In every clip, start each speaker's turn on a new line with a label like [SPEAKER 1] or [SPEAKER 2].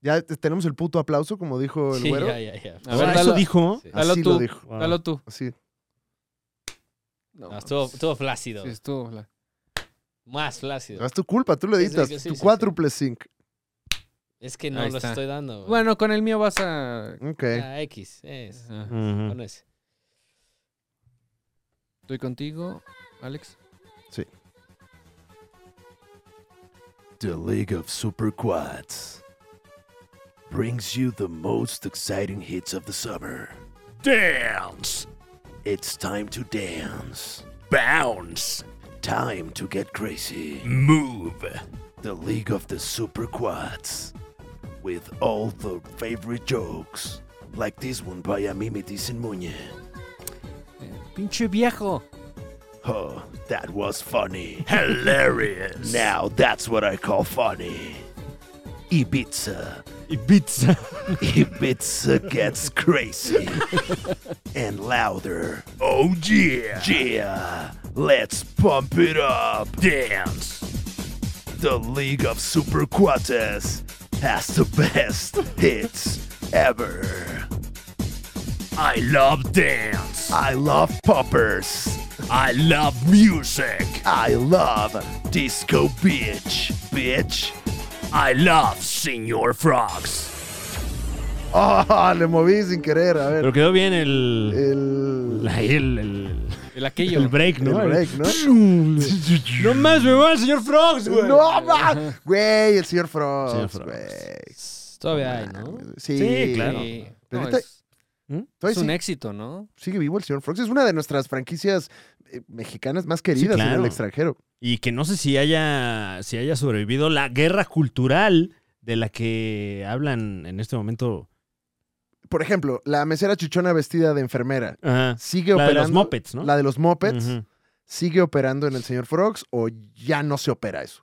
[SPEAKER 1] Ya te- tenemos el puto aplauso, como dijo el
[SPEAKER 2] Sí,
[SPEAKER 1] güero.
[SPEAKER 2] ya, ya, ya.
[SPEAKER 3] A ver,
[SPEAKER 2] O sea,
[SPEAKER 3] dalo.
[SPEAKER 2] eso
[SPEAKER 3] Eso
[SPEAKER 2] dijo.
[SPEAKER 3] dijo.
[SPEAKER 2] Sí.
[SPEAKER 3] Dalo
[SPEAKER 1] Así
[SPEAKER 3] tú.
[SPEAKER 1] lo dijo.
[SPEAKER 2] Wow.
[SPEAKER 3] Dalo tú.
[SPEAKER 1] Así.
[SPEAKER 3] No, pues,
[SPEAKER 4] Ah,
[SPEAKER 2] No, estuvo, estuvo flácido.
[SPEAKER 3] sí, estuvo la-
[SPEAKER 2] Más flácido.
[SPEAKER 1] No es tu culpa, tú lo
[SPEAKER 2] Sí, sí,
[SPEAKER 1] editas.
[SPEAKER 2] sí, sí,
[SPEAKER 1] tu
[SPEAKER 2] sí.
[SPEAKER 1] cuádruple sync.
[SPEAKER 2] Es que no
[SPEAKER 3] Ahí
[SPEAKER 2] lo
[SPEAKER 3] está.
[SPEAKER 2] estoy dando. güey.
[SPEAKER 3] Bueno, con el mío vas a.
[SPEAKER 1] Ok.
[SPEAKER 2] Ah, X. Es.
[SPEAKER 3] Ajá.
[SPEAKER 2] Ah,
[SPEAKER 5] Ujú.
[SPEAKER 2] no es.
[SPEAKER 3] Estoy contigo, Alex.
[SPEAKER 6] The League of Super Quads brings you the most exciting hits of the summer. Dance! It's time to dance. Bounce! Time to get crazy. Move! The League of the Super Quads with all the favorite jokes, like this one by Amimitis and Muñe.
[SPEAKER 3] ¡Pinche viejo!
[SPEAKER 6] Oh, that was funny. Hilarious. Now that's what I call funny. Ibiza.
[SPEAKER 5] Ibiza.
[SPEAKER 6] Ibiza gets crazy and louder. Oh yeah. Yeah. Let's pump it up. Dance. The League of Super Quates has the best hits ever. I love dance. I love poppers. I love music. I love disco bitch. Bitch. I love Senior Frogs.
[SPEAKER 1] Ah, le moví sin querer. A ver.
[SPEAKER 5] Pero quedó bien el.
[SPEAKER 1] El,
[SPEAKER 5] la- El, el-
[SPEAKER 3] El aquello.
[SPEAKER 5] el break, ¿no?
[SPEAKER 1] el break, ¿no?
[SPEAKER 5] No más, me va el señor Frogs, güey.
[SPEAKER 1] No, ma- güey, el señor
[SPEAKER 5] Señor
[SPEAKER 1] Frost,
[SPEAKER 5] Frost.
[SPEAKER 1] güey.
[SPEAKER 2] Todavía hay, ¿no?
[SPEAKER 1] Sí,
[SPEAKER 5] Sí, claro.
[SPEAKER 3] Sí.
[SPEAKER 1] Pero
[SPEAKER 3] No,
[SPEAKER 1] ahorita-
[SPEAKER 3] es, es
[SPEAKER 1] Todavía
[SPEAKER 3] un
[SPEAKER 1] sí-
[SPEAKER 3] éxito, ¿no?
[SPEAKER 1] sigue vivo el señor Frost. Es una de nuestras franquicias eh, mexicanas más queridas en
[SPEAKER 5] claro.
[SPEAKER 1] el extranjero.
[SPEAKER 5] Y que no sé si haya, si haya sobrevivido la guerra cultural de la que hablan en este momento.
[SPEAKER 1] Por ejemplo, la mesera chichona vestida de enfermera
[SPEAKER 5] Ajá.
[SPEAKER 1] sigue
[SPEAKER 5] La de
[SPEAKER 1] operando.
[SPEAKER 5] los Muppets, ¿no?
[SPEAKER 1] La de los Muppets
[SPEAKER 5] Ujú.
[SPEAKER 1] sigue operando en el señor Frogs o ya no se opera eso.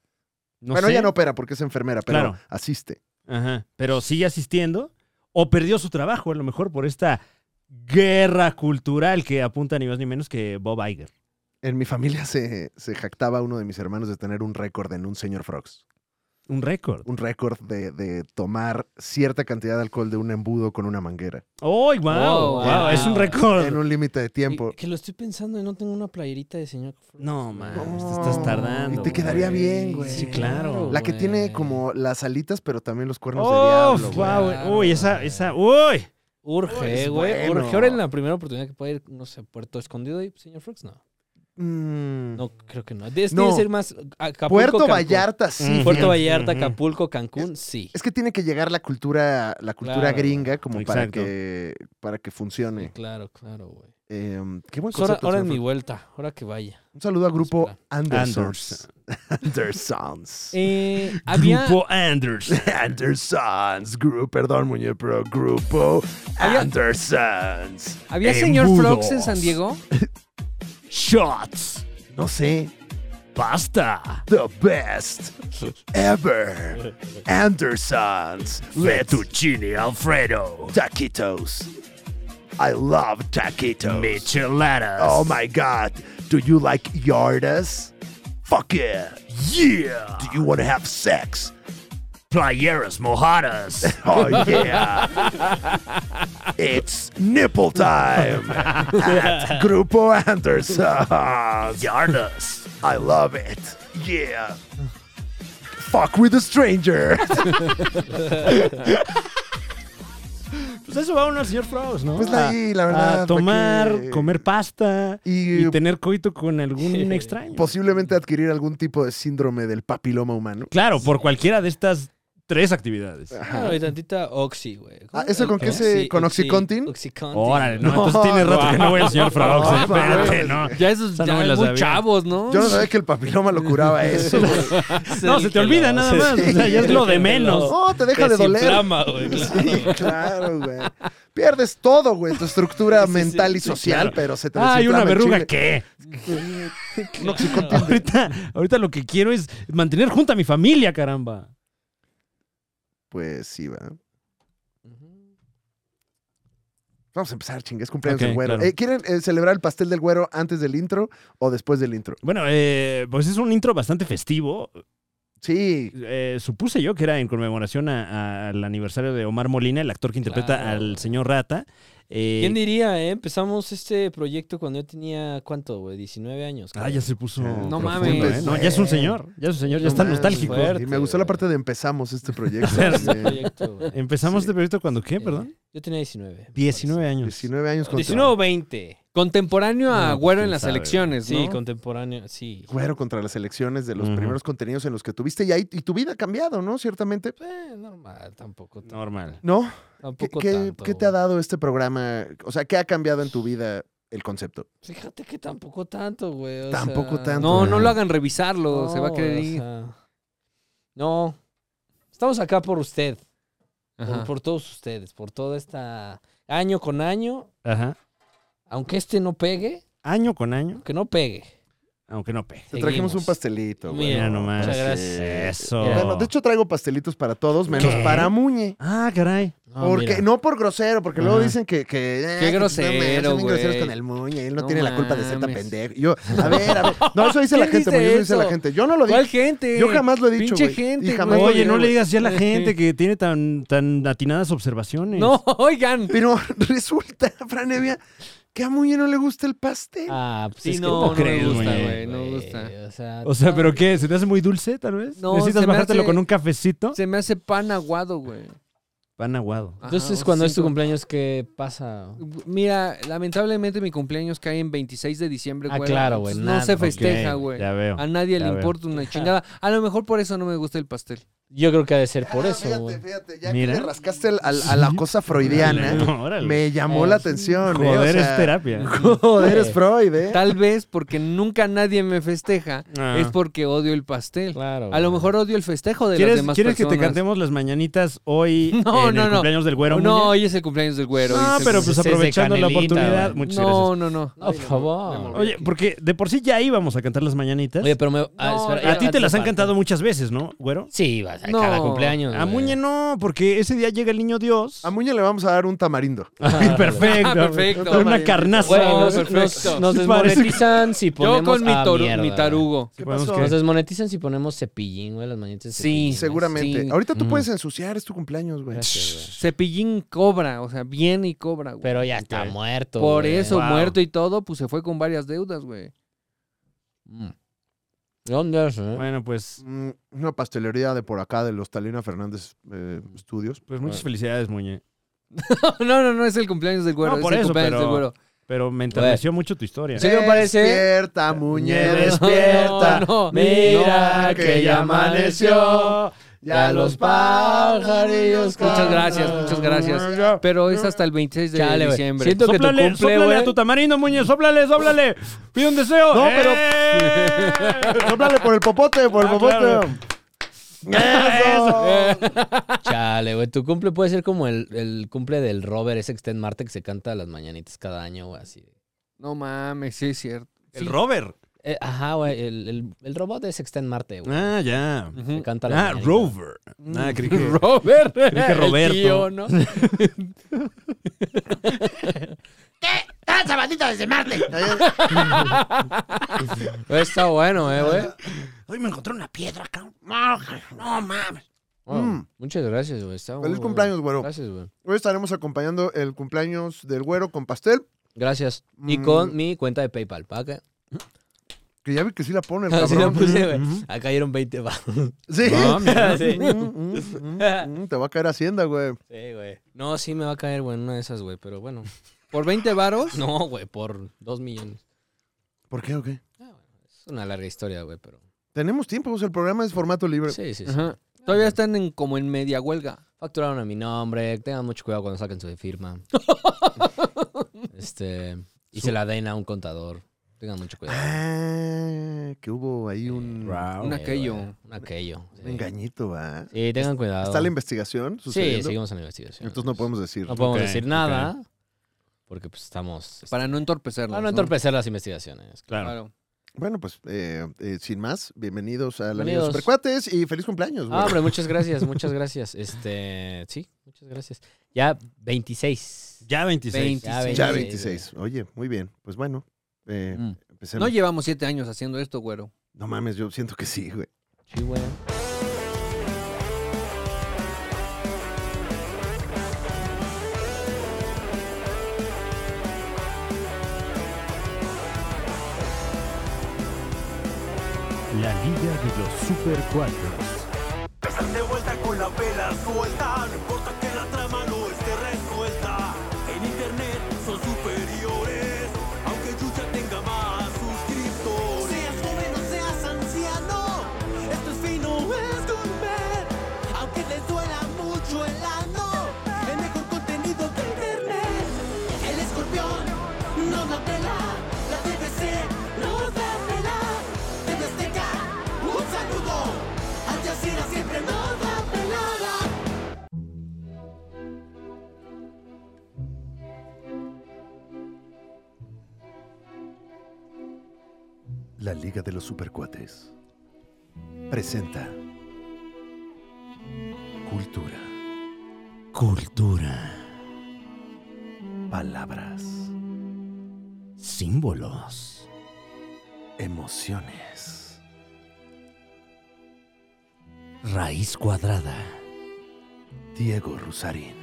[SPEAKER 5] No
[SPEAKER 1] bueno,
[SPEAKER 5] sé.
[SPEAKER 1] ella no opera porque es enfermera, pero
[SPEAKER 5] Claro.
[SPEAKER 1] asiste.
[SPEAKER 5] Ajá. Pero sigue asistiendo. O perdió su trabajo, a lo mejor, por esta guerra cultural que apunta ni más ni menos que Bob Iger.
[SPEAKER 1] En mi familia se, se jactaba uno de mis hermanos de tener un récord en un señor Frogs.
[SPEAKER 5] Un récord.
[SPEAKER 1] Un récord de, de tomar cierta cantidad de alcohol de un embudo con una manguera.
[SPEAKER 5] ¡Ay, wow!
[SPEAKER 2] Oh,
[SPEAKER 5] wow,
[SPEAKER 2] wow.
[SPEAKER 5] Es un
[SPEAKER 1] En
[SPEAKER 5] récord.
[SPEAKER 1] un límite de tiempo.
[SPEAKER 2] Y- Que lo estoy pensando y no tengo una playerita de señor.
[SPEAKER 5] No, man,
[SPEAKER 1] No.
[SPEAKER 5] te estás tardando.
[SPEAKER 1] Y te quedaría
[SPEAKER 5] güey.
[SPEAKER 1] bien, güey.
[SPEAKER 5] Sí, claro.
[SPEAKER 1] La que
[SPEAKER 2] güey.
[SPEAKER 1] tiene como las alitas, pero también los cuernos
[SPEAKER 5] ¡Oh,
[SPEAKER 1] de diablo. güey.
[SPEAKER 5] wow!
[SPEAKER 2] güey.
[SPEAKER 5] Uy, esa, esa, uy.
[SPEAKER 2] Urge,
[SPEAKER 1] Es
[SPEAKER 2] güey.
[SPEAKER 1] bueno.
[SPEAKER 2] Urge. Ahora en la primera oportunidad que pueda ir, no sé, Puerto Escondido y señor Frogs, no.
[SPEAKER 1] Mm.
[SPEAKER 2] No, creo que no. Tienes
[SPEAKER 1] No.
[SPEAKER 2] que ser más Acapulco,
[SPEAKER 1] Puerto
[SPEAKER 2] Cancún.
[SPEAKER 1] Vallarta, sí.
[SPEAKER 5] Mm.
[SPEAKER 2] Puerto
[SPEAKER 1] fíjate.
[SPEAKER 2] Vallarta,
[SPEAKER 5] Ujú.
[SPEAKER 2] Acapulco, Cancún, sí.
[SPEAKER 1] Es que tiene que llegar la cultura, la cultura
[SPEAKER 2] Claro.
[SPEAKER 1] gringa como para
[SPEAKER 5] Exacto.
[SPEAKER 1] que, para que
[SPEAKER 2] Sí,
[SPEAKER 1] funcione.
[SPEAKER 2] claro, claro, güey.
[SPEAKER 1] Eh, qué buen
[SPEAKER 2] Pues ahora
[SPEAKER 1] concepto,
[SPEAKER 2] ahora
[SPEAKER 1] señor
[SPEAKER 2] en mi
[SPEAKER 1] Fro-
[SPEAKER 2] vuelta, ahora que vaya.
[SPEAKER 1] Un saludo a grupo
[SPEAKER 2] Espera.
[SPEAKER 1] Andersons. Andersons.
[SPEAKER 2] Eh, había,
[SPEAKER 5] Grupo Anders.
[SPEAKER 6] Andersons Group, perdón, Muñe, pero Grupo
[SPEAKER 3] Había-
[SPEAKER 6] Andersons.
[SPEAKER 3] ¿Había señor
[SPEAKER 6] Embudos.
[SPEAKER 3] Frogs en San Diego?
[SPEAKER 6] Shots.
[SPEAKER 1] No sé.
[SPEAKER 6] Pasta. The best ever. Andersons. Fettuccine Alfredo. Taquitos. I love taquitos.
[SPEAKER 5] Micheladas.
[SPEAKER 6] Oh my god. Do you like yardas? Fuck yeah. Yeah. Do you want to have sex?
[SPEAKER 5] Playeras mojadas.
[SPEAKER 6] Oh yeah. it's nipple time at Grupo Anderson. Yardas. I love it. Yeah. Fuck with a stranger.
[SPEAKER 5] Pues eso va uno al señor Frogs, ¿no?
[SPEAKER 1] Pues ahí, la verdad,
[SPEAKER 5] A
[SPEAKER 1] ¿para
[SPEAKER 5] tomar,
[SPEAKER 1] qué?
[SPEAKER 5] comer pasta
[SPEAKER 1] Y,
[SPEAKER 5] y tener coito con algún extraño.
[SPEAKER 1] posiblemente adquirir algún tipo de síndrome del papiloma humano.
[SPEAKER 5] Claro, por cualquiera de estas tres actividades.
[SPEAKER 4] Ah,
[SPEAKER 2] Claro, y tantita Oxy, güey. ¿Cómo?
[SPEAKER 1] Ah, ¿eso
[SPEAKER 2] El-
[SPEAKER 1] con qué se- con
[SPEAKER 2] Oxy-
[SPEAKER 1] Oxycontin?
[SPEAKER 2] Oxycontin.
[SPEAKER 5] Órale, no,
[SPEAKER 1] No,
[SPEAKER 5] entonces tiene rato que no voy al señor Frogs.
[SPEAKER 1] no,
[SPEAKER 5] eh. Espérate,
[SPEAKER 1] mames.
[SPEAKER 5] no.
[SPEAKER 3] Ya esos
[SPEAKER 5] Esa
[SPEAKER 3] ya
[SPEAKER 5] no me la
[SPEAKER 3] muy
[SPEAKER 5] sabía.
[SPEAKER 3] chavos, ¿no?
[SPEAKER 1] Yo no sabía que el papiloma lo curaba eso. güey.
[SPEAKER 5] No, se te olvida nada más. O sea, ya es lo de menos.
[SPEAKER 1] No, te deja de doler.
[SPEAKER 2] Desinflama, güey, claro.
[SPEAKER 1] Sí, claro, güey. Pierdes todo, güey, tu estructura mental y social,
[SPEAKER 5] claro.
[SPEAKER 1] pero se te
[SPEAKER 5] Ah, hay
[SPEAKER 1] desinflama
[SPEAKER 5] una verruga,
[SPEAKER 1] el chile.
[SPEAKER 5] ¿qué?
[SPEAKER 1] Un Oxycontin.
[SPEAKER 5] Ahorita, ahorita lo que quiero es mantener junta a mi familia, caramba.
[SPEAKER 1] Pues sí, va.
[SPEAKER 2] Ujú.
[SPEAKER 1] Vamos a empezar, chingue, es cumpleaños
[SPEAKER 5] Ok,
[SPEAKER 1] del güero.
[SPEAKER 5] claro.
[SPEAKER 1] Eh, ¿Quieren eh, celebrar el pastel del güero antes del intro o después del intro?
[SPEAKER 5] Bueno, eh, pues es un intro bastante festivo.
[SPEAKER 1] Sí,
[SPEAKER 5] Eh, supuse yo que era en conmemoración a- a- al aniversario de Omar Molina, el actor que interpreta
[SPEAKER 4] Claro.
[SPEAKER 5] al señor Rata. Eh,
[SPEAKER 4] ¿Quién diría, eh? Empezamos este proyecto cuando yo tenía, ¿cuánto, güey? 19 años.
[SPEAKER 5] Ah, ya se puso.
[SPEAKER 1] No
[SPEAKER 5] profundo,
[SPEAKER 3] mames.
[SPEAKER 5] ¿eh? No, ya es un señor. Ya es un señor, ya
[SPEAKER 1] No
[SPEAKER 5] está
[SPEAKER 1] mames,
[SPEAKER 5] nostálgico.
[SPEAKER 1] güey.
[SPEAKER 4] Fuerte,
[SPEAKER 1] Y me gustó la
[SPEAKER 4] güey.
[SPEAKER 1] parte de empezamos este proyecto.
[SPEAKER 4] Este
[SPEAKER 1] eh,
[SPEAKER 4] proyecto, güey.
[SPEAKER 5] Empezamos
[SPEAKER 1] Sí.
[SPEAKER 5] este proyecto cuando, ¿qué?
[SPEAKER 4] Eh,
[SPEAKER 5] Perdón.
[SPEAKER 4] Yo tenía 19. me
[SPEAKER 5] 19 años.
[SPEAKER 1] 19 años
[SPEAKER 4] parece.
[SPEAKER 1] con
[SPEAKER 4] 19 o 20.
[SPEAKER 3] Contemporáneo
[SPEAKER 5] No,
[SPEAKER 3] a
[SPEAKER 5] pues,
[SPEAKER 3] Güero
[SPEAKER 5] quién
[SPEAKER 3] en las
[SPEAKER 5] sabe, güey.
[SPEAKER 3] elecciones,
[SPEAKER 4] Sí,
[SPEAKER 3] ¿no?
[SPEAKER 4] contemporáneo, sí.
[SPEAKER 1] Güero contra las elecciones de los
[SPEAKER 5] Ujú.
[SPEAKER 1] primeros contenidos en los que tuviste y, ahí, y tu vida ha cambiado, ¿no? Ciertamente.
[SPEAKER 4] Eh, normal, tampoco. tan-
[SPEAKER 5] Normal.
[SPEAKER 1] ¿No? ¿Qué,
[SPEAKER 4] Tampoco
[SPEAKER 1] qué-
[SPEAKER 4] tanto,
[SPEAKER 1] qué te ha
[SPEAKER 4] güey.
[SPEAKER 1] dado este programa? O sea, ¿qué ha cambiado en tu vida el concepto?
[SPEAKER 4] Fíjate que tampoco tanto, güey. o
[SPEAKER 1] Tampoco
[SPEAKER 4] sea,
[SPEAKER 1] tanto.
[SPEAKER 3] No, no
[SPEAKER 1] Ajá.
[SPEAKER 3] lo hagan revisarlo,
[SPEAKER 4] no,
[SPEAKER 3] se va a querer
[SPEAKER 4] güey, o
[SPEAKER 3] ir.
[SPEAKER 4] sea, Oh, no. Estamos acá por usted, por,
[SPEAKER 3] Ajá.
[SPEAKER 4] por todos ustedes, por toda esta... Año con año,
[SPEAKER 5] Ajá.
[SPEAKER 4] aunque este no pegue,
[SPEAKER 5] Año con año,
[SPEAKER 4] que no pegue.
[SPEAKER 5] aunque no pegue.
[SPEAKER 1] Te trajimos
[SPEAKER 4] Seguimos.
[SPEAKER 1] un pastelito, güey.
[SPEAKER 5] Mira
[SPEAKER 4] Mira,
[SPEAKER 5] nomás.
[SPEAKER 4] muchas gracias.
[SPEAKER 5] Eso.
[SPEAKER 4] Mira.
[SPEAKER 1] Bueno, de hecho traigo pastelitos para todos, menos
[SPEAKER 5] ¿Qué?
[SPEAKER 1] para Muñe.
[SPEAKER 5] Ah, caray.
[SPEAKER 4] Ah,
[SPEAKER 1] porque,
[SPEAKER 4] mira.
[SPEAKER 1] no por grosero, porque luego
[SPEAKER 5] Ajá.
[SPEAKER 1] dicen que. que "Ah,
[SPEAKER 3] Qué
[SPEAKER 1] que no mames,
[SPEAKER 3] grosero,
[SPEAKER 1] son bien groseros
[SPEAKER 3] güey.
[SPEAKER 1] con el Muñe, él no,
[SPEAKER 3] No
[SPEAKER 1] tiene la culpa de ser tan
[SPEAKER 3] mames.
[SPEAKER 1] pendejo. Yo, a ver, a ver. No, eso dice la
[SPEAKER 3] ¿Quién
[SPEAKER 1] gente, Muñe,
[SPEAKER 3] dice
[SPEAKER 1] eso dice la
[SPEAKER 3] eso?
[SPEAKER 1] gente. Yo no lo
[SPEAKER 3] ¿Cuál
[SPEAKER 1] dije.
[SPEAKER 3] gente?
[SPEAKER 1] Yo jamás lo he dicho. güey,
[SPEAKER 3] Pinche
[SPEAKER 1] y
[SPEAKER 3] gente,
[SPEAKER 1] jamás
[SPEAKER 3] güey.
[SPEAKER 1] lo
[SPEAKER 5] Oye,
[SPEAKER 1] diré,
[SPEAKER 5] no le
[SPEAKER 1] güey.
[SPEAKER 5] digas ya a la gente que tiene tan, tan atinadas observaciones.
[SPEAKER 3] No, oigan.
[SPEAKER 1] Pero resulta, Franevia, que a Muñe no le gusta el pastel.
[SPEAKER 4] Ah, pues
[SPEAKER 3] Sí,
[SPEAKER 4] es que
[SPEAKER 3] no,
[SPEAKER 5] ¿cómo
[SPEAKER 3] no
[SPEAKER 5] crees,
[SPEAKER 3] me gusta,
[SPEAKER 5] güey?
[SPEAKER 3] güey, no me gusta.
[SPEAKER 4] O sea,
[SPEAKER 5] O sea,
[SPEAKER 4] no,
[SPEAKER 5] ¿pero qué? ¿Se te hace muy dulce, tal vez?
[SPEAKER 3] No,
[SPEAKER 5] ¿Necesitas
[SPEAKER 3] se me
[SPEAKER 5] bajártelo
[SPEAKER 3] hace-
[SPEAKER 5] con un cafecito?
[SPEAKER 3] Se me hace pan aguado, güey.
[SPEAKER 5] Pan aguado.
[SPEAKER 3] Ajá,
[SPEAKER 4] Entonces,
[SPEAKER 3] o
[SPEAKER 4] cuando es tu
[SPEAKER 3] cinco-
[SPEAKER 4] cumpleaños, ¿qué pasa?
[SPEAKER 3] Mira, lamentablemente mi cumpleaños cae en 26 de diciembre,
[SPEAKER 4] Ah,
[SPEAKER 3] güey.
[SPEAKER 4] claro, güey,
[SPEAKER 3] Entonces,
[SPEAKER 4] nada,
[SPEAKER 3] No se
[SPEAKER 4] ok,
[SPEAKER 3] festeja,
[SPEAKER 5] Ok,
[SPEAKER 3] güey.
[SPEAKER 5] Ya veo.
[SPEAKER 3] A nadie
[SPEAKER 5] ya
[SPEAKER 3] le
[SPEAKER 5] veo.
[SPEAKER 3] importa una chingada. A lo mejor por eso no me gusta el pastel.
[SPEAKER 4] Yo creo que ha de ser por
[SPEAKER 1] Ah,
[SPEAKER 4] eso,
[SPEAKER 1] Fíjate,
[SPEAKER 4] güey.
[SPEAKER 1] fíjate, ya
[SPEAKER 5] Mira.
[SPEAKER 1] que le rascaste al- al- a la
[SPEAKER 5] Sí.
[SPEAKER 1] cosa freudiana,
[SPEAKER 5] Órale, órale.
[SPEAKER 1] me llamó
[SPEAKER 4] Eh,
[SPEAKER 1] la
[SPEAKER 4] sí.
[SPEAKER 1] atención. ¿eh? O
[SPEAKER 5] Joder, este
[SPEAKER 1] sea,
[SPEAKER 5] es terapia.
[SPEAKER 1] Joder, es Freud, ¿eh?
[SPEAKER 3] Tal vez porque nunca nadie me festeja
[SPEAKER 5] Ah.
[SPEAKER 3] es porque odio el pastel.
[SPEAKER 4] Claro.
[SPEAKER 3] A lo
[SPEAKER 4] güey.
[SPEAKER 3] mejor odio el festejo de las
[SPEAKER 5] ¿Quieres,
[SPEAKER 3] demás
[SPEAKER 5] quieres que te
[SPEAKER 3] personas.
[SPEAKER 5] cantemos las mañanitas hoy eh,
[SPEAKER 3] No,
[SPEAKER 5] en
[SPEAKER 3] no,
[SPEAKER 5] el
[SPEAKER 3] no.
[SPEAKER 5] cumpleaños del güero?
[SPEAKER 3] No,
[SPEAKER 5] Muñe?
[SPEAKER 3] hoy es el cumpleaños del güero.
[SPEAKER 5] No,
[SPEAKER 3] dice-
[SPEAKER 5] pero pues
[SPEAKER 4] es de
[SPEAKER 5] aprovechando la
[SPEAKER 4] Canelita,
[SPEAKER 5] oportunidad.
[SPEAKER 4] güey.
[SPEAKER 5] Muchas gracias.
[SPEAKER 3] no, no, no.
[SPEAKER 4] No, por favor.
[SPEAKER 5] Oye, porque de por sí ya íbamos a cantar las mañanitas.
[SPEAKER 4] Oye, pero me... ah,
[SPEAKER 3] No,
[SPEAKER 4] espera,
[SPEAKER 5] a ti te
[SPEAKER 4] antes
[SPEAKER 5] las
[SPEAKER 4] de
[SPEAKER 5] han
[SPEAKER 4] partir.
[SPEAKER 5] cantado muchas veces, ¿no, güero?
[SPEAKER 4] Sí, vas a
[SPEAKER 3] No.
[SPEAKER 4] cada cumpleaños.
[SPEAKER 5] A
[SPEAKER 4] güey.
[SPEAKER 5] Muñe no, porque ese día llega el niño Dios.
[SPEAKER 1] A Muñe le vamos a dar un tamarindo.
[SPEAKER 5] Ay, perfecto.
[SPEAKER 3] Ah, perfecto.
[SPEAKER 5] Una carnaza.
[SPEAKER 4] Güey,
[SPEAKER 3] No,
[SPEAKER 4] nos,
[SPEAKER 3] perfecto.
[SPEAKER 4] nos- nos
[SPEAKER 5] Sí, parece
[SPEAKER 4] desmonetizan si
[SPEAKER 3] Yo
[SPEAKER 4] ponemos...
[SPEAKER 3] con mi,
[SPEAKER 4] ah,
[SPEAKER 3] toru-
[SPEAKER 4] mierda,
[SPEAKER 3] mi
[SPEAKER 4] güey.
[SPEAKER 3] tarugo.
[SPEAKER 1] ¿Qué
[SPEAKER 5] Podemos
[SPEAKER 1] pasó?
[SPEAKER 5] que-
[SPEAKER 4] Nos desmonetizan si ponemos cepillín, güey, las mañanitas.
[SPEAKER 3] Sí,
[SPEAKER 4] cepillín, güey.
[SPEAKER 1] Seguramente.
[SPEAKER 3] sí.
[SPEAKER 1] Ahorita tú
[SPEAKER 5] Ujú.
[SPEAKER 1] puedes ensuciar, es tu cumpleaños, güey.
[SPEAKER 4] Gracias, güey.
[SPEAKER 3] Cepillín cobra, o sea, bien y cobra, güey.
[SPEAKER 4] Pero ya está
[SPEAKER 5] Ok.
[SPEAKER 4] muerto,
[SPEAKER 3] Por
[SPEAKER 4] güey.
[SPEAKER 3] eso,
[SPEAKER 5] Wow.
[SPEAKER 3] muerto y todo, pues se fue con varias deudas, güey.
[SPEAKER 4] Mm. ¿Dónde es, eh?
[SPEAKER 5] Bueno, pues,
[SPEAKER 1] Mm, Una pastelería de por acá, de los Talina Fernández eh, Studios.
[SPEAKER 5] pues muchas felicidades, Muñe.
[SPEAKER 3] no, no, no es el cumpleaños del güero.
[SPEAKER 5] No, por
[SPEAKER 3] es el
[SPEAKER 5] eso,
[SPEAKER 3] cumpleaños
[SPEAKER 5] pero-
[SPEAKER 3] del güero.
[SPEAKER 5] Pero me enterneció mucho tu historia.
[SPEAKER 4] Sí, me parece-
[SPEAKER 1] Despierta, Muñe,
[SPEAKER 5] No,
[SPEAKER 1] despierta.
[SPEAKER 3] No, no.
[SPEAKER 1] Mira que ya amaneció,
[SPEAKER 4] ya los pajarillos
[SPEAKER 3] Muchas gracias, muchas gracias. Pero es hasta el 26 de
[SPEAKER 4] Chale, güey.
[SPEAKER 3] diciembre.
[SPEAKER 4] Siento que tu
[SPEAKER 5] Sóplale,
[SPEAKER 4] cumple,
[SPEAKER 5] sóplale
[SPEAKER 4] güey.
[SPEAKER 5] a tu tamarindo, Muñe, sóplale, sóplale. Pide un deseo.
[SPEAKER 1] No, pero-
[SPEAKER 5] ¡Eh!
[SPEAKER 1] Sóplale por el popote, por el
[SPEAKER 5] Ah,
[SPEAKER 1] popote.
[SPEAKER 5] claro.
[SPEAKER 1] Eso.
[SPEAKER 4] Chale, güey. Tu cumple puede ser como el, el cumple del Robert, ese que está en Marte que se canta las mañanitas cada año, güey, así.
[SPEAKER 3] No mames, sí es cierto.
[SPEAKER 5] El Robert.
[SPEAKER 4] Eh, ajá, güey. El, el, el robot ese que está en Marte, güey.
[SPEAKER 5] Ah, ya.
[SPEAKER 3] Mm.
[SPEAKER 4] Se canta las
[SPEAKER 5] Ah,
[SPEAKER 4] mañanitas.
[SPEAKER 5] Rover. Ah, creí que...
[SPEAKER 3] Robert.
[SPEAKER 5] Creo que
[SPEAKER 3] Oh, El
[SPEAKER 5] Roberto.
[SPEAKER 3] tío, ¿no? Está bueno, eh, güey.
[SPEAKER 5] Hoy me encontré una piedra acá.
[SPEAKER 4] Wow.
[SPEAKER 1] Mm.
[SPEAKER 4] Muchas gracias, güey. Está
[SPEAKER 1] Feliz
[SPEAKER 4] bueno,
[SPEAKER 1] cumpleaños,
[SPEAKER 4] güey.
[SPEAKER 1] güero.
[SPEAKER 4] Gracias, güey.
[SPEAKER 1] Hoy estaremos acompañando el cumpleaños del güero con pastel.
[SPEAKER 4] Gracias. Y
[SPEAKER 1] Mm.
[SPEAKER 4] con mi cuenta de PayPal, ¿para qué?
[SPEAKER 1] Que ya vi que sí la pone el
[SPEAKER 4] Así Ah, la
[SPEAKER 1] cabrón.
[SPEAKER 4] puse, güey. Acá cayeron 20 baros.
[SPEAKER 1] Sí.
[SPEAKER 4] Sí.
[SPEAKER 1] Mm, mm, mm, mm, te va a caer Hacienda, güey.
[SPEAKER 4] Sí, güey. No, sí me va a caer, güey, en una de esas, güey, pero bueno.
[SPEAKER 3] Por 20 varos.
[SPEAKER 4] No, güey, por 2 millones.
[SPEAKER 1] ¿Por qué o qué?
[SPEAKER 4] Es una larga historia, güey, pero.
[SPEAKER 1] Tenemos tiempo, o sea, el programa es formato libre.
[SPEAKER 4] Sí, sí, sí.
[SPEAKER 3] Ajá. Todavía están en, como en media huelga.
[SPEAKER 4] Facturaron a mi nombre, tengan mucho cuidado cuando saquen su firma. este. Y se la den a un contador. Tengan mucho cuidado.
[SPEAKER 1] Ah, que hubo ahí un,
[SPEAKER 3] Un
[SPEAKER 5] Ah,
[SPEAKER 4] Eh,
[SPEAKER 3] aquello.
[SPEAKER 4] güey, Un aquello.
[SPEAKER 1] un
[SPEAKER 4] Sí,
[SPEAKER 1] engañito, ¿va?
[SPEAKER 4] Sí, tengan cuidado.
[SPEAKER 1] ¿Está la investigación
[SPEAKER 4] Sí,
[SPEAKER 1] sucediendo?
[SPEAKER 4] seguimos en la investigación.
[SPEAKER 1] Entonces no podemos decir.
[SPEAKER 4] No podemos
[SPEAKER 5] Ok,
[SPEAKER 4] decir nada. Porque pues estamos.
[SPEAKER 3] Para no entorpecerlos.
[SPEAKER 4] Para no entorpecer las investigaciones.
[SPEAKER 5] Claro.
[SPEAKER 3] Claro.
[SPEAKER 1] Bueno, pues, eh, eh, sin más, bienvenidos a la Liga de
[SPEAKER 4] Bienvenidos.
[SPEAKER 1] los Supercuates y feliz cumpleaños, güey.
[SPEAKER 4] Ah, hombre, muchas gracias, muchas gracias. Este, sí, muchas gracias. Ya 26.
[SPEAKER 5] Ya 26.
[SPEAKER 4] Ya
[SPEAKER 3] 26.
[SPEAKER 1] ya
[SPEAKER 4] sí,
[SPEAKER 1] 26. Oye, muy bien. Pues bueno, eh,
[SPEAKER 3] Mm.
[SPEAKER 1] empecemos.
[SPEAKER 3] No llevamos 7 años haciendo esto, güero.
[SPEAKER 1] no mames, yo siento que sí, güey.
[SPEAKER 4] Sí, güey.
[SPEAKER 5] Liga de los Super Cuatros.
[SPEAKER 7] Están de vuelta con la vela suelta, no importa que la trama no esté resuelta. En internet son superiores, aunque Yuya tenga más suscriptores. Seas joven o seas anciano, esto es fino, es gourmet. Aunque les duela mucho el ano, el mejor contenido de internet. El escorpión no la pela, la TVC nos da pela. TV Azteca, un saludo, Al Jazeera siempre nos da pelada.
[SPEAKER 8] La Liga de los Supercuates presenta cultura,
[SPEAKER 5] Cultura.
[SPEAKER 8] palabras,
[SPEAKER 5] Símbolos.
[SPEAKER 8] emociones,
[SPEAKER 5] Raíz cuadrada.
[SPEAKER 8] Diego Rusarín,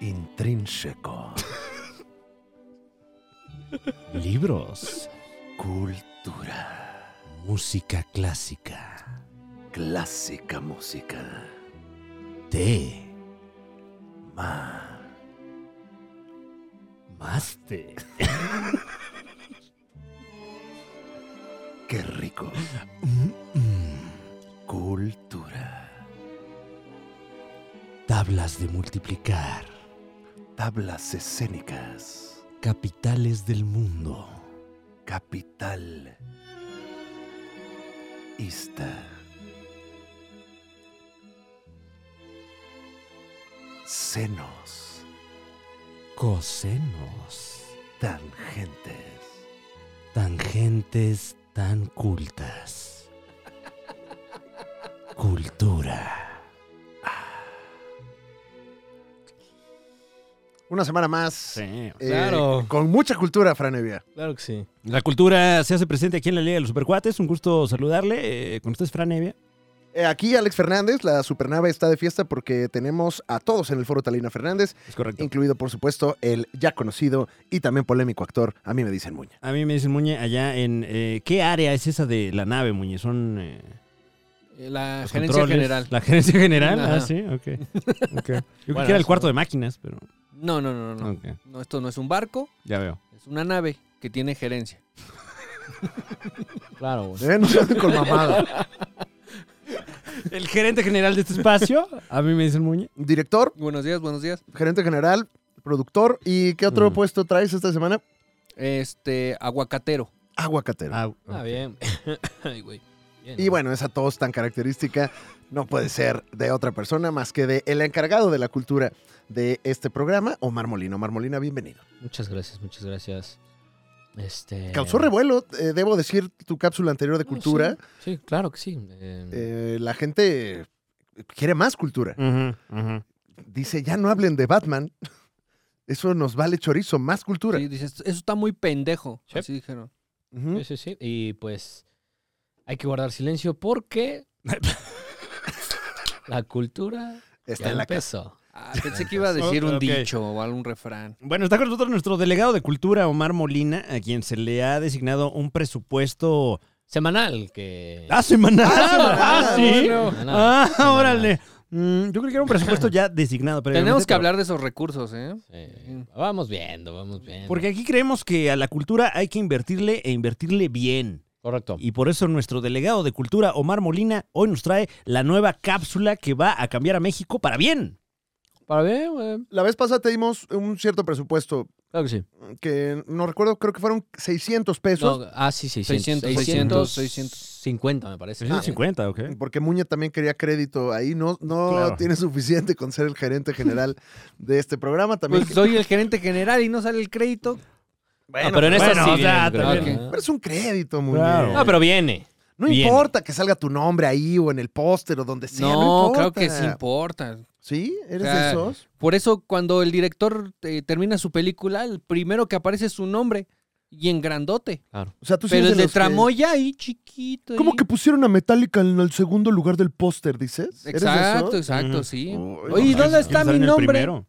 [SPEAKER 8] intrínseco,
[SPEAKER 5] Libros.
[SPEAKER 8] cultura,
[SPEAKER 5] Música clásica.
[SPEAKER 8] clásica música,
[SPEAKER 5] Té.
[SPEAKER 8] ma,
[SPEAKER 5] Más té.
[SPEAKER 8] qué rico, cultura,
[SPEAKER 5] Tablas de multiplicar.
[SPEAKER 8] tablas escénicas,
[SPEAKER 5] Capitales del mundo.
[SPEAKER 8] capital, ista. Senos,
[SPEAKER 5] Cosenos.
[SPEAKER 8] tangentes.
[SPEAKER 5] Tangentes tan cultas. Cultura.
[SPEAKER 1] Una semana más.
[SPEAKER 5] Sí.
[SPEAKER 1] eh,
[SPEAKER 4] Claro.
[SPEAKER 1] Con mucha cultura, Fran Evia.
[SPEAKER 4] Claro que sí.
[SPEAKER 5] La cultura se hace presente aquí en la Liga de los Supercuates. Un gusto saludarle. Eh, con ustedes, Fran Evia.
[SPEAKER 1] Eh, aquí Alex Fernández, la supernave está de fiesta porque tenemos a todos en el foro Talina Fernández,
[SPEAKER 5] Es correcto.
[SPEAKER 1] incluido por supuesto el ya conocido y también polémico actor, a mí me dicen Muña.
[SPEAKER 5] A mí me dicen, Muñe, allá en... eh, ¿Qué área es esa de la nave, Muñe? Son... eh,
[SPEAKER 3] Eh, La
[SPEAKER 5] los
[SPEAKER 3] gerencia
[SPEAKER 5] controles?
[SPEAKER 3] general.
[SPEAKER 5] ¿La gerencia general?
[SPEAKER 3] Ajá.
[SPEAKER 5] Ah, sí, ok. Ok. Yo
[SPEAKER 3] Bueno,
[SPEAKER 5] creo que era el
[SPEAKER 3] eso-
[SPEAKER 5] cuarto de máquinas, pero...
[SPEAKER 3] No, no, no, no. no.
[SPEAKER 5] ok,
[SPEAKER 3] No, esto no es un barco,
[SPEAKER 5] ya veo.
[SPEAKER 3] es una nave que tiene gerencia.
[SPEAKER 4] Claro, güey.
[SPEAKER 1] Eh, No se anden con mamada.
[SPEAKER 5] El gerente general de este espacio, a mí me dicen, Muñe.
[SPEAKER 1] Director,
[SPEAKER 3] Buenos días, buenos días.
[SPEAKER 1] gerente general, productor y ¿qué otro
[SPEAKER 5] Mm.
[SPEAKER 1] puesto traes esta semana?
[SPEAKER 3] Este, aguacatero.
[SPEAKER 1] Aguacatero.
[SPEAKER 4] Ah, bien. Ay, güey. Bien,
[SPEAKER 1] Y
[SPEAKER 4] ¿no?
[SPEAKER 1] bueno, esa tos tan característica no puede ser de otra persona más que de el encargado de la cultura de este programa, Omar Molina. Omar Molina, bienvenido.
[SPEAKER 4] Muchas gracias, muchas gracias. Este.
[SPEAKER 1] Causó revuelo, eh, debo decir, tu cápsula anterior de
[SPEAKER 4] No,
[SPEAKER 1] cultura.
[SPEAKER 4] Oh, Sí, sí, claro que sí. Eh,
[SPEAKER 1] Eh, la gente quiere más cultura.
[SPEAKER 5] Ujú, ujú.
[SPEAKER 1] Dice, ya no hablen de Batman. Eso nos vale chorizo, más cultura.
[SPEAKER 3] Sí, dices, eso está muy pendejo.
[SPEAKER 4] Sí.
[SPEAKER 3] Así dijeron.
[SPEAKER 1] Ujú.
[SPEAKER 4] Sí, sí, sí. Y pues hay que guardar silencio porque la cultura
[SPEAKER 1] Está
[SPEAKER 4] ya
[SPEAKER 1] en la casa.
[SPEAKER 4] empezó.
[SPEAKER 3] Ah, pensé que iba a decir un
[SPEAKER 5] Ok.
[SPEAKER 3] dicho o algún refrán.
[SPEAKER 5] Bueno, está con nosotros nuestro delegado de cultura, Omar Molina, a quien se le ha designado un presupuesto
[SPEAKER 3] Ah,
[SPEAKER 4] Semanal, que...
[SPEAKER 5] ¡Ah, semanal!
[SPEAKER 1] semanal!
[SPEAKER 5] ¡Ah, sí!
[SPEAKER 1] Bueno.
[SPEAKER 4] Semanal,
[SPEAKER 5] ¡Ah,
[SPEAKER 4] semanal.
[SPEAKER 5] órale! Mm, yo creo que era un presupuesto ya designado.
[SPEAKER 3] Tenemos
[SPEAKER 5] previamente,
[SPEAKER 3] que
[SPEAKER 5] pero-
[SPEAKER 3] hablar de esos recursos, ¿eh?
[SPEAKER 4] Sí. Vamos viendo, vamos viendo.
[SPEAKER 5] Porque aquí creemos que a la cultura hay que invertirle e invertirle bien.
[SPEAKER 4] Correcto.
[SPEAKER 5] Y por eso nuestro delegado de cultura, Omar Molina, hoy nos trae la nueva cápsula que va a cambiar a México para bien.
[SPEAKER 4] Para ver, güey.
[SPEAKER 1] La vez pasada te dimos un cierto presupuesto
[SPEAKER 4] Claro que sí.
[SPEAKER 1] que no recuerdo, creo que fueron 600 pesos.
[SPEAKER 4] No, ah, sí, 600.
[SPEAKER 3] 600,
[SPEAKER 4] 650, me parece.
[SPEAKER 5] Ah, 50, ok.
[SPEAKER 1] Porque Muña también quería crédito ahí. No, no
[SPEAKER 5] Claro.
[SPEAKER 1] tiene suficiente con ser el gerente general de este programa. También
[SPEAKER 3] Pues soy el gerente general y no sale el crédito.
[SPEAKER 4] Ah, pero en
[SPEAKER 3] pues,
[SPEAKER 4] esta
[SPEAKER 5] bueno,
[SPEAKER 4] sí
[SPEAKER 5] o sea,
[SPEAKER 4] viene,
[SPEAKER 3] también.
[SPEAKER 4] creo, ¿no?
[SPEAKER 1] Pero es un crédito, Muña.
[SPEAKER 5] Claro.
[SPEAKER 4] No, pero viene.
[SPEAKER 1] No
[SPEAKER 4] Bien.
[SPEAKER 1] importa que salga tu nombre ahí o en el póster o donde sea.
[SPEAKER 3] no,
[SPEAKER 1] No,
[SPEAKER 3] creo que sí
[SPEAKER 1] importa.
[SPEAKER 3] importa.
[SPEAKER 1] ¿Sí? ¿Eres de
[SPEAKER 3] sea,
[SPEAKER 1] esos?
[SPEAKER 3] Por eso, cuando el director eh, termina su película, el primero que aparece es su nombre. Y en grandote.
[SPEAKER 1] O sea, tú sí
[SPEAKER 3] Pero
[SPEAKER 1] eres
[SPEAKER 3] el de
[SPEAKER 1] los que-
[SPEAKER 3] tramoya ahí, chiquito. ahí.
[SPEAKER 1] ¿Cómo que pusieron a Metallica en el segundo lugar del póster, dices? ¿Eres de
[SPEAKER 3] Exacto,
[SPEAKER 1] esos?
[SPEAKER 3] exacto,
[SPEAKER 5] Ujú.
[SPEAKER 3] sí.
[SPEAKER 1] Uy,
[SPEAKER 3] Oye,
[SPEAKER 1] no,
[SPEAKER 3] ¿dónde
[SPEAKER 1] no.
[SPEAKER 3] está
[SPEAKER 5] Sale
[SPEAKER 3] mi
[SPEAKER 5] en el
[SPEAKER 3] nombre?
[SPEAKER 5] primero.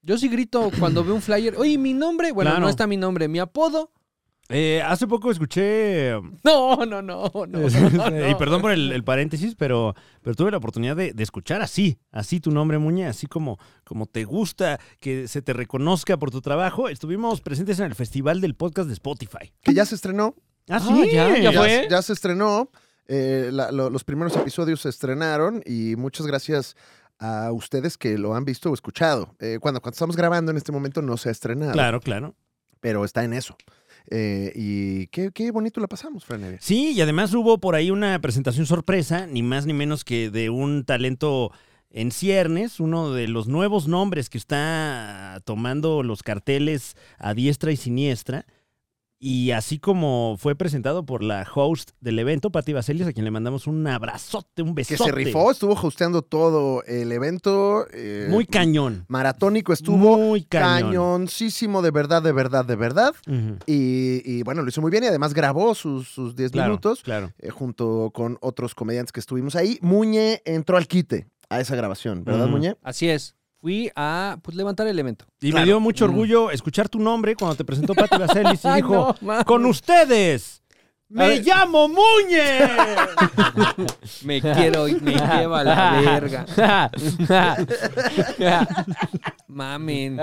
[SPEAKER 3] Yo sí grito cuando veo un flyer. Oye, mi nombre. Bueno,
[SPEAKER 5] Claro.
[SPEAKER 3] no está mi nombre, mi apodo.
[SPEAKER 5] Eh, hace poco escuché.
[SPEAKER 3] No, no, no, no. no, no.
[SPEAKER 5] y perdón por el, el paréntesis, pero, pero tuve la oportunidad de, de escuchar así, así tu nombre, Muñe, así como, como te gusta que se te reconozca por tu trabajo. Estuvimos presentes en el festival del podcast de Spotify.
[SPEAKER 1] Que ya se estrenó.
[SPEAKER 5] Ah,
[SPEAKER 3] ya, ya
[SPEAKER 1] Ya,
[SPEAKER 3] fue.
[SPEAKER 1] ya se estrenó. eh, la- lo- los primeros episodios se estrenaron y muchas gracias a ustedes que lo han visto o escuchado. Eh, cuando, cuando estamos grabando en este momento no se ha estrenado,
[SPEAKER 5] Claro, claro.
[SPEAKER 1] pero está en eso. Eh, y qué, qué bonito la pasamos, Fran Evia.
[SPEAKER 5] Sí, y además hubo por ahí una presentación sorpresa, ni más ni menos que de un talento en ciernes, uno de los nuevos nombres que está tomando los carteles a diestra y siniestra. Y así como fue presentado por la host del evento, Patti Vaselis, a quien le mandamos un abrazote, un
[SPEAKER 1] Que
[SPEAKER 5] besote.
[SPEAKER 1] se rifó, estuvo hosteando todo el evento. eh,
[SPEAKER 5] Muy cañón.
[SPEAKER 1] Maratónico estuvo.
[SPEAKER 5] muy cañón.
[SPEAKER 1] Cañoncísimo, de verdad, de verdad, de verdad.
[SPEAKER 5] Ujú.
[SPEAKER 1] Y, y bueno, lo hizo muy bien y además grabó sus sus 10
[SPEAKER 5] Claro,
[SPEAKER 1] minutos.
[SPEAKER 5] claro.
[SPEAKER 1] eh, junto con otros comediantes que estuvimos ahí. Muñe entró al quite a esa grabación, ¿verdad,
[SPEAKER 5] Ujú.
[SPEAKER 1] Muñe?
[SPEAKER 3] Así es. Fui a pues, levantar el evento.
[SPEAKER 5] Y
[SPEAKER 1] Claro.
[SPEAKER 5] me dio mucho
[SPEAKER 3] Mm.
[SPEAKER 5] orgullo escuchar tu nombre cuando te presentó Patti Vaselis y
[SPEAKER 3] Ay,
[SPEAKER 5] dijo,
[SPEAKER 3] no, mames.
[SPEAKER 5] con ustedes.
[SPEAKER 3] A
[SPEAKER 5] ¡Me
[SPEAKER 3] ver.
[SPEAKER 5] llamo Muñe!
[SPEAKER 3] Me quiero y me lleva la verga. Mamen.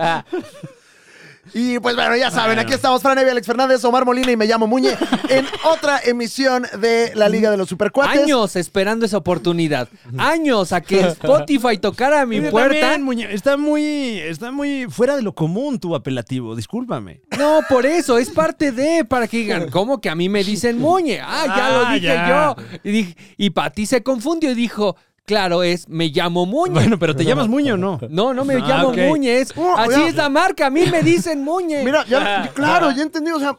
[SPEAKER 1] Y pues bueno, ya saben, aquí estamos Fran Evia, Alex Fernández, Omar Molina y me llamo Muñe en otra emisión de la Liga de los Supercuates.
[SPEAKER 3] Años esperando esa oportunidad. Años a que Spotify tocara mi
[SPEAKER 5] Oye,
[SPEAKER 3] puerta.
[SPEAKER 5] también, Muñe, está muy, está muy fuera de lo común tu apelativo, discúlpame.
[SPEAKER 3] No, por eso, es parte de, para que digan, ¿cómo que a mí me dicen Muñe? Ah, ya lo
[SPEAKER 5] Ah,
[SPEAKER 3] dije
[SPEAKER 5] ya.
[SPEAKER 3] yo. Y, dije, y Pati se confundió y dijo, claro es, me llamo Muñe.
[SPEAKER 5] Bueno, pero te llamas Muñe o no.
[SPEAKER 3] No, no me
[SPEAKER 5] Ah,
[SPEAKER 3] llamo
[SPEAKER 5] ok.
[SPEAKER 3] Muñe, es-
[SPEAKER 1] Oh,
[SPEAKER 3] así
[SPEAKER 1] mira.
[SPEAKER 3] es la marca, a mí me dicen Muñe.
[SPEAKER 1] Mira, ya, claro, ya entendí, o sea,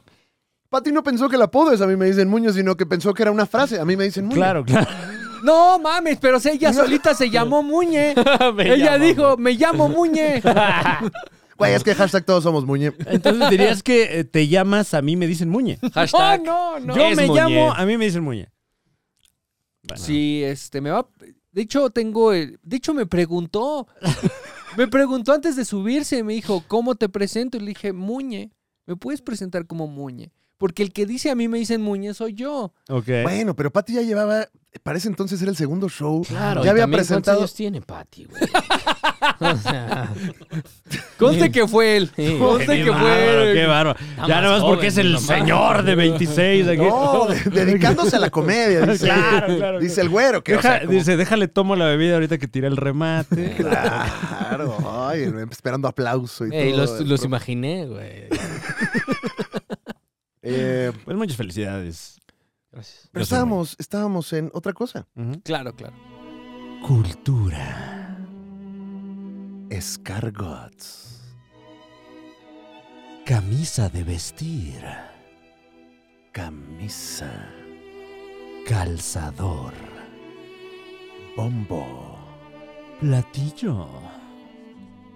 [SPEAKER 1] Pati no pensó que el apodo es a mí me dicen Muñe, sino que pensó que era una frase, a mí me dicen Muñe.
[SPEAKER 5] Claro, claro.
[SPEAKER 3] No mames, pero si ella solita se llamó Muñe. ella
[SPEAKER 5] llamo
[SPEAKER 3] dijo, me llamo Muñe.
[SPEAKER 1] Güey, es que hashtag todos somos Muñe.
[SPEAKER 5] Entonces dirías que eh, te llamas a mí me dicen Muñe.
[SPEAKER 3] No, Oh, no, no.
[SPEAKER 5] Yo
[SPEAKER 3] Es
[SPEAKER 5] me
[SPEAKER 3] Muñe.
[SPEAKER 5] llamo, a mí me dicen Muñe. Bueno.
[SPEAKER 3] Sí, este, me va. De hecho, tengo. el- De hecho, me preguntó. me preguntó antes de subirse. Me dijo, ¿cómo te presento? Y le dije, Muñe. ¿Me puedes presentar como Muñe? Porque el que dice a mí me dicen Muñe soy yo.
[SPEAKER 5] Ok.
[SPEAKER 2] Eh.
[SPEAKER 1] Bueno, pero Pati ya llevaba, parece entonces era el segundo show.
[SPEAKER 2] Claro,
[SPEAKER 1] ya había presentado.
[SPEAKER 2] tiene Patty, güey? O sea,
[SPEAKER 3] Conste que fue él.
[SPEAKER 2] Sí.
[SPEAKER 5] Qué
[SPEAKER 3] Conste que
[SPEAKER 5] bárbaro,
[SPEAKER 3] fue
[SPEAKER 5] qué
[SPEAKER 3] él.
[SPEAKER 5] bárbaro.
[SPEAKER 2] Está
[SPEAKER 5] Ya
[SPEAKER 2] más
[SPEAKER 5] nada más porque
[SPEAKER 2] joven,
[SPEAKER 5] es
[SPEAKER 2] mi
[SPEAKER 5] el
[SPEAKER 2] mamá.
[SPEAKER 5] señor de 26 aquí.
[SPEAKER 1] No, de- dedicándose a la comedia, dice,
[SPEAKER 5] Claro, claro.
[SPEAKER 1] dice el güero. Que, o
[SPEAKER 5] Deja-
[SPEAKER 1] sea, como-
[SPEAKER 5] Dice, déjale tomo la bebida ahorita que tira el remate.
[SPEAKER 1] Claro, ay, esperando aplauso y
[SPEAKER 2] Ey,
[SPEAKER 1] todo.
[SPEAKER 2] los, los imaginé, güey.
[SPEAKER 1] Eh,
[SPEAKER 5] Pues muchas felicidades.
[SPEAKER 2] Gracias.
[SPEAKER 1] pero estábamos, estábamos en otra cosa.
[SPEAKER 5] Ujú.
[SPEAKER 3] Claro, claro.
[SPEAKER 5] Cultura.
[SPEAKER 1] Escargots.
[SPEAKER 5] Camisa de vestir.
[SPEAKER 1] Camisa.
[SPEAKER 5] Calzador.
[SPEAKER 1] Bombo.
[SPEAKER 5] Platillo.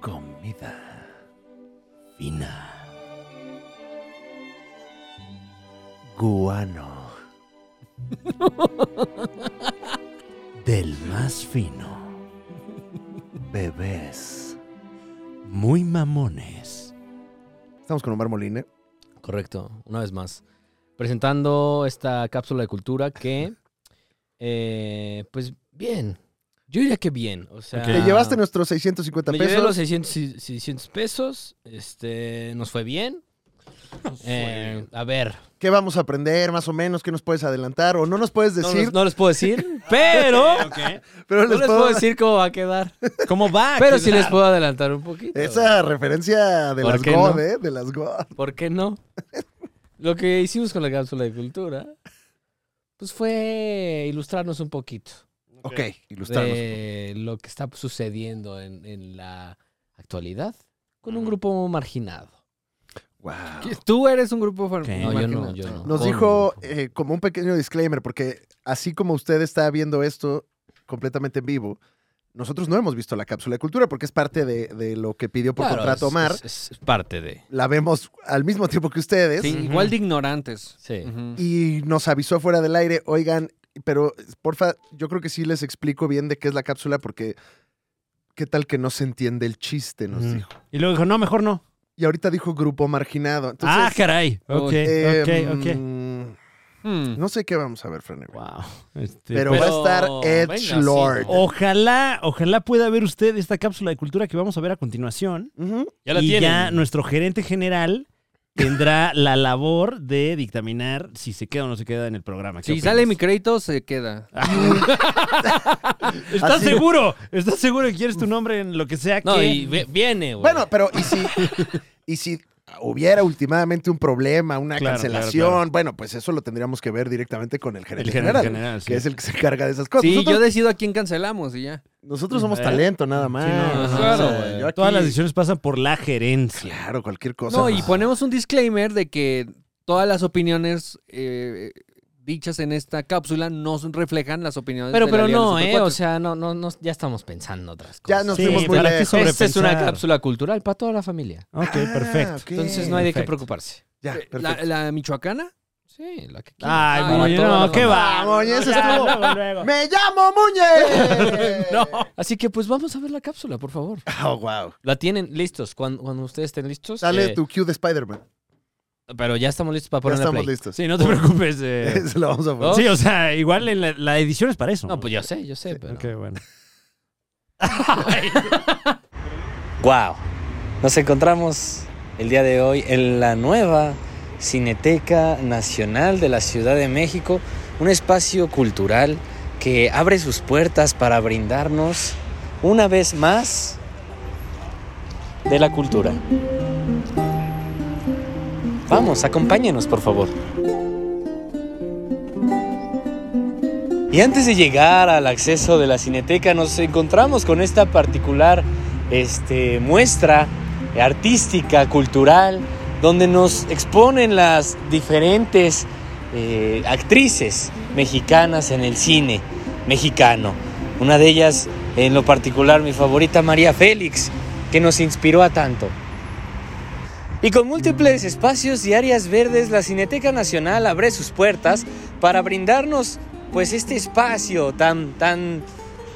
[SPEAKER 1] Comida.
[SPEAKER 5] Fina.
[SPEAKER 1] Guano.
[SPEAKER 5] Del más fino.
[SPEAKER 1] Bebés.
[SPEAKER 5] Muy mamones.
[SPEAKER 1] Estamos con Omar Molina.
[SPEAKER 2] Correcto, una vez más. Presentando esta cápsula de cultura que, eh, pues bien, yo diría que bien. O sea,
[SPEAKER 5] Ok.
[SPEAKER 1] Te llevaste nuestros 650
[SPEAKER 2] Ah. me
[SPEAKER 1] pesos.
[SPEAKER 2] llevé los 600, y- 600 pesos, este, nos fue bien. Eh, a ver,
[SPEAKER 1] ¿Qué vamos a aprender más o menos? ¿Qué nos puedes adelantar? ¿O no nos puedes
[SPEAKER 2] no,
[SPEAKER 1] decir?
[SPEAKER 2] los- no les puedo decir, pero
[SPEAKER 1] pero
[SPEAKER 2] no les puedo decir cómo va a quedar.
[SPEAKER 5] ¿Cómo va?
[SPEAKER 2] Pero
[SPEAKER 5] ¿Qué
[SPEAKER 2] sí les
[SPEAKER 5] tal?
[SPEAKER 2] puedo adelantar un poquito.
[SPEAKER 1] Esa referencia de
[SPEAKER 2] ¿Por
[SPEAKER 1] las
[SPEAKER 2] qué
[SPEAKER 1] God,
[SPEAKER 2] no?
[SPEAKER 1] ¿eh? De las God.
[SPEAKER 2] ¿Por qué no? Lo que hicimos con la cápsula de cultura, pues fue ilustrarnos un poquito
[SPEAKER 1] Ok, ilustrarnos.
[SPEAKER 2] de lo que está sucediendo en, en la actualidad con un grupo marginado.
[SPEAKER 1] Wow.
[SPEAKER 3] Tú eres un grupo fan-
[SPEAKER 5] Ok. No,
[SPEAKER 2] No, yo no,
[SPEAKER 3] marginado.
[SPEAKER 2] yo no.
[SPEAKER 1] Nos
[SPEAKER 2] Con-
[SPEAKER 1] dijo eh, como un pequeño disclaimer, porque así como usted está viendo esto completamente en vivo, nosotros no hemos visto la cápsula de cultura porque es parte de, de lo que pidió por
[SPEAKER 2] Claro,
[SPEAKER 1] contrato
[SPEAKER 2] es-
[SPEAKER 1] Omar.
[SPEAKER 2] Es, es- es parte de.
[SPEAKER 1] La vemos al mismo tiempo que ustedes
[SPEAKER 3] Sí,
[SPEAKER 5] Ujú.
[SPEAKER 3] igual de ignorantes.
[SPEAKER 2] Sí.
[SPEAKER 1] Mm.
[SPEAKER 3] Ujú.
[SPEAKER 1] y nos avisó fuera del aire, oigan, pero porfa, yo creo que sí les explico bien de qué es la cápsula porque qué tal que no se entiende el chiste, nos
[SPEAKER 5] Ujú.
[SPEAKER 1] dijo.
[SPEAKER 5] Y luego dijo, no, mejor no.
[SPEAKER 1] y ahorita dijo grupo marginado. Entonces,
[SPEAKER 5] ah, caray. Ok,
[SPEAKER 1] eh,
[SPEAKER 5] ok, ok.
[SPEAKER 1] mm,
[SPEAKER 3] Hmm.
[SPEAKER 1] No sé qué vamos a ver, Fran.
[SPEAKER 5] Wow. Este,
[SPEAKER 1] pero,
[SPEAKER 2] pero
[SPEAKER 1] va a estar
[SPEAKER 2] venga,
[SPEAKER 1] Edge
[SPEAKER 2] sí.
[SPEAKER 1] Lord.
[SPEAKER 5] Ojalá, ojalá pueda ver usted esta cápsula de cultura que vamos a ver a continuación.
[SPEAKER 2] Ya la
[SPEAKER 5] y
[SPEAKER 2] tienen.
[SPEAKER 5] ya nuestro gerente general tendrá la labor de dictaminar si se queda o no se queda en el programa. ¿Qué
[SPEAKER 3] Si
[SPEAKER 5] opinas?
[SPEAKER 3] sale mi crédito, se queda.
[SPEAKER 5] ¿Estás
[SPEAKER 1] Así-
[SPEAKER 5] seguro? ¿Estás seguro que quieres tu nombre en lo que sea
[SPEAKER 2] No,
[SPEAKER 5] que...
[SPEAKER 2] y ve- viene, güey.
[SPEAKER 1] Bueno, pero ¿y si, y si hubiera últimamente un problema, una
[SPEAKER 5] Claro,
[SPEAKER 1] cancelación?
[SPEAKER 5] claro,
[SPEAKER 1] Bueno, pues eso lo tendríamos que ver directamente con el gerente
[SPEAKER 5] El gerente
[SPEAKER 1] general,
[SPEAKER 5] general, sí.
[SPEAKER 1] que es el que se encarga de esas cosas.
[SPEAKER 3] Sí, yo
[SPEAKER 1] nosotros,
[SPEAKER 3] decido a quién cancelamos y ya.
[SPEAKER 1] nosotros somos
[SPEAKER 5] Eh.
[SPEAKER 1] talento, nada más.
[SPEAKER 5] Sí, no,
[SPEAKER 1] O sea,
[SPEAKER 3] claro,
[SPEAKER 1] yo aquí-
[SPEAKER 5] Todas las decisiones pasan por la gerencia.
[SPEAKER 1] Claro, cualquier cosa.
[SPEAKER 3] No, y
[SPEAKER 1] pues,
[SPEAKER 3] ponemos un disclaimer de que todas las opiniones eh, dichas en esta cápsula no reflejan las opiniones
[SPEAKER 2] pero,
[SPEAKER 3] de
[SPEAKER 2] pero
[SPEAKER 3] la Liga de
[SPEAKER 2] no,
[SPEAKER 3] los
[SPEAKER 2] ¿eh?
[SPEAKER 3] Supercuates.
[SPEAKER 2] O sea, no, no, no, ya estamos pensando otras
[SPEAKER 1] Ya
[SPEAKER 2] cosas.
[SPEAKER 1] nos
[SPEAKER 5] Sí,
[SPEAKER 1] fuimos muy
[SPEAKER 5] ¿para qué
[SPEAKER 1] lejos.
[SPEAKER 5] sobre-
[SPEAKER 2] Esta es una
[SPEAKER 5] sobrepensar.
[SPEAKER 2] cápsula cultural para toda la familia.
[SPEAKER 5] Ok,
[SPEAKER 1] Ah,
[SPEAKER 5] perfecto.
[SPEAKER 1] ok.
[SPEAKER 2] Entonces no hay de qué
[SPEAKER 5] perfecto.
[SPEAKER 2] preocuparse.
[SPEAKER 1] Ya, perfecto.
[SPEAKER 3] la, la michoacana.
[SPEAKER 2] Sí, la que quieras.
[SPEAKER 5] Ay,
[SPEAKER 3] Ay,
[SPEAKER 5] Muñe,
[SPEAKER 2] toda
[SPEAKER 5] Ah, no,
[SPEAKER 2] la
[SPEAKER 5] qué
[SPEAKER 2] familia.
[SPEAKER 5] va.
[SPEAKER 1] Vamos, ya se estuvo.
[SPEAKER 5] luego, luego.
[SPEAKER 1] ¡Me llamo Muñe! no.
[SPEAKER 2] Así que pues vamos a ver la cápsula, por favor.
[SPEAKER 1] Oh, wow.
[SPEAKER 2] La tienen listos. Cuando, cuando ustedes estén listos.
[SPEAKER 1] Sale
[SPEAKER 2] eh,
[SPEAKER 1] tu cue de Spider-Man.
[SPEAKER 2] Pero ya estamos listos para
[SPEAKER 1] Ya
[SPEAKER 2] poner la
[SPEAKER 1] estamos
[SPEAKER 2] play.
[SPEAKER 1] listos.
[SPEAKER 5] Sí, no te preocupes. eh.
[SPEAKER 1] Se lo vamos a poner.
[SPEAKER 2] ¿No?
[SPEAKER 5] Sí, o sea, igual en la, la edición es para eso.
[SPEAKER 2] No, pues yo sé, yo sé, pero.
[SPEAKER 5] Ok, bueno.
[SPEAKER 4] ¡Wow! Nos encontramos el día de hoy en la nueva Cineteca Nacional de la Ciudad de México, un espacio cultural que abre sus puertas para brindarnos una vez más de la cultura. Vamos, acompáñenos por favor. Y antes de llegar al acceso de la Cineteca nos encontramos con esta particular este, muestra artística, cultural, donde nos exponen las diferentes eh, actrices mexicanas en el cine mexicano. Una de ellas, en lo particular, mi favorita, María Félix, que nos inspiró a tanto. Y con múltiples espacios y áreas verdes, la Cineteca Nacional abre sus puertas para brindarnos pues este espacio tan tan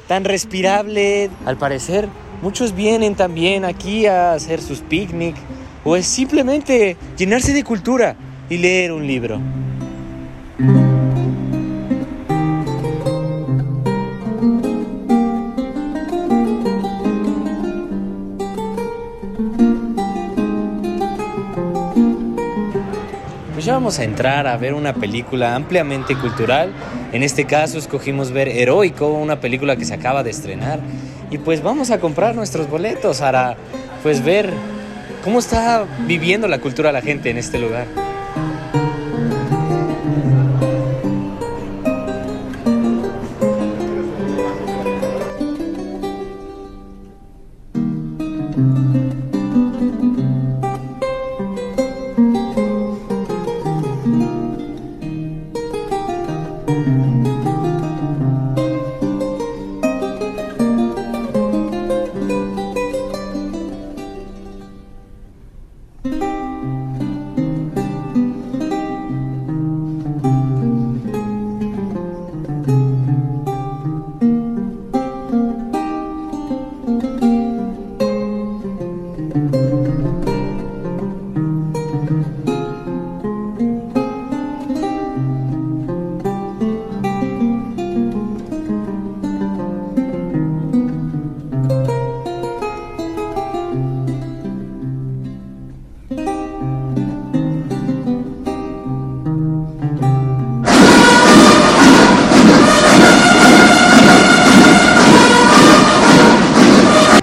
[SPEAKER 4] tan respirable. Al parecer, muchos vienen también aquí a hacer sus picnic o es simplemente llenarse de cultura y leer un libro. Pues ya vamos a entrar a ver una película ampliamente cultural. En este caso escogimos ver Heroico, una película que se acaba de estrenar. Y pues vamos a comprar nuestros boletos para pues ver cómo está viviendo la cultura la gente en este lugar.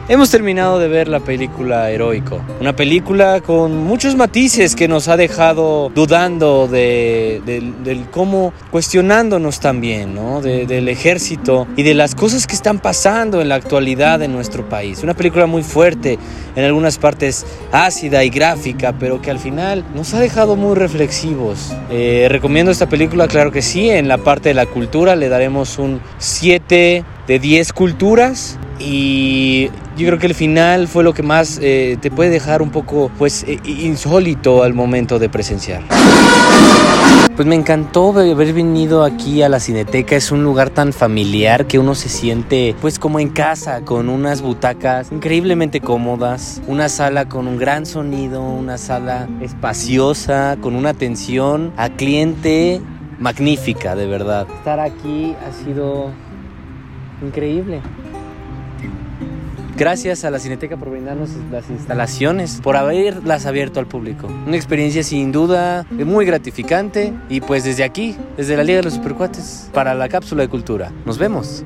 [SPEAKER 4] Hemos terminado de ver la película Heroico, una película con muchos matices que nos ha dejado dudando de, del- del cómo, cuestionándonos también, ¿no? De- del ejército y de las cosas que están pasando en la actualidad en nuestro país. Una película muy fuerte, en algunas partes ácida y gráfica, pero que al final nos ha dejado muy reflexivos. Eh, Recomiendo esta película, claro que sí, en la parte de la cultura le daremos un 7 de 10 culturas y yo creo que el final fue lo que más eh, te puede dejar un poco pues eh, insólito al momento de presenciar. Pues me encantó haber venido aquí a la Cineteca. Es un lugar tan familiar que uno se siente pues como en casa, con unas butacas increíblemente cómodas, una sala con un gran sonido, una sala espaciosa, con una atención a cliente magnífica, de verdad. Estar aquí ha sido increíble. Gracias a la Cineteca por brindarnos las instalaciones, por haberlas abierto al público. Una experiencia sin duda muy gratificante y pues desde aquí, desde la Liga de los Supercuates, para la Cápsula de Cultura. Nos vemos.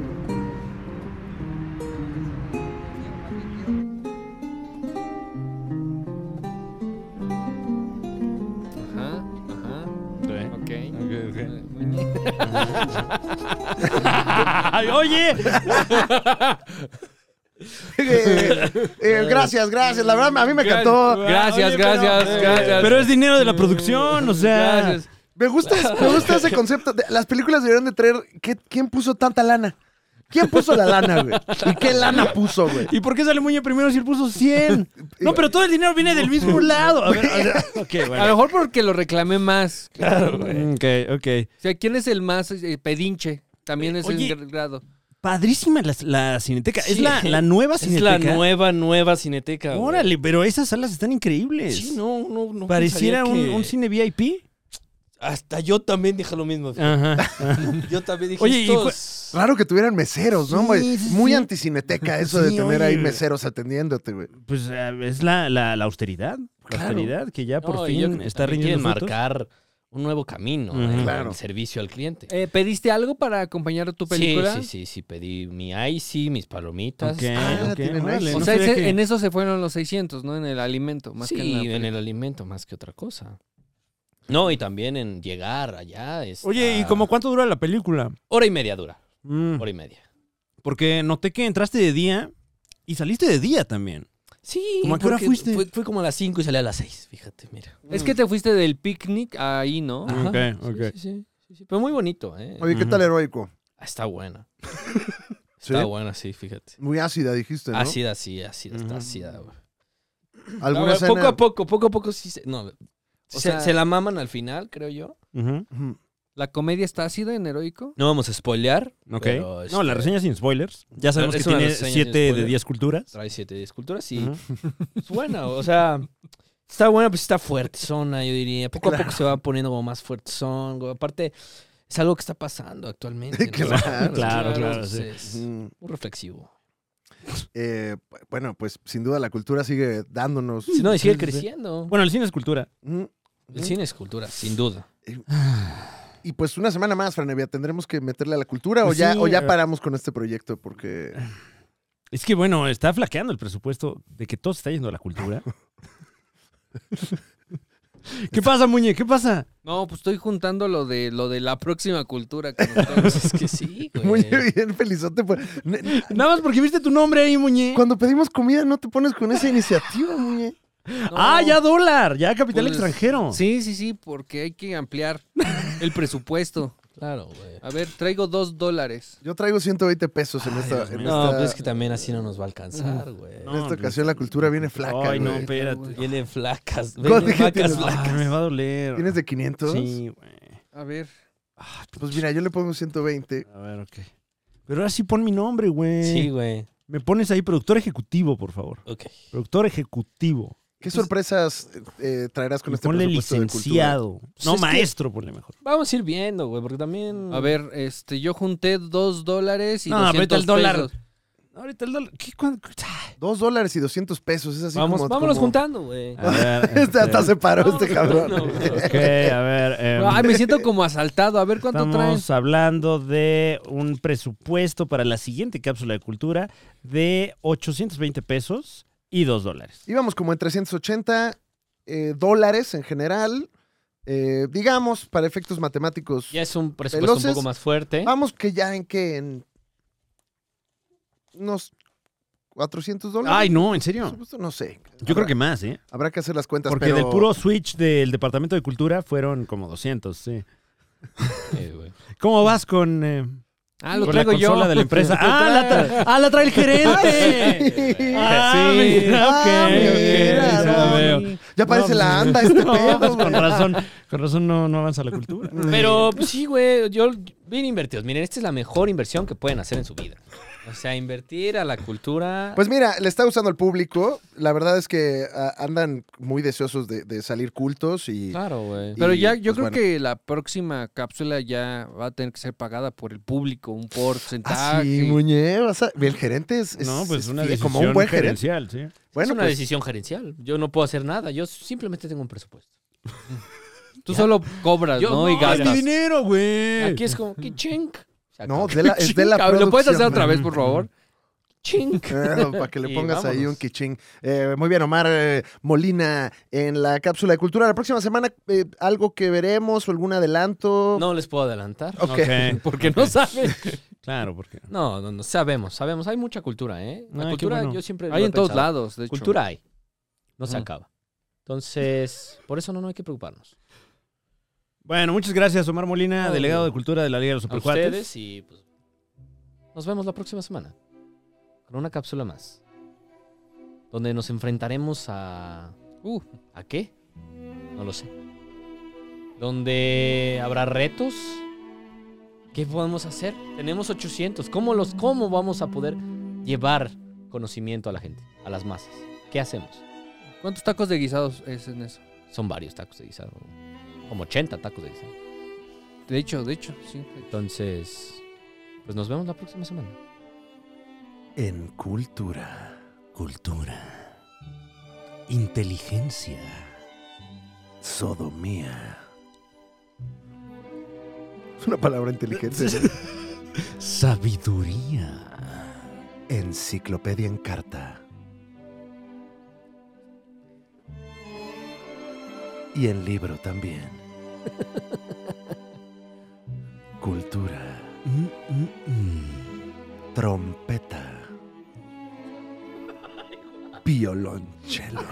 [SPEAKER 3] Ajá, ajá. Ok.
[SPEAKER 5] Ay, oye,
[SPEAKER 1] Eh, eh, gracias, gracias. La verdad, a mí me encantó.
[SPEAKER 3] Gracias,
[SPEAKER 5] Oye,
[SPEAKER 3] gracias,
[SPEAKER 5] pero- eh,
[SPEAKER 3] gracias.
[SPEAKER 5] pero es dinero de la producción, o sea.
[SPEAKER 3] Gracias.
[SPEAKER 1] Me gusta, me gusta ese concepto. de- las películas deberían de traer. ¿qué- ¿Quién puso tanta lana? ¿Quién puso la lana, güey? ¿Y qué lana puso, güey?
[SPEAKER 5] ¿Y por qué sale Muñe primero si él puso 100? No, pero todo el dinero viene del mismo lado. A ver, a ver, ok,
[SPEAKER 3] A lo
[SPEAKER 5] bueno. Mm,
[SPEAKER 3] mejor porque lo reclamé más.
[SPEAKER 5] Ok, ok.
[SPEAKER 3] O sea, ¿quién es el más eh, pedinche? También es
[SPEAKER 5] Oye.
[SPEAKER 3] el grado.
[SPEAKER 5] Padrísima la, la cineteca. Es
[SPEAKER 2] Sí.
[SPEAKER 5] la, la nueva
[SPEAKER 2] Es la
[SPEAKER 5] cineteca.
[SPEAKER 2] nueva, nueva cineteca. güey.
[SPEAKER 5] Órale, pero esas salas están increíbles.
[SPEAKER 2] Sí, no, no, no.
[SPEAKER 5] Pareciera un,
[SPEAKER 2] pensaría que-
[SPEAKER 5] un cine VIP.
[SPEAKER 2] Hasta yo también dije lo mismo. fíjate.
[SPEAKER 5] Ajá.
[SPEAKER 2] Yo también dije
[SPEAKER 5] Oye, y cu-
[SPEAKER 2] estos-
[SPEAKER 1] Raro que tuvieran meseros, ¿no, güey?
[SPEAKER 5] Sí, sí,
[SPEAKER 1] Muy
[SPEAKER 5] sí.
[SPEAKER 1] anticineteca eso de
[SPEAKER 5] Sí,
[SPEAKER 1] tener ahí
[SPEAKER 5] oye.
[SPEAKER 1] meseros atendiéndote, güey.
[SPEAKER 5] Pues ah, es la, la, la austeridad. La austeridad que ya por
[SPEAKER 2] No, y yo creo
[SPEAKER 5] fin
[SPEAKER 2] que
[SPEAKER 5] está
[SPEAKER 2] también
[SPEAKER 5] rindiendo
[SPEAKER 2] quieren
[SPEAKER 5] frutos.
[SPEAKER 2] marcar un nuevo camino eh,
[SPEAKER 5] Ujú.
[SPEAKER 2] en
[SPEAKER 1] Claro.
[SPEAKER 2] el servicio al cliente.
[SPEAKER 3] Eh, ¿Pediste algo para acompañar a tu
[SPEAKER 2] Sí,
[SPEAKER 3] película?
[SPEAKER 2] sí, sí, sí, pedí mi icy, mis palomitas.
[SPEAKER 5] Ok,
[SPEAKER 1] Ah,
[SPEAKER 5] ok,
[SPEAKER 1] tienen
[SPEAKER 5] órale,
[SPEAKER 1] ahí.
[SPEAKER 5] no
[SPEAKER 3] O sea,
[SPEAKER 5] sabía
[SPEAKER 3] ese-
[SPEAKER 5] que-
[SPEAKER 3] en eso se fueron los 600, ¿no? En el alimento, más
[SPEAKER 2] sí,
[SPEAKER 3] que en la
[SPEAKER 2] en
[SPEAKER 3] película.
[SPEAKER 2] el alimento más que otra cosa. No, y también en llegar allá. está-
[SPEAKER 5] Oye, ¿y como cuánto dura la película?
[SPEAKER 2] Hora y media dura,
[SPEAKER 5] Mm,
[SPEAKER 2] hora y media.
[SPEAKER 5] porque noté que entraste de día y saliste de día también.
[SPEAKER 2] Sí.
[SPEAKER 5] ¿Cómo a qué hora
[SPEAKER 2] porque
[SPEAKER 5] fuiste?
[SPEAKER 2] Fue, fue como a las 5 y salí a las 6, fíjate, mira.
[SPEAKER 3] Es que te fuiste del picnic ahí, ¿no?
[SPEAKER 5] Ah. Ok,
[SPEAKER 2] Ajá, sí,
[SPEAKER 5] ok.
[SPEAKER 2] Sí, sí, sí, sí, Pero muy bonito, ¿eh?
[SPEAKER 1] Oye, ¿qué
[SPEAKER 5] Ujú.
[SPEAKER 1] tal heroico?
[SPEAKER 2] Ah, Está buena.
[SPEAKER 1] ¿Sí?
[SPEAKER 2] Está buena, sí, fíjate.
[SPEAKER 1] Muy ácida, dijiste, ¿no?
[SPEAKER 2] Ácida, sí, ácida, está
[SPEAKER 5] Ujú.
[SPEAKER 2] ácida, güey.
[SPEAKER 1] ¿Alguna
[SPEAKER 2] Ah, Poco
[SPEAKER 1] escena-
[SPEAKER 2] a poco, poco a poco sí se... No, se,
[SPEAKER 3] sea-
[SPEAKER 2] se la maman al final, creo yo.
[SPEAKER 5] Ujú,
[SPEAKER 1] Ujú.
[SPEAKER 3] ¿La comedia está ácida en heroico?
[SPEAKER 2] No vamos a spoilear.
[SPEAKER 5] ok.
[SPEAKER 2] pero,
[SPEAKER 5] no, la
[SPEAKER 2] este,
[SPEAKER 5] reseña sin spoilers. Ya sabemos
[SPEAKER 2] Es
[SPEAKER 5] que
[SPEAKER 2] una
[SPEAKER 5] tiene
[SPEAKER 2] reseña sin
[SPEAKER 5] 7 de
[SPEAKER 2] spoilers.
[SPEAKER 5] 10 culturas.
[SPEAKER 2] Trae siete esculturas y
[SPEAKER 5] Ujú.
[SPEAKER 2] es buena, o sea, está buena, pues está fuertezona, yo diría. Poco a poco se va poniendo como más fuertezón. güey. Aparte, es algo que está pasando actualmente. ¿no?
[SPEAKER 1] Claro,
[SPEAKER 5] claro, claro,
[SPEAKER 2] pues,
[SPEAKER 5] sí.
[SPEAKER 2] es
[SPEAKER 1] Ujú.
[SPEAKER 2] muy reflexivo.
[SPEAKER 1] Eh, bueno, pues sin duda la cultura sigue dándonos.
[SPEAKER 2] Si no, y sigue
[SPEAKER 5] sí, sí.
[SPEAKER 2] creciendo.
[SPEAKER 5] Bueno, el cine es cultura.
[SPEAKER 1] Ujú.
[SPEAKER 2] El cine es cultura, sin duda.
[SPEAKER 1] Y pues una semana más, Franevia, ¿tendremos que meterle a la cultura o
[SPEAKER 5] Pues
[SPEAKER 1] ya,
[SPEAKER 5] sí,
[SPEAKER 1] o ya
[SPEAKER 5] eh. Ah,
[SPEAKER 1] paramos con este proyecto? Porque
[SPEAKER 5] Es que bueno, está flaqueando el presupuesto de que todo se está yendo a la cultura. ¿Qué pasa, Muñe? ¿Qué pasa?
[SPEAKER 3] No, pues estoy juntando lo de lo de la próxima cultura. con ustedes.
[SPEAKER 2] Pues es que sí, güey.
[SPEAKER 1] muy bien, felizote. pues. Ne-
[SPEAKER 5] Nada más porque viste tu nombre ahí, Muñe.
[SPEAKER 1] Cuando pedimos comida no te pones con esa iniciativa, muñe.
[SPEAKER 5] Ah,
[SPEAKER 3] No.
[SPEAKER 5] ya dólar, ya capital
[SPEAKER 3] Pues,
[SPEAKER 5] extranjero.
[SPEAKER 3] Sí, sí, sí, porque hay que ampliar el presupuesto.
[SPEAKER 2] Claro, güey.
[SPEAKER 3] A ver, traigo dos dólares.
[SPEAKER 1] Yo traigo 120 pesos en esta, en
[SPEAKER 2] No,
[SPEAKER 1] esta-
[SPEAKER 2] pues es que también así no nos va a alcanzar, güey.
[SPEAKER 1] en esta
[SPEAKER 5] No, pues,
[SPEAKER 1] ocasión la cultura viene flaca.
[SPEAKER 5] Ay, no,
[SPEAKER 1] güey.
[SPEAKER 5] espérate.
[SPEAKER 2] Vienen flacas,
[SPEAKER 1] ¿Cuánto
[SPEAKER 2] vienen
[SPEAKER 1] que
[SPEAKER 2] vacas
[SPEAKER 1] tienes?
[SPEAKER 2] flacas.
[SPEAKER 5] Ah, me va a doler.
[SPEAKER 1] ¿Tienes de 500?
[SPEAKER 5] Sí, güey. Ah,
[SPEAKER 3] A ver.
[SPEAKER 1] Pues mira, yo le pongo 120.
[SPEAKER 5] A ver, ok. Pero ahora sí pon mi nombre, güey.
[SPEAKER 2] Sí, güey.
[SPEAKER 5] Me pones ahí productor ejecutivo, por favor.
[SPEAKER 2] Ok.
[SPEAKER 5] Productor ejecutivo.
[SPEAKER 1] ¿Qué sorpresas eh, traerás con
[SPEAKER 5] Pues Y
[SPEAKER 1] este
[SPEAKER 5] ponle
[SPEAKER 1] presupuesto de cultura?
[SPEAKER 5] licenciado.
[SPEAKER 2] Pues
[SPEAKER 5] No,
[SPEAKER 2] es que-
[SPEAKER 5] maestro, ponle mejor.
[SPEAKER 2] Vamos a ir viendo, güey, porque también...
[SPEAKER 3] A ver, este, yo junté dos dólares y
[SPEAKER 5] No, vete
[SPEAKER 3] 200
[SPEAKER 5] al dólar.
[SPEAKER 3] pesos.
[SPEAKER 5] Ahorita el dólar. ¿Qué, cuán- cu-
[SPEAKER 1] Dos dólares y 200 pesos, es así
[SPEAKER 2] Vamos,
[SPEAKER 1] como...
[SPEAKER 2] vámonos
[SPEAKER 1] como-
[SPEAKER 2] juntando, güey.
[SPEAKER 5] A ver.
[SPEAKER 1] Este hasta se paró
[SPEAKER 2] Vámonos
[SPEAKER 1] este cabrón.
[SPEAKER 2] juntando, güey.
[SPEAKER 5] Ok, a ver. em,
[SPEAKER 3] Ay, me siento como asaltado. A ver, ¿cuánto
[SPEAKER 5] estamos hablando de un presupuesto para la siguiente cápsula de cultura de 820 pesos y 2 dólares.
[SPEAKER 1] Íbamos como en 380 eh, dólares en general. Eh, digamos, para efectos matemáticos.
[SPEAKER 2] Ya es un presupuesto
[SPEAKER 1] Veloces.
[SPEAKER 2] un poco más fuerte.
[SPEAKER 1] Vamos que ya en que en unos 400 dólares.
[SPEAKER 5] Ay, no, en
[SPEAKER 1] Por
[SPEAKER 5] serio.
[SPEAKER 1] supuesto, no sé.
[SPEAKER 5] Yo creo
[SPEAKER 1] Habrá-
[SPEAKER 5] que más, ¿eh?
[SPEAKER 1] Habrá que hacer las cuentas.
[SPEAKER 5] Porque
[SPEAKER 1] pero-
[SPEAKER 5] del puro Switch del Departamento de Cultura fueron como 200, sí.
[SPEAKER 2] Eh, güey.
[SPEAKER 5] ¿Cómo vas con, eh,
[SPEAKER 3] Ah, lo
[SPEAKER 5] Con
[SPEAKER 3] traigo
[SPEAKER 5] la
[SPEAKER 3] yo.
[SPEAKER 5] consola de la empresa. ¡Ah, la, tra- ah, la trae el gerente! ¡Ah,
[SPEAKER 3] Sí.
[SPEAKER 5] mira, ok,
[SPEAKER 1] Ah,
[SPEAKER 5] ok,
[SPEAKER 1] mira,
[SPEAKER 5] ya
[SPEAKER 1] no,
[SPEAKER 5] veo.
[SPEAKER 1] Ya parece
[SPEAKER 5] No,
[SPEAKER 1] la
[SPEAKER 5] pues,
[SPEAKER 1] anda este
[SPEAKER 5] no,
[SPEAKER 1] pedo.
[SPEAKER 5] pues, con
[SPEAKER 1] güey.
[SPEAKER 5] razón, con razón no, no avanza la cultura.
[SPEAKER 4] Pero pues, sí, güey, yo bien invertidos. Miren, esta es la mejor inversión que pueden hacer en su vida. O sea, invertir a la cultura.
[SPEAKER 1] Pues mira, le está usando el público. La verdad es que ah, andan muy deseosos de, de salir cultos y
[SPEAKER 4] claro, güey.
[SPEAKER 3] Pero
[SPEAKER 1] Y,
[SPEAKER 3] ya, yo
[SPEAKER 1] pues,
[SPEAKER 3] creo
[SPEAKER 1] bueno.
[SPEAKER 3] que la próxima cápsula ya va a tener que ser pagada por el público, un porcentaje.
[SPEAKER 1] Ah, sí, muñe, vas a- El gerente es, es-
[SPEAKER 5] No, pues
[SPEAKER 1] es
[SPEAKER 5] una
[SPEAKER 1] fiel,
[SPEAKER 5] decisión
[SPEAKER 1] como un buen gerente.
[SPEAKER 5] gerencial, sí.
[SPEAKER 1] Bueno,
[SPEAKER 4] es una
[SPEAKER 1] pues,
[SPEAKER 4] decisión gerencial. Yo no puedo hacer nada. Yo simplemente tengo un presupuesto.
[SPEAKER 3] Tú solo cobras,
[SPEAKER 4] Yo-
[SPEAKER 3] ¿no? Y
[SPEAKER 4] no,
[SPEAKER 3] gastas.
[SPEAKER 4] es mi
[SPEAKER 5] dinero, güey!
[SPEAKER 4] Aquí es como, que chink. Se
[SPEAKER 1] no,
[SPEAKER 4] acabó.
[SPEAKER 1] de la, es de la
[SPEAKER 3] Ching, ¿Lo puedes hacer
[SPEAKER 1] producción.
[SPEAKER 3] otra vez, por favor?
[SPEAKER 4] chink.
[SPEAKER 1] Ah, para que le
[SPEAKER 4] Y
[SPEAKER 1] pongas ahí
[SPEAKER 4] vámonos.
[SPEAKER 1] un quichín. Eh, muy bien, Omar eh, Molina en la cápsula de cultura. La próxima semana, eh, algo que veremos o algún adelanto.
[SPEAKER 4] No les puedo adelantar.
[SPEAKER 1] Ok.
[SPEAKER 4] Porque no saben.
[SPEAKER 5] Claro, porque...
[SPEAKER 4] No, no, no, sabemos, sabemos. Hay mucha cultura, ¿eh? La
[SPEAKER 5] Ay, qué
[SPEAKER 4] cultura,
[SPEAKER 5] bueno.
[SPEAKER 4] yo siempre. lo
[SPEAKER 3] Hay
[SPEAKER 4] he
[SPEAKER 3] en todos
[SPEAKER 4] pensado.
[SPEAKER 3] lados, de hecho.
[SPEAKER 4] Cultura hay. No se
[SPEAKER 5] Ajá.
[SPEAKER 4] acaba. Entonces, por eso no, no hay que preocuparnos.
[SPEAKER 5] Bueno, muchas gracias, Omar Molina,
[SPEAKER 4] No,
[SPEAKER 5] delegado
[SPEAKER 4] güey.
[SPEAKER 5] de Cultura de la Liga de los
[SPEAKER 4] A
[SPEAKER 5] Supercuates.
[SPEAKER 4] ustedes y pues. Nos vemos la próxima semana. Con una cápsula más. Donde nos enfrentaremos a.
[SPEAKER 3] Uh.
[SPEAKER 4] ¿A qué? No lo sé. Donde habrá retos. ¿Qué podemos hacer? Tenemos 800. ¿Cómo, los, ¿Cómo vamos a poder llevar conocimiento a la gente? A las masas. ¿Qué hacemos?
[SPEAKER 3] ¿Cuántos tacos de guisados es en eso?
[SPEAKER 4] Son varios tacos de guisado. Como 80 tacos de guisado.
[SPEAKER 3] De hecho, de hecho, sí.
[SPEAKER 4] Entonces, pues nos vemos la próxima semana.
[SPEAKER 8] En cultura. Cultura. Inteligencia. Sodomía.
[SPEAKER 1] Es una palabra inteligente. ¿no?
[SPEAKER 8] Sabiduría. Enciclopedia en carta. Y en libro también. Cultura. Trompeta. Violonchelo.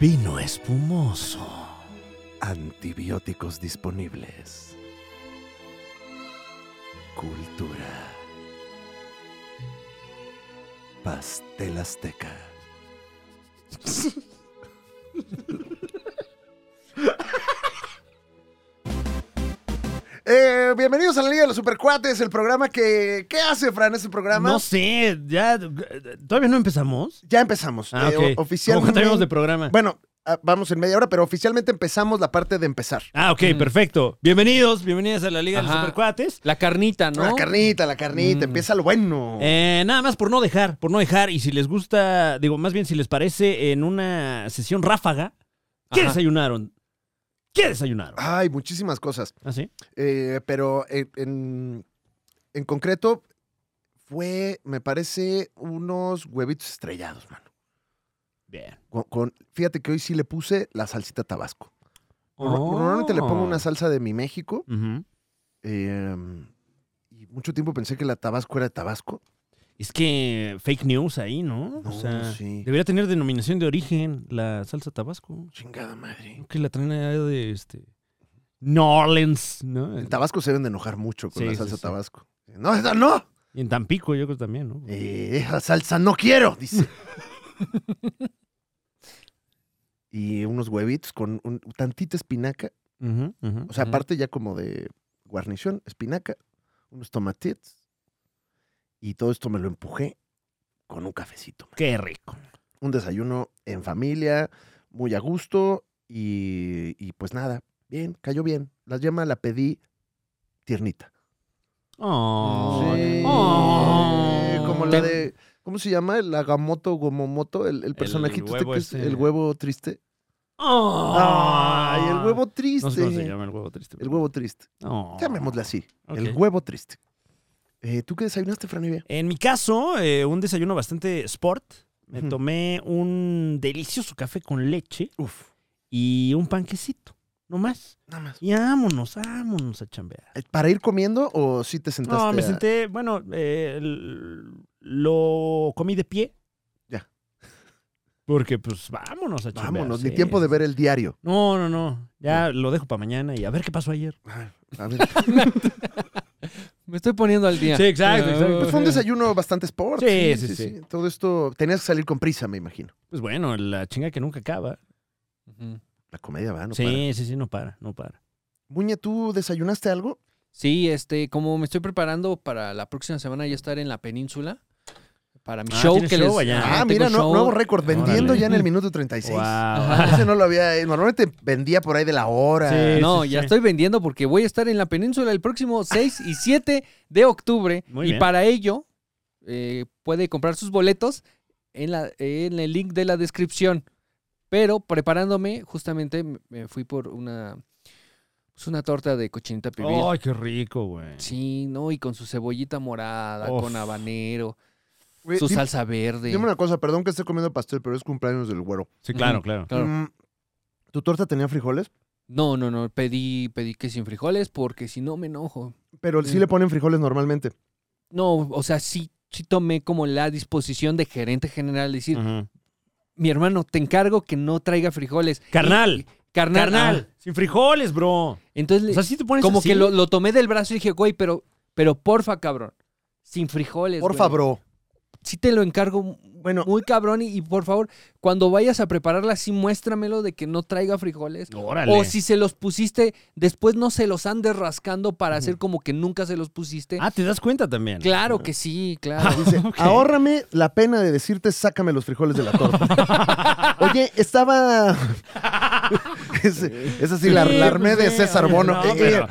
[SPEAKER 8] Vino espumoso. Antibióticos disponibles. Cultura. Pastel azteca.
[SPEAKER 1] Eh, bienvenidos a la Liga de los Supercuates, el programa que. ¿Qué hace, Fran, este programa?
[SPEAKER 5] No sé, ya... ¿Todavía no empezamos?
[SPEAKER 1] Ya empezamos.
[SPEAKER 5] Ah,
[SPEAKER 1] Eh,
[SPEAKER 5] ok.
[SPEAKER 1] o-
[SPEAKER 5] ¿Cómo
[SPEAKER 1] oficialmente.
[SPEAKER 5] cuánto llevamos de programa?
[SPEAKER 1] Bueno, ah, vamos en media hora, pero oficialmente empezamos la parte de empezar.
[SPEAKER 5] Ah, ok, perfecto. Bienvenidos, bienvenidas a la Liga de los
[SPEAKER 3] Ajá.
[SPEAKER 5] Supercuates.
[SPEAKER 3] La carnita, ¿no?
[SPEAKER 1] La carnita, la carnita, empieza lo bueno.
[SPEAKER 5] Eh, nada más por no dejar, por no dejar, y si les gusta, digo, más bien si les parece en una sesión ráfaga, ¿qué
[SPEAKER 3] Ajá.
[SPEAKER 5] desayunaron? ¿Qué desayunaron?
[SPEAKER 1] Ay, muchísimas cosas.
[SPEAKER 5] ¿Ah, sí?
[SPEAKER 1] Eh, pero eh, en, en concreto, fue, me parece, unos huevitos estrellados, mano.
[SPEAKER 5] Bien.
[SPEAKER 1] Con, con- fíjate que hoy sí le puse la salsita Tabasco. Nor- Normalmente le pongo una salsa de mi México.
[SPEAKER 5] Oh. Ujú.
[SPEAKER 1] eh, y mucho tiempo pensé que la Tabasco era de Tabasco.
[SPEAKER 5] Es que fake news ahí, ¿no?
[SPEAKER 1] No, sí.
[SPEAKER 5] debería tener denominación de origen la salsa Tabasco.
[SPEAKER 1] Chingada madre.
[SPEAKER 5] Creo que la traen allá de este. New Orleans, ¿no?
[SPEAKER 1] En Tabasco se deben de enojar mucho con
[SPEAKER 5] Sí,
[SPEAKER 1] la
[SPEAKER 5] sí,
[SPEAKER 1] salsa
[SPEAKER 5] sí.
[SPEAKER 1] Tabasco. No, esa no.
[SPEAKER 5] Y en Tampico, yo creo también, ¿no?
[SPEAKER 1] Eh, esa salsa no quiero, dice. y unos huevitos con un, tantita espinaca.
[SPEAKER 5] Ujú, ujú,
[SPEAKER 1] O sea,
[SPEAKER 5] ujú.
[SPEAKER 1] aparte ya como de guarnición, espinaca, unos tomates. Y todo esto me lo empujé con un cafecito. man.
[SPEAKER 5] Qué rico.
[SPEAKER 1] Un desayuno en familia, muy a gusto. Y, y pues nada, bien, cayó bien. La yema la pedí tiernita.
[SPEAKER 5] Oh,
[SPEAKER 1] Sí.
[SPEAKER 5] oh.
[SPEAKER 1] Eh, Como la de. ¿Cómo se llama? El Agamoto Gomomoto, el, el personajito este
[SPEAKER 5] huevo
[SPEAKER 1] que es
[SPEAKER 5] este.
[SPEAKER 1] el huevo triste.
[SPEAKER 5] Oh.
[SPEAKER 1] ¡Ay, el huevo triste!
[SPEAKER 5] No sé cómo se llama el huevo triste.
[SPEAKER 1] El huevo triste.
[SPEAKER 5] Oh.
[SPEAKER 1] Llamémosle así. El
[SPEAKER 5] Ok.
[SPEAKER 1] huevo triste. Eh, ¿Tú qué desayunaste, Franivia?
[SPEAKER 5] En mi caso, eh, un desayuno bastante sport. Me
[SPEAKER 1] Ujú.
[SPEAKER 5] tomé un delicioso café con leche
[SPEAKER 1] Uf,
[SPEAKER 5] y un panquecito, no más.
[SPEAKER 1] nada más.
[SPEAKER 5] Y vámonos, vámonos a chambear.
[SPEAKER 1] Eh, ¿Para ir comiendo o sí te sentaste?
[SPEAKER 5] No, me
[SPEAKER 1] a-
[SPEAKER 5] senté, bueno, eh, l- lo comí de pie.
[SPEAKER 1] Ya.
[SPEAKER 5] Porque pues vámonos a chambear.
[SPEAKER 1] Vámonos,
[SPEAKER 5] sí.
[SPEAKER 1] ni tiempo de ver el diario.
[SPEAKER 5] No, no, no. Ya lo dejo para mañana y a ver qué pasó ayer.
[SPEAKER 1] A ver.
[SPEAKER 3] Me estoy poniendo al día.
[SPEAKER 5] Sí, exacto, exacto.
[SPEAKER 1] Pues fue un desayuno bastante sport.
[SPEAKER 5] Sí, sí, sí.
[SPEAKER 1] Todo esto tenías que salir con prisa, me imagino.
[SPEAKER 5] Pues bueno, la chinga que nunca acaba.
[SPEAKER 3] Ujú.
[SPEAKER 1] La comedia va, Ah, no
[SPEAKER 5] sí,
[SPEAKER 1] para.
[SPEAKER 5] sí, sí, no para, no para.
[SPEAKER 1] Muñe, ¿tú desayunaste algo?
[SPEAKER 3] Sí, este, como me estoy preparando para la próxima semana ya estar en la península para mi
[SPEAKER 5] Ah,
[SPEAKER 3] show
[SPEAKER 5] ¿tienes
[SPEAKER 3] que les-
[SPEAKER 5] show allá?
[SPEAKER 1] Ah,
[SPEAKER 3] Ajá,
[SPEAKER 1] mira,
[SPEAKER 3] tengo
[SPEAKER 1] no-
[SPEAKER 3] show.
[SPEAKER 1] nuevo récord, vendiendo
[SPEAKER 5] Órale.
[SPEAKER 1] ya en el minuto 36.
[SPEAKER 5] Wow.
[SPEAKER 1] Ese no lo había. eh, Normalmente vendía por ahí de la hora.
[SPEAKER 5] Sí.
[SPEAKER 3] No,
[SPEAKER 5] sí,
[SPEAKER 3] ya
[SPEAKER 5] sí.
[SPEAKER 3] estoy vendiendo porque voy a estar en la península el próximo 6 y 7 de octubre.
[SPEAKER 5] Muy
[SPEAKER 3] y
[SPEAKER 5] bien.
[SPEAKER 3] para ello eh, puede comprar sus boletos en, la, en el link de la descripción. Pero preparándome, justamente me- me fui por una, pues, una torta de cochinita pibil.
[SPEAKER 5] Ay, qué rico, güey.
[SPEAKER 3] Sí, no, y con su cebollita morada,
[SPEAKER 5] Uf.
[SPEAKER 3] con habanero,
[SPEAKER 1] Güey,
[SPEAKER 3] su
[SPEAKER 1] di-
[SPEAKER 3] salsa verde.
[SPEAKER 1] Dime una cosa, perdón que esté comiendo pastel, pero es cumpleaños del güero.
[SPEAKER 5] Sí, claro, claro.
[SPEAKER 3] Claro.
[SPEAKER 1] Mm, ¿Tu torta tenía frijoles?
[SPEAKER 3] No, no, no, pedí, pedí que sin frijoles porque si no me enojo.
[SPEAKER 1] Pero sí
[SPEAKER 3] Mm.
[SPEAKER 1] le ponen frijoles normalmente.
[SPEAKER 3] No, o sea, sí, sí tomé como la disposición de gerente general, decir,
[SPEAKER 5] Ujú.
[SPEAKER 3] mi hermano, te encargo que no traiga frijoles.
[SPEAKER 5] Carnal,
[SPEAKER 3] Y- carnal.
[SPEAKER 5] carnal,
[SPEAKER 3] ah,
[SPEAKER 5] sin frijoles, bro.
[SPEAKER 3] entonces,
[SPEAKER 5] O sea, si te pones
[SPEAKER 3] como
[SPEAKER 5] así?
[SPEAKER 3] que lo, lo tomé del brazo y dije, güey, pero, pero porfa, cabrón, sin frijoles.
[SPEAKER 1] Por
[SPEAKER 3] güey.
[SPEAKER 1] favor.
[SPEAKER 3] Sí te lo encargo
[SPEAKER 1] Bueno,
[SPEAKER 3] muy cabrón y, y por favor, cuando vayas a prepararla, sí muéstramelo de que no traiga frijoles.
[SPEAKER 5] Órale.
[SPEAKER 3] O si se los pusiste, después no se los andes rascando para hacer como que nunca se los pusiste.
[SPEAKER 5] Ah, te das cuenta también.
[SPEAKER 3] claro que sí, claro.
[SPEAKER 1] dice, ahórrame la pena de decirte, sácame los frijoles de la torta. Oye, estaba... es, es así, la, la armé de César Bono.
[SPEAKER 5] pues No,
[SPEAKER 1] Eh, eh,
[SPEAKER 5] pero-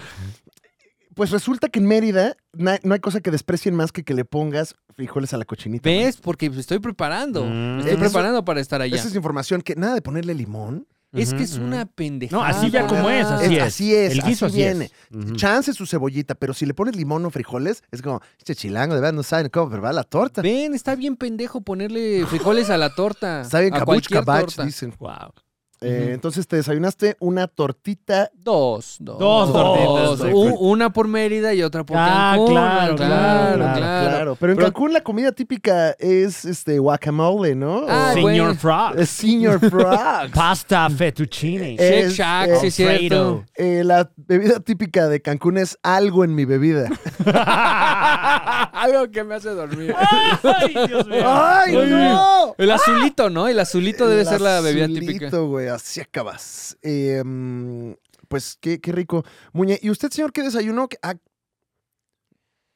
[SPEAKER 1] Pues resulta que en Mérida na- no hay cosa que desprecien más que que le pongas frijoles a la cochinita.
[SPEAKER 3] ¿Ves? Porque me estoy preparando.
[SPEAKER 5] Mm.
[SPEAKER 3] Me estoy
[SPEAKER 1] Eso-
[SPEAKER 3] preparando para estar allá.
[SPEAKER 1] Esa es información que nada de ponerle limón.
[SPEAKER 3] Es que es
[SPEAKER 5] Ujú,
[SPEAKER 3] una
[SPEAKER 5] ujú.
[SPEAKER 3] pendejada.
[SPEAKER 5] No, así
[SPEAKER 3] ah,
[SPEAKER 5] ya como es, así
[SPEAKER 1] Es-
[SPEAKER 5] es.
[SPEAKER 1] así es,
[SPEAKER 5] El guiso
[SPEAKER 1] así
[SPEAKER 5] así es.
[SPEAKER 1] viene.
[SPEAKER 5] Ujú.
[SPEAKER 1] Chance su cebollita, pero si le pones limón o frijoles, es como, este chilango de verdad no saben cómo preparar la torta.
[SPEAKER 3] Ven, está bien pendejo ponerle frijoles a la torta.
[SPEAKER 1] Está bien,
[SPEAKER 3] a
[SPEAKER 1] cabuch,
[SPEAKER 3] cualquier
[SPEAKER 1] cabach,
[SPEAKER 3] torta.
[SPEAKER 1] dicen.
[SPEAKER 5] Wow.
[SPEAKER 1] Eh, Entonces te desayunaste una tortita.
[SPEAKER 3] Dos, dos.
[SPEAKER 5] Dos tortitas de
[SPEAKER 3] Un-
[SPEAKER 5] col-
[SPEAKER 3] una por Mérida y otra por
[SPEAKER 5] Ah,
[SPEAKER 3] Cancún.
[SPEAKER 5] claro, claro,
[SPEAKER 3] claro,
[SPEAKER 1] Claro, Pero en
[SPEAKER 3] Pero-
[SPEAKER 1] Cancún la comida típica es este guacamole, ¿no?
[SPEAKER 3] Ah,
[SPEAKER 1] O-
[SPEAKER 3] güey.
[SPEAKER 5] Señor Frog.
[SPEAKER 1] eh, Senior Frog.
[SPEAKER 5] Pasta fettuccine.
[SPEAKER 1] Eh,
[SPEAKER 3] Shake
[SPEAKER 1] Es-
[SPEAKER 3] Shack, sí es
[SPEAKER 5] Alfredo.
[SPEAKER 3] cierto.
[SPEAKER 1] Eh, la bebida típica de Cancún es algo en mi bebida.
[SPEAKER 3] Algo que me hace dormir.
[SPEAKER 5] Ay, Dios mío.
[SPEAKER 1] ¡Ay,
[SPEAKER 3] Muy bien.
[SPEAKER 1] no!
[SPEAKER 3] El azulito, ¿no? El azulito debe ser la bebida típica.
[SPEAKER 1] Azulito, güey, así acabas. Eh, mm, pues qué, qué rico. Muñe, ¿y usted, señor, qué desayunó? ¿Qué- ah,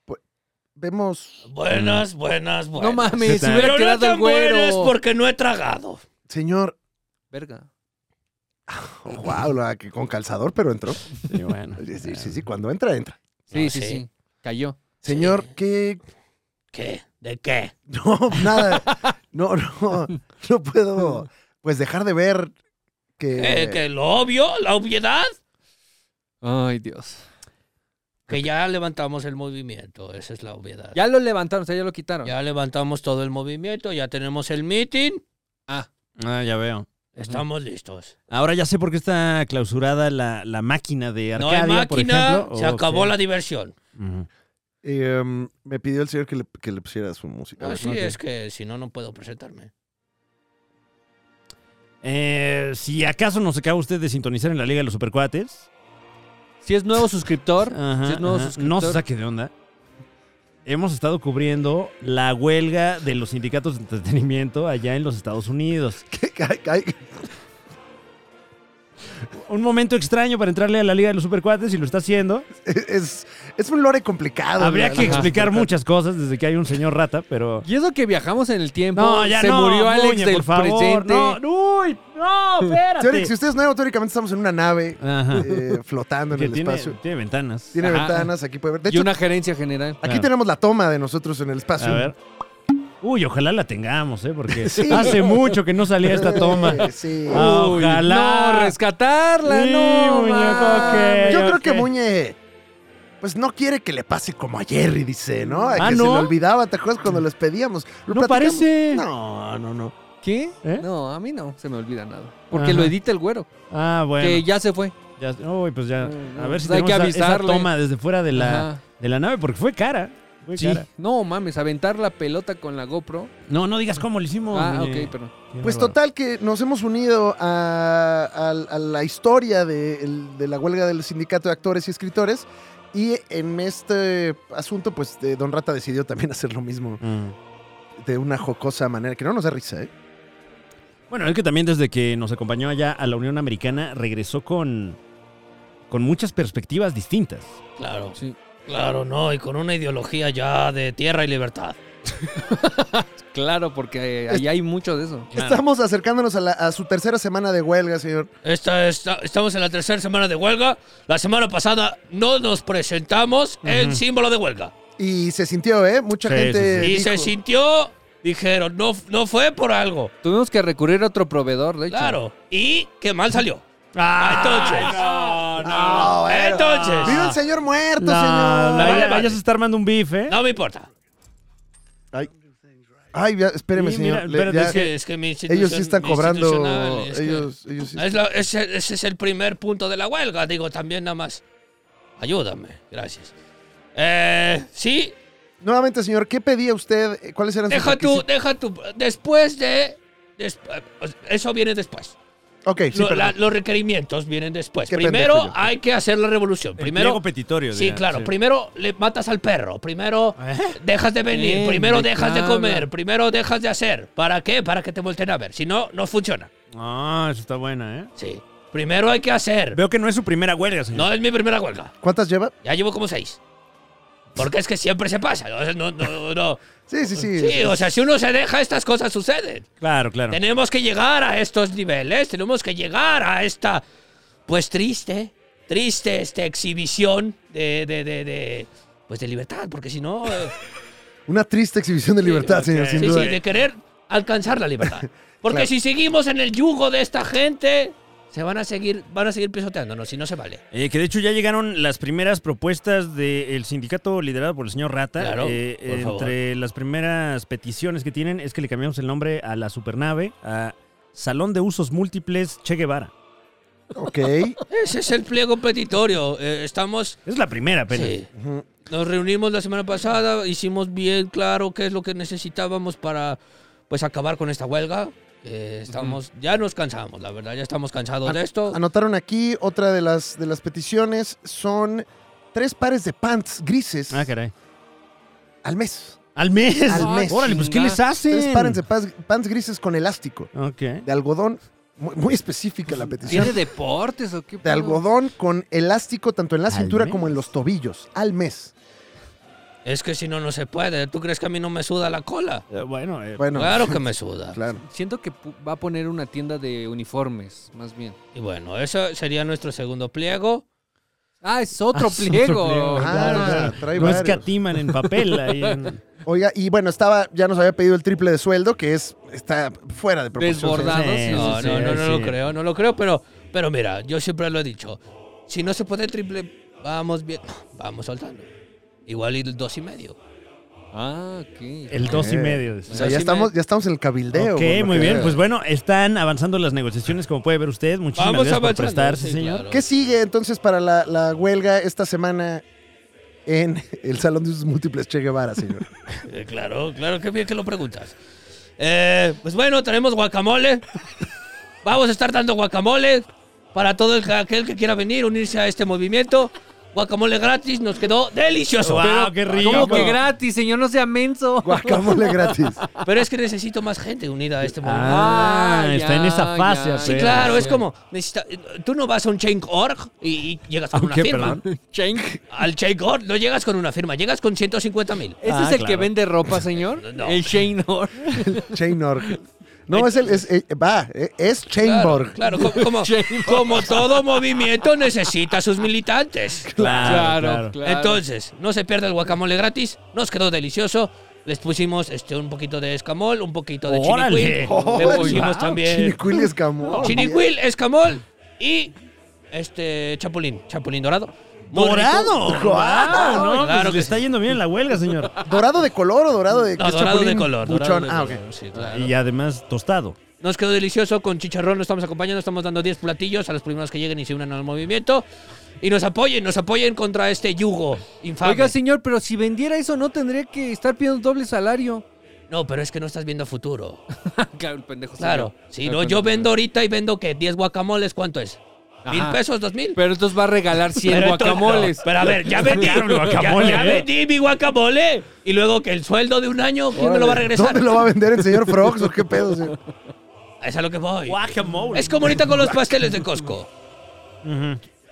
[SPEAKER 1] pues, vemos,
[SPEAKER 6] Buenas, buenas, buenas.
[SPEAKER 3] No mames,
[SPEAKER 5] Pero
[SPEAKER 3] se hubiera
[SPEAKER 6] Pero no
[SPEAKER 3] quedado el
[SPEAKER 6] tan buenas
[SPEAKER 3] güero.
[SPEAKER 6] porque no he tragado.
[SPEAKER 1] señor,
[SPEAKER 3] Verga.
[SPEAKER 1] wow, la que con calzador, pero entró.
[SPEAKER 5] Sí, bueno.
[SPEAKER 1] Sí, sí, sí, sí, cuando entra, entra.
[SPEAKER 3] Sí,
[SPEAKER 5] Ah,
[SPEAKER 6] No
[SPEAKER 3] sí,
[SPEAKER 6] sé.
[SPEAKER 3] sí. Cayó.
[SPEAKER 1] Señor, ¿qué?
[SPEAKER 6] ¿Qué? ¿De qué?
[SPEAKER 1] No, nada. No, no, no puedo, pues, dejar de ver
[SPEAKER 6] Eh,
[SPEAKER 1] que...
[SPEAKER 6] que lo obvio, la obviedad,
[SPEAKER 3] Ay, Dios.
[SPEAKER 6] que ya levantamos el movimiento, esa es la obviedad.
[SPEAKER 3] Ya lo levantaron, o sea, ya lo quitaron.
[SPEAKER 6] Ya levantamos todo el movimiento, ya tenemos el meeting,
[SPEAKER 5] Ah, ya veo.
[SPEAKER 6] estamos listos.
[SPEAKER 5] Ahora ya sé por qué está clausurada la, la máquina de
[SPEAKER 6] No
[SPEAKER 5] Arcadia,
[SPEAKER 6] hay
[SPEAKER 5] por
[SPEAKER 6] máquina,
[SPEAKER 5] ejemplo.
[SPEAKER 6] se
[SPEAKER 5] Ok.
[SPEAKER 6] acabó la diversión.
[SPEAKER 5] Ujú.
[SPEAKER 1] Eh, mm, me pidió el señor que le, que le pusiera su música.
[SPEAKER 6] Así
[SPEAKER 5] ok.
[SPEAKER 6] es que si no, no puedo presentarme.
[SPEAKER 5] Eh, si acaso nos acaba usted de sintonizar en la Liga de los Supercuates.
[SPEAKER 3] Si es nuevo suscriptor,
[SPEAKER 5] Ajá,
[SPEAKER 3] si es nuevo
[SPEAKER 5] ajá.
[SPEAKER 3] suscriptor.
[SPEAKER 5] No se saque de onda. Hemos estado cubriendo la huelga de los sindicatos de entretenimiento allá en los Estados Unidos.
[SPEAKER 1] Ay, ay,
[SPEAKER 5] Un momento extraño para entrarle a la Liga de los Supercuates y lo está haciendo.
[SPEAKER 1] Es, es un lore complicado.
[SPEAKER 5] Habría
[SPEAKER 1] la-
[SPEAKER 5] que
[SPEAKER 1] la-
[SPEAKER 5] explicar muchas cosas desde que hay un señor rata, pero...
[SPEAKER 3] Y eso que viajamos en el tiempo.
[SPEAKER 5] No, ya
[SPEAKER 3] se
[SPEAKER 5] no.
[SPEAKER 3] murió Alex
[SPEAKER 5] Muñe,
[SPEAKER 3] del
[SPEAKER 5] por favor.
[SPEAKER 3] presente.
[SPEAKER 5] No, uy, no, espérate.
[SPEAKER 1] Teóric- si ustedes no ven, teóricamente estamos en una nave
[SPEAKER 5] Ajá.
[SPEAKER 1] eh, flotando en
[SPEAKER 5] Que
[SPEAKER 1] el
[SPEAKER 5] tiene,
[SPEAKER 1] espacio.
[SPEAKER 5] tiene ventanas.
[SPEAKER 1] Tiene
[SPEAKER 3] Ajá.
[SPEAKER 1] ventanas, aquí puede ver. De
[SPEAKER 3] y
[SPEAKER 1] hecho,
[SPEAKER 3] una gerencia general.
[SPEAKER 1] aquí
[SPEAKER 5] Claro.
[SPEAKER 1] tenemos la toma de nosotros en el espacio.
[SPEAKER 5] Ah. A ver. Uy, ojalá la tengamos, ¿eh? Porque
[SPEAKER 1] Sí.
[SPEAKER 5] hace mucho que no salía esta toma.
[SPEAKER 1] Eh, sí.
[SPEAKER 5] Ah,
[SPEAKER 3] Uy,
[SPEAKER 5] ojalá.
[SPEAKER 3] No, rescatarla,
[SPEAKER 5] Sí,
[SPEAKER 3] no.
[SPEAKER 5] muñeco,
[SPEAKER 3] man.
[SPEAKER 5] ok.
[SPEAKER 1] Yo creo que
[SPEAKER 5] ok.
[SPEAKER 1] Muñe, pues no quiere que le pase como a Jerry, dice, ¿no? A
[SPEAKER 5] Ah,
[SPEAKER 1] que se
[SPEAKER 5] ¿no?
[SPEAKER 1] le olvidaba, ¿te acuerdas cuando les pedíamos? Lo
[SPEAKER 5] No
[SPEAKER 1] platicamos.
[SPEAKER 5] parece.
[SPEAKER 1] No, no, no.
[SPEAKER 3] ¿Qué?
[SPEAKER 5] ¿Eh?
[SPEAKER 3] No, a mí no se me olvida nada. Porque
[SPEAKER 5] Ajá.
[SPEAKER 3] lo edita el güero.
[SPEAKER 5] Ah, bueno.
[SPEAKER 3] Que ya se fue.
[SPEAKER 5] Ya- uy, pues ya.
[SPEAKER 3] No, no,
[SPEAKER 5] A ver si
[SPEAKER 3] pues hay
[SPEAKER 5] tenemos
[SPEAKER 3] que
[SPEAKER 5] esa- esa
[SPEAKER 3] avisarle.
[SPEAKER 5] toma desde fuera de la,
[SPEAKER 3] Ajá.
[SPEAKER 5] de la nave, porque fue cara. Muy
[SPEAKER 2] Sí.
[SPEAKER 5] cara.
[SPEAKER 3] No mames, aventar la pelota con la GoPro.
[SPEAKER 5] No, no digas cómo lo hicimos.
[SPEAKER 3] Ah,
[SPEAKER 5] oye.
[SPEAKER 3] ok, perdón.
[SPEAKER 5] Qué
[SPEAKER 1] Pues
[SPEAKER 5] bárbaro.
[SPEAKER 1] total que nos hemos unido a, a- a la historia de, el- de la huelga del sindicato de actores y escritores y en este asunto pues eh, Don Rata decidió también hacer lo mismo
[SPEAKER 5] Mm.
[SPEAKER 1] de una jocosa manera que no nos da risa, ¿eh?
[SPEAKER 5] Bueno, es que también desde que nos acompañó allá a la Unión Americana regresó con, con muchas perspectivas distintas.
[SPEAKER 2] Claro,
[SPEAKER 3] Sí.
[SPEAKER 2] claro, no, y con una ideología ya de tierra y libertad.
[SPEAKER 3] Claro, porque eh, ahí hay mucho de eso.
[SPEAKER 1] Estamos acercándonos a, la- a su tercera semana de huelga, señor.
[SPEAKER 2] Esta, esta- estamos en la tercera semana de huelga. La semana pasada no nos presentamos en símbolo de huelga.
[SPEAKER 1] Y se sintió, ¿eh? Mucha
[SPEAKER 5] Sí,
[SPEAKER 1] gente...
[SPEAKER 2] Y se
[SPEAKER 1] dijo-
[SPEAKER 2] sintió, dijeron, no, no fue por algo.
[SPEAKER 3] Tuvimos que recurrir a otro proveedor, de hecho.
[SPEAKER 2] Claro. Y que mal salió.
[SPEAKER 5] Ah,
[SPEAKER 2] Ah, entonces.
[SPEAKER 1] Ah, bueno.
[SPEAKER 2] Entonces.
[SPEAKER 1] ¡Viva el señor muerto,
[SPEAKER 5] No,
[SPEAKER 1] señor!
[SPEAKER 5] no,
[SPEAKER 2] Vale,
[SPEAKER 5] ya,
[SPEAKER 2] vale.
[SPEAKER 5] ya se está armando un beef, ¿eh?
[SPEAKER 2] No me importa.
[SPEAKER 1] Ay, ya, espéreme,
[SPEAKER 5] Sí,
[SPEAKER 1] señor.
[SPEAKER 5] mira,
[SPEAKER 1] Le-
[SPEAKER 5] espérate,
[SPEAKER 1] ya-
[SPEAKER 2] Es que, es que mi institución-
[SPEAKER 1] ellos sí están
[SPEAKER 2] mi
[SPEAKER 1] cobrando...
[SPEAKER 2] institucional, es que- Ah,
[SPEAKER 1] Ellos, ellos sí-
[SPEAKER 2] es la- ese, ese es el primer punto de la huelga. Digo, también nada más. Ayúdame. Gracias. Eh, sí,
[SPEAKER 1] Nuevamente, señor, ¿qué pedía usted? Eh, ¿Cuáles eran
[SPEAKER 2] deja
[SPEAKER 1] sus
[SPEAKER 2] tú,
[SPEAKER 1] requisitos?
[SPEAKER 2] deja tú. Después de. des- eso viene después.
[SPEAKER 1] Ok, sí,
[SPEAKER 2] Lo-
[SPEAKER 1] perdón.
[SPEAKER 2] la- los requerimientos vienen después.
[SPEAKER 1] Qué
[SPEAKER 2] Primero
[SPEAKER 1] pendejo yo.
[SPEAKER 2] hay que hacer la revolución.
[SPEAKER 5] El
[SPEAKER 2] Primero.
[SPEAKER 5] pliego petitorio.
[SPEAKER 2] Sí,
[SPEAKER 5] dirá,
[SPEAKER 2] claro. Primero le matas al perro. Primero dejas de venir.
[SPEAKER 3] Eh,
[SPEAKER 2] primero
[SPEAKER 3] ¿de
[SPEAKER 2] dejas
[SPEAKER 3] qué
[SPEAKER 2] de comer.
[SPEAKER 3] habla?
[SPEAKER 2] Primero dejas de hacer. ¿Para qué? Para que te volteen a ver. Si no, no funciona.
[SPEAKER 5] Ah, eso está buena, ¿eh?
[SPEAKER 2] Sí. Primero hay que hacer.
[SPEAKER 5] Veo que no es su primera huelga, señor.
[SPEAKER 2] No es mi primera huelga.
[SPEAKER 1] ¿Cuántas lleva?
[SPEAKER 2] Ya llevo como seis. Porque es que siempre se pasa. O sea, No, no, no.
[SPEAKER 1] Sí, sí, sí.
[SPEAKER 2] Sí, o sea, si uno se deja, estas cosas suceden.
[SPEAKER 5] Claro, claro.
[SPEAKER 2] Tenemos que llegar a estos niveles, tenemos que llegar a esta, pues triste, triste esta exhibición de, de, de, de, pues de libertad, porque si no, eh,
[SPEAKER 1] Una triste exhibición de libertad, señor, sin
[SPEAKER 2] sí,
[SPEAKER 1] duda.
[SPEAKER 2] sí, de querer alcanzar la libertad. Porque
[SPEAKER 1] Claro.
[SPEAKER 2] si seguimos en el yugo de esta gente, se van a seguir, van a seguir pisoteándonos y no se vale.
[SPEAKER 5] Eh, que de hecho ya llegaron las primeras propuestas del sindicato liderado por el señor Rata.
[SPEAKER 2] Claro,
[SPEAKER 5] Eh,
[SPEAKER 2] por
[SPEAKER 5] entre
[SPEAKER 2] favor.
[SPEAKER 5] las primeras peticiones que tienen es que le cambiamos el nombre a la supernave a Salón de Usos Múltiples Che Guevara.
[SPEAKER 1] Ok.
[SPEAKER 2] Ese es el pliego petitorio. eh, estamos.
[SPEAKER 5] Es la primera apenas.
[SPEAKER 2] Sí.
[SPEAKER 1] Ujú.
[SPEAKER 2] Nos reunimos la semana pasada, hicimos bien claro qué es lo que necesitábamos para pues acabar con esta huelga. Eh, estamos, ya nos cansamos, la verdad, ya estamos cansados
[SPEAKER 1] Ah,
[SPEAKER 2] de esto.
[SPEAKER 1] Anotaron aquí otra de las, de las peticiones. Son tres pares de pants grises
[SPEAKER 5] Ah, caray.
[SPEAKER 1] al mes.
[SPEAKER 5] Al mes.
[SPEAKER 1] Al mes.
[SPEAKER 5] Órale, pues ¿qué les hacen?
[SPEAKER 1] Tres pares de pants, pants grises con elástico.
[SPEAKER 5] Ok.
[SPEAKER 2] Eh,
[SPEAKER 1] De algodón. Muy, muy específica la petición.
[SPEAKER 3] ¿Tiene deportes o qué?
[SPEAKER 1] De
[SPEAKER 3] pedo?
[SPEAKER 1] algodón con elástico tanto en la
[SPEAKER 5] Al
[SPEAKER 1] cintura
[SPEAKER 5] mes.
[SPEAKER 1] como en los tobillos. Al mes.
[SPEAKER 2] Es que si no, no se puede. ¿Tú crees que a mí no me suda la cola?
[SPEAKER 5] Eh, bueno, eh,
[SPEAKER 1] Bueno,
[SPEAKER 2] claro que me suda.
[SPEAKER 1] claro.
[SPEAKER 3] Siento que pu- va a poner una tienda de uniformes, más bien.
[SPEAKER 2] Y bueno, eso sería nuestro segundo pliego.
[SPEAKER 3] Ah, es otro
[SPEAKER 5] Ah, es otro
[SPEAKER 3] pliego.
[SPEAKER 5] pliego.
[SPEAKER 1] Claro,
[SPEAKER 5] Ah,
[SPEAKER 1] claro, trae
[SPEAKER 5] no
[SPEAKER 1] varios.
[SPEAKER 5] escatiman en papel. ahí en-
[SPEAKER 1] Oiga, y bueno, estaba, ya nos había pedido el triple de sueldo, que es, está fuera de proporción.
[SPEAKER 3] Desbordado.
[SPEAKER 5] Sí,
[SPEAKER 2] No,
[SPEAKER 5] sí,
[SPEAKER 2] no, no, no
[SPEAKER 5] sí.
[SPEAKER 2] lo creo, no lo creo, pero, pero mira, yo siempre lo he dicho. Si no se puede el triple, vamos bien, vamos soltando. Igual y el dos y medio.
[SPEAKER 3] Ah, ok.
[SPEAKER 5] El dos y
[SPEAKER 2] Eh.
[SPEAKER 1] Ok.
[SPEAKER 5] medio.
[SPEAKER 1] O sea, ya
[SPEAKER 2] Sí me-
[SPEAKER 1] estamos, ya estamos en el cabildeo.
[SPEAKER 5] Ok,
[SPEAKER 1] por lo
[SPEAKER 5] muy
[SPEAKER 1] que
[SPEAKER 5] bien.
[SPEAKER 1] veo.
[SPEAKER 5] Pues bueno, están avanzando las negociaciones, como puede ver usted. Muchísimas
[SPEAKER 2] Vamos
[SPEAKER 5] gracias por
[SPEAKER 2] avanzando,
[SPEAKER 5] prestarse,
[SPEAKER 2] sí,
[SPEAKER 5] señor.
[SPEAKER 2] claro.
[SPEAKER 1] ¿Qué sigue entonces para la, la huelga esta semana en el Salón de sus Múltiples Che Guevara, señor?
[SPEAKER 2] Eh, Claro, claro, qué bien que lo preguntas. Eh, pues bueno, tenemos guacamole. Vamos a estar dando guacamole para todo el, aquel que quiera venir, unirse a este movimiento. Guacamole gratis, nos quedó delicioso.
[SPEAKER 5] ¡Wow, qué rico!
[SPEAKER 3] ¿Cómo que gratis, señor? No sea menso.
[SPEAKER 1] Guacamole gratis.
[SPEAKER 2] Pero es que necesito más gente unida a este movimiento.
[SPEAKER 5] Ah,
[SPEAKER 3] Ah,
[SPEAKER 5] está
[SPEAKER 3] ya,
[SPEAKER 5] en esa fase.
[SPEAKER 3] ya,
[SPEAKER 5] apenas.
[SPEAKER 2] Sí, claro, es como, necesita- tú no vas a un Change.org y, y llegas con una
[SPEAKER 5] Aunque,
[SPEAKER 2] firma.
[SPEAKER 5] Ah, perdón.
[SPEAKER 3] Chank.
[SPEAKER 2] Al Change.org no llegas con una firma, llegas con 150 mil.
[SPEAKER 3] ¿Ese
[SPEAKER 5] Ah,
[SPEAKER 3] es el
[SPEAKER 5] claro.
[SPEAKER 3] que vende ropa, señor?
[SPEAKER 2] No.
[SPEAKER 3] El Shane Orr.
[SPEAKER 1] Chainorg. No, es el. Es, eh, va, eh, es Chainborg.
[SPEAKER 2] Claro, como, como- como todo movimiento necesita sus militantes.
[SPEAKER 5] Claro, Ah, claro.
[SPEAKER 2] Entonces, no se pierda el guacamole gratis, nos quedó delicioso. Les pusimos este, un poquito de escamol, un poquito de
[SPEAKER 5] ¡Órale!
[SPEAKER 2] chinicuil. Le pusimos también
[SPEAKER 1] Chinicuil y escamón.
[SPEAKER 2] chinicuil, escamol y este chapulín, chapulín dorado. Muy rico.
[SPEAKER 5] ¡Dorado! ¡Wow! No,
[SPEAKER 2] Claro
[SPEAKER 5] Pues
[SPEAKER 2] que
[SPEAKER 5] le está yendo bien en la huelga, señor.
[SPEAKER 1] ¿Dorado de color o dorado de.? que
[SPEAKER 2] No,
[SPEAKER 1] es
[SPEAKER 2] dorado de
[SPEAKER 1] chapulín
[SPEAKER 2] color. dorado
[SPEAKER 1] Buchón.
[SPEAKER 2] de
[SPEAKER 1] Ah,
[SPEAKER 2] color,
[SPEAKER 1] ok.
[SPEAKER 2] sí, claro.
[SPEAKER 5] Y además tostado.
[SPEAKER 2] Nos quedó delicioso con chicharrón. Nos estamos acompañando, estamos dando 10 platillos a los primeros que lleguen y se unan al movimiento. Y nos apoyen, nos apoyen contra este yugo infame.
[SPEAKER 3] Oiga, señor, pero si vendiera eso no tendría que estar pidiendo doble salario.
[SPEAKER 2] No, pero es que no estás viendo a futuro.
[SPEAKER 3] claro, el pendejo. soy
[SPEAKER 2] Claro.
[SPEAKER 3] yo.
[SPEAKER 2] Si
[SPEAKER 3] El
[SPEAKER 2] no, yo
[SPEAKER 3] pendejo.
[SPEAKER 2] vendo ahorita y vendo que 10 guacamoles, ¿cuánto es? ¿Mil
[SPEAKER 3] Ajá.
[SPEAKER 2] pesos? ¿Dos mil?
[SPEAKER 3] Pero entonces va a regalar 100
[SPEAKER 2] Pero entonces-
[SPEAKER 3] guacamoles.
[SPEAKER 2] no, pero a ver, ya vendí,
[SPEAKER 5] guacamole,
[SPEAKER 2] ya, ya
[SPEAKER 5] ¿eh?
[SPEAKER 2] vendí mi guacamole. Y luego que el sueldo de un año, ¿quién me lo va a regresar?
[SPEAKER 1] ¿Dónde lo va a vender el señor Frogs o qué pedo? señor?
[SPEAKER 2] Es a lo que voy.
[SPEAKER 5] Guacamole.
[SPEAKER 2] Es como ahorita con los pasteles de Costco.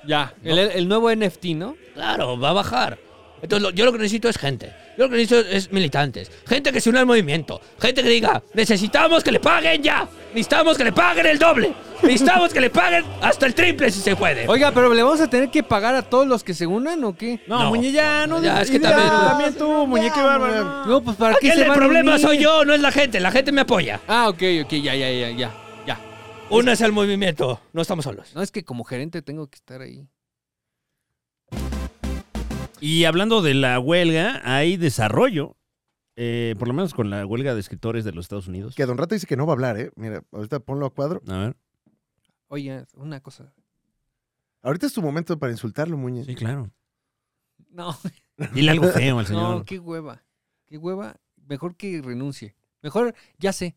[SPEAKER 3] Ya, el, el nuevo NFT, ¿no?
[SPEAKER 2] Claro, va a bajar. Entonces, lo- yo lo que necesito es gente. Yo lo que necesito es militantes. Gente que se una al movimiento. Gente que diga, necesitamos que le paguen ya. Necesitamos que le paguen el doble. Necesitamos que le paguen hasta el triple si se puede.
[SPEAKER 3] Oiga, pero ¿le vamos a tener que pagar a todos los que se unan o qué?
[SPEAKER 5] No,
[SPEAKER 2] No.
[SPEAKER 5] muñe, ya, no.
[SPEAKER 2] Ya, es que
[SPEAKER 5] ya,
[SPEAKER 2] también-
[SPEAKER 5] también tú, muñeque bárbaro.
[SPEAKER 3] No, pues para
[SPEAKER 2] Aquí
[SPEAKER 3] qué
[SPEAKER 2] el
[SPEAKER 3] se van a
[SPEAKER 2] problema
[SPEAKER 3] unir?
[SPEAKER 2] soy yo, no es la gente. La gente me apoya.
[SPEAKER 3] Ah, ok, ok, ya, ya, ya, ya, ya.
[SPEAKER 2] Únase al movimiento. No estamos solos.
[SPEAKER 3] No, es que como gerente tengo que estar ahí.
[SPEAKER 5] Y hablando de la huelga, hay desarrollo. eh, por lo menos con la huelga de escritores de los Estados Unidos.
[SPEAKER 1] Que Don Rata dice que no va a hablar, ¿eh? Mira, ahorita ponlo a cuadro.
[SPEAKER 5] A ver.
[SPEAKER 3] Oye, una cosa.
[SPEAKER 1] Ahorita es tu momento para insultarlo, Muñe.
[SPEAKER 5] Sí, claro.
[SPEAKER 3] No,
[SPEAKER 5] Dile algo feo al señor.
[SPEAKER 3] no, qué hueva. Qué hueva. Mejor que renuncie. Mejor, ya sé,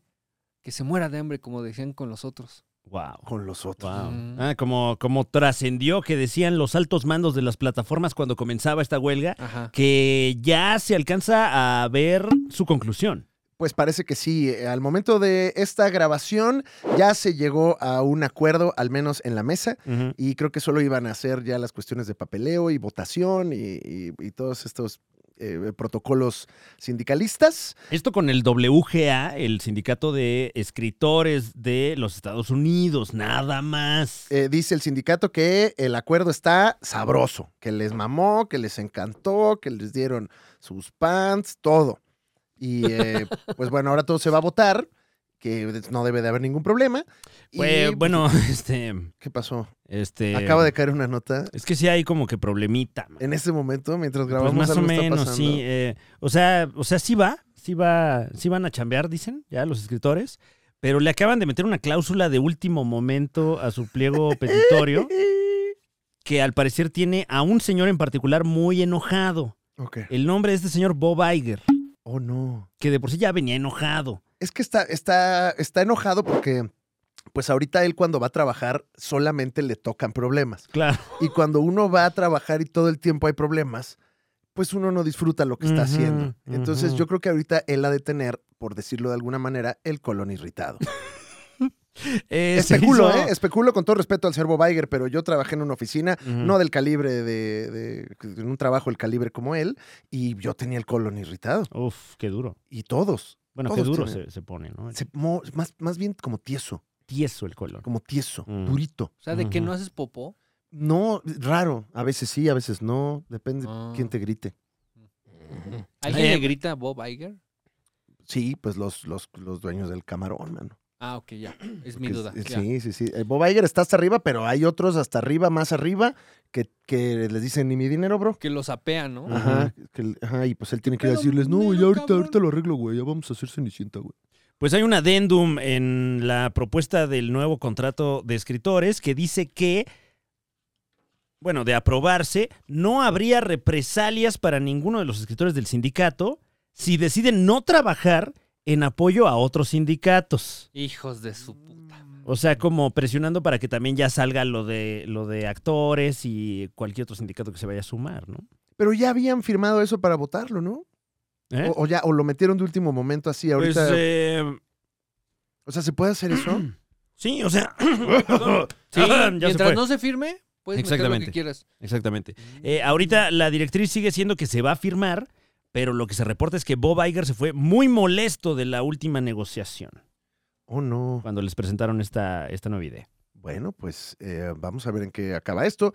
[SPEAKER 3] que se muera de hambre como decían con los otros.
[SPEAKER 5] Wow.
[SPEAKER 1] Con los otros.
[SPEAKER 5] Wow.
[SPEAKER 3] Mm.
[SPEAKER 5] Ah, como, como trascendió que decían los altos mandos de las plataformas cuando comenzaba esta huelga,
[SPEAKER 3] Ajá.
[SPEAKER 5] que ya se alcanza a ver su conclusión.
[SPEAKER 1] Pues parece que sí. Eh, Al momento de esta grabación ya se llegó a un acuerdo, al menos en la mesa, y creo que solo iban a hacer ya las cuestiones de papeleo y votación y, y- y todos estos eh, protocolos sindicalistas.
[SPEAKER 5] Esto con el WGA, el sindicato de escritores de los Estados Unidos, nada más.
[SPEAKER 1] Eh, dice el sindicato que el acuerdo está sabroso, que les mamó, que les encantó, que les dieron sus pants, todo. Y eh, pues bueno, ahora todo se va a votar, que no debe de haber ningún problema. Y,
[SPEAKER 5] Pues, bueno, este,
[SPEAKER 1] ¿Qué pasó?
[SPEAKER 5] este.
[SPEAKER 1] Acaba de caer una nota.
[SPEAKER 5] Es que sí hay como que problemita. man.
[SPEAKER 1] En este momento, mientras
[SPEAKER 5] Pues
[SPEAKER 1] grabamos,
[SPEAKER 5] más o
[SPEAKER 1] algo está
[SPEAKER 5] menos,
[SPEAKER 1] pasando.
[SPEAKER 5] sí. eh, o sea, o sea, sí va, sí va, sí van a chambear, dicen, ya los escritores, pero le acaban de meter una cláusula de último momento a su pliego petitorio que al parecer tiene a un señor en particular muy enojado.
[SPEAKER 1] Ok.
[SPEAKER 5] El nombre de este señor Bob Iger,
[SPEAKER 1] Oh, no.
[SPEAKER 5] que de por sí ya venía enojado.
[SPEAKER 1] Es que está, está, está enojado porque, pues ahorita él cuando va a trabajar solamente le tocan problemas.
[SPEAKER 5] Claro.
[SPEAKER 1] Y cuando uno va a trabajar y todo el tiempo hay problemas, pues uno no disfruta lo que está
[SPEAKER 5] Ujú,
[SPEAKER 1] haciendo. Entonces
[SPEAKER 5] ujú.
[SPEAKER 1] yo creo que ahorita él ha de tener, por decirlo de alguna manera, el colon irritado. Especulo, ¿eh? Especulo con todo respeto al servo Weiger, pero yo trabajé en una oficina,
[SPEAKER 5] Ujú.
[SPEAKER 1] no del calibre de, de- en un trabajo el calibre como él, y yo tenía el colon irritado.
[SPEAKER 5] Uf, qué duro.
[SPEAKER 1] Y todos.
[SPEAKER 5] Bueno, qué
[SPEAKER 1] Todos
[SPEAKER 5] duro
[SPEAKER 1] tienen.
[SPEAKER 5] se, se pone, ¿no?
[SPEAKER 1] Se mo- más, más bien como tieso,
[SPEAKER 5] Tieso el color.
[SPEAKER 1] como tieso,
[SPEAKER 5] Mm.
[SPEAKER 1] durito.
[SPEAKER 3] O sea, de que
[SPEAKER 5] Ujú.
[SPEAKER 3] no haces popó.
[SPEAKER 1] No, raro. A veces sí, a veces no. Depende
[SPEAKER 3] Ah.
[SPEAKER 1] quién te grite.
[SPEAKER 3] ¿Alguien
[SPEAKER 5] Eh,
[SPEAKER 3] le grita a Bob Iger?
[SPEAKER 1] Sí, pues los, los, los dueños del camarón, mano.
[SPEAKER 3] Ah, ok, ya. Es mi
[SPEAKER 1] Que es-
[SPEAKER 3] duda.
[SPEAKER 1] eh,
[SPEAKER 3] ya.
[SPEAKER 1] Sí, sí, sí. Eh, Bob Iger está hasta arriba, pero hay otros hasta arriba, más arriba, que, que les dicen ni mi dinero, bro.
[SPEAKER 3] Que lo sapea, ¿no?
[SPEAKER 1] Ajá, que el- ajá, y pues él tiene que
[SPEAKER 3] Pero,
[SPEAKER 1] decirles, no,
[SPEAKER 3] mero
[SPEAKER 1] ya ahorita,
[SPEAKER 3] cabrón.
[SPEAKER 1] ahorita lo arreglo, güey, ya vamos a hacer cenicienta, güey.
[SPEAKER 5] Pues hay un adendum en la propuesta del nuevo contrato de escritores que dice que, bueno, de aprobarse, no habría represalias para ninguno de los escritores del sindicato si deciden no trabajar en apoyo a otros sindicatos.
[SPEAKER 3] Hijos de su puta.
[SPEAKER 5] O sea, como presionando para que también ya salga lo de, lo de actores y cualquier otro sindicato que se vaya a sumar, ¿no?
[SPEAKER 1] Pero ya habían firmado eso para votarlo, ¿no?
[SPEAKER 5] ¿Eh?
[SPEAKER 1] O, o ya, o lo metieron de último momento así,
[SPEAKER 5] Pues,
[SPEAKER 1] ahorita.
[SPEAKER 5] eh,
[SPEAKER 1] O sea, ¿se puede hacer eso?
[SPEAKER 5] sí, o sea...
[SPEAKER 3] Sí,
[SPEAKER 5] Ya se
[SPEAKER 3] mientras
[SPEAKER 5] fue.
[SPEAKER 3] no se firme, puedes meter lo
[SPEAKER 5] Exactamente.
[SPEAKER 3] que quieras.
[SPEAKER 5] Exactamente. Eh, ahorita la directriz sigue siendo que se va a firmar, pero lo que se reporta es que Bob Iger se fue muy molesto de la última negociación
[SPEAKER 1] Oh, no.
[SPEAKER 5] cuando les presentaron esta, esta nueva idea.
[SPEAKER 1] Bueno, pues eh, vamos a ver en qué acaba esto.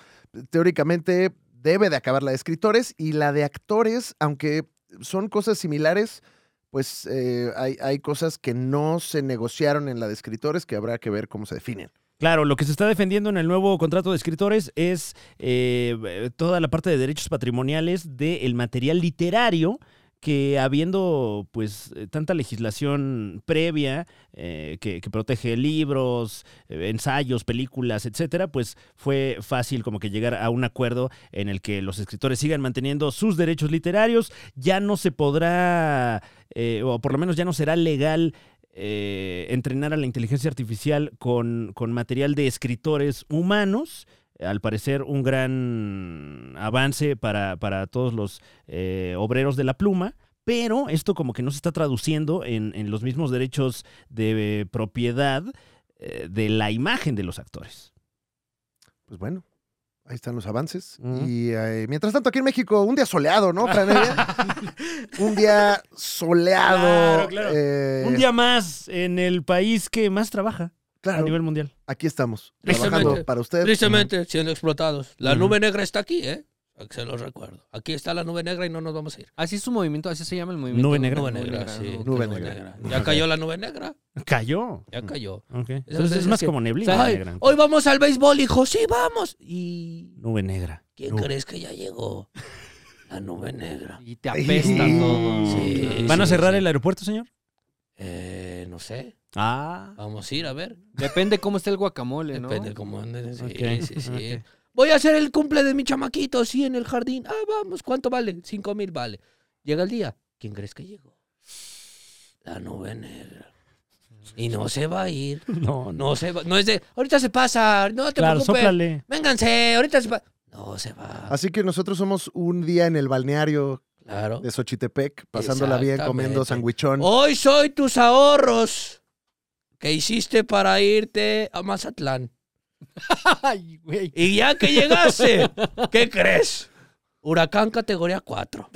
[SPEAKER 1] Teóricamente debe de acabar la de escritores y la de actores, aunque son cosas similares, pues eh, hay, hay cosas que no se negociaron en la de escritores que habrá que ver cómo se definen.
[SPEAKER 5] Claro, lo que se está defendiendo en el nuevo contrato de escritores es eh, toda la parte de derechos patrimoniales del material literario que habiendo pues eh, tanta legislación previa eh, que, que protege libros, eh, ensayos, películas, etcétera, pues fue fácil como que llegar a un acuerdo en el que los escritores sigan manteniendo sus derechos literarios, ya no se podrá, eh, o por lo menos ya no será legal eh, entrenar a la inteligencia artificial con, con material de escritores humanos. Al parecer, un gran avance para, para todos los eh, obreros de la pluma, pero esto como que no se está traduciendo en, en los mismos derechos de propiedad eh, de la imagen de los actores.
[SPEAKER 1] Pues bueno, ahí están los avances.
[SPEAKER 5] Ujú.
[SPEAKER 1] Y eh, mientras tanto, aquí en México, un día soleado, ¿no, Fran Evia? un día soleado.
[SPEAKER 5] Claro, claro.
[SPEAKER 1] eh,
[SPEAKER 5] Un día más en el país que más trabaja
[SPEAKER 1] claro,
[SPEAKER 5] a nivel mundial.
[SPEAKER 1] aquí estamos.
[SPEAKER 2] Tristemente.
[SPEAKER 1] Trabajando para usted.
[SPEAKER 2] Tristemente, siendo explotados. La nube negra está aquí, ¿eh? Para que Se los recuerdo. Aquí está la nube negra y no nos vamos a ir.
[SPEAKER 3] Así es su movimiento, así se llama el movimiento.
[SPEAKER 5] Nube negra.
[SPEAKER 2] Nube negra, sí.
[SPEAKER 3] ¿no?
[SPEAKER 1] Nube negra.
[SPEAKER 2] Ya cayó la nube negra.
[SPEAKER 5] Cayó.
[SPEAKER 2] Ya cayó.
[SPEAKER 5] Ok.
[SPEAKER 2] Entonces,
[SPEAKER 5] Entonces es
[SPEAKER 2] es
[SPEAKER 5] más
[SPEAKER 2] que-
[SPEAKER 5] como neblina
[SPEAKER 2] Ay,
[SPEAKER 5] negra.
[SPEAKER 2] hoy vamos al béisbol, hijo. Sí, vamos. ¿Y
[SPEAKER 5] Nube negra.
[SPEAKER 2] quién crees que ya llegó? La nube negra.
[SPEAKER 3] Y te apesta todo.
[SPEAKER 2] Sí,
[SPEAKER 5] ¿Van a
[SPEAKER 2] sí,
[SPEAKER 5] cerrar
[SPEAKER 2] sí.
[SPEAKER 5] el aeropuerto, señor?
[SPEAKER 2] Eh, no sé.
[SPEAKER 5] Ah.
[SPEAKER 2] Vamos a ir a ver.
[SPEAKER 3] Depende cómo esté el guacamole, ¿no?
[SPEAKER 2] Depende cómo anden. Sí,
[SPEAKER 5] Ok,
[SPEAKER 2] sí, sí.
[SPEAKER 5] ok.
[SPEAKER 2] Voy a hacer el cumple de mi chamaquito, sí, en el jardín. Ah, vamos, ¿cuánto vale? Cinco mil vale. Llega el día. ¿Quién crees que llegó? La nube negra. Y no se va a ir.
[SPEAKER 5] No, no.
[SPEAKER 2] No se va. No es de. Ahorita se pasa. No te
[SPEAKER 5] Claro,
[SPEAKER 2] preocupes.
[SPEAKER 5] sóplale.
[SPEAKER 2] Vénganse, ahorita se va. No se va.
[SPEAKER 1] Así que nosotros somos un día en el balneario
[SPEAKER 2] Claro.
[SPEAKER 1] de Xochitepec, pasándola bien, comiendo
[SPEAKER 2] Exactamente.
[SPEAKER 5] Oh.
[SPEAKER 1] sandwichón.
[SPEAKER 2] Hoy soy tus ahorros que hiciste para irte a Mazatlán.
[SPEAKER 3] Ay, güey.
[SPEAKER 2] Y ya que llegaste, ¿qué crees? Huracán categoría 4.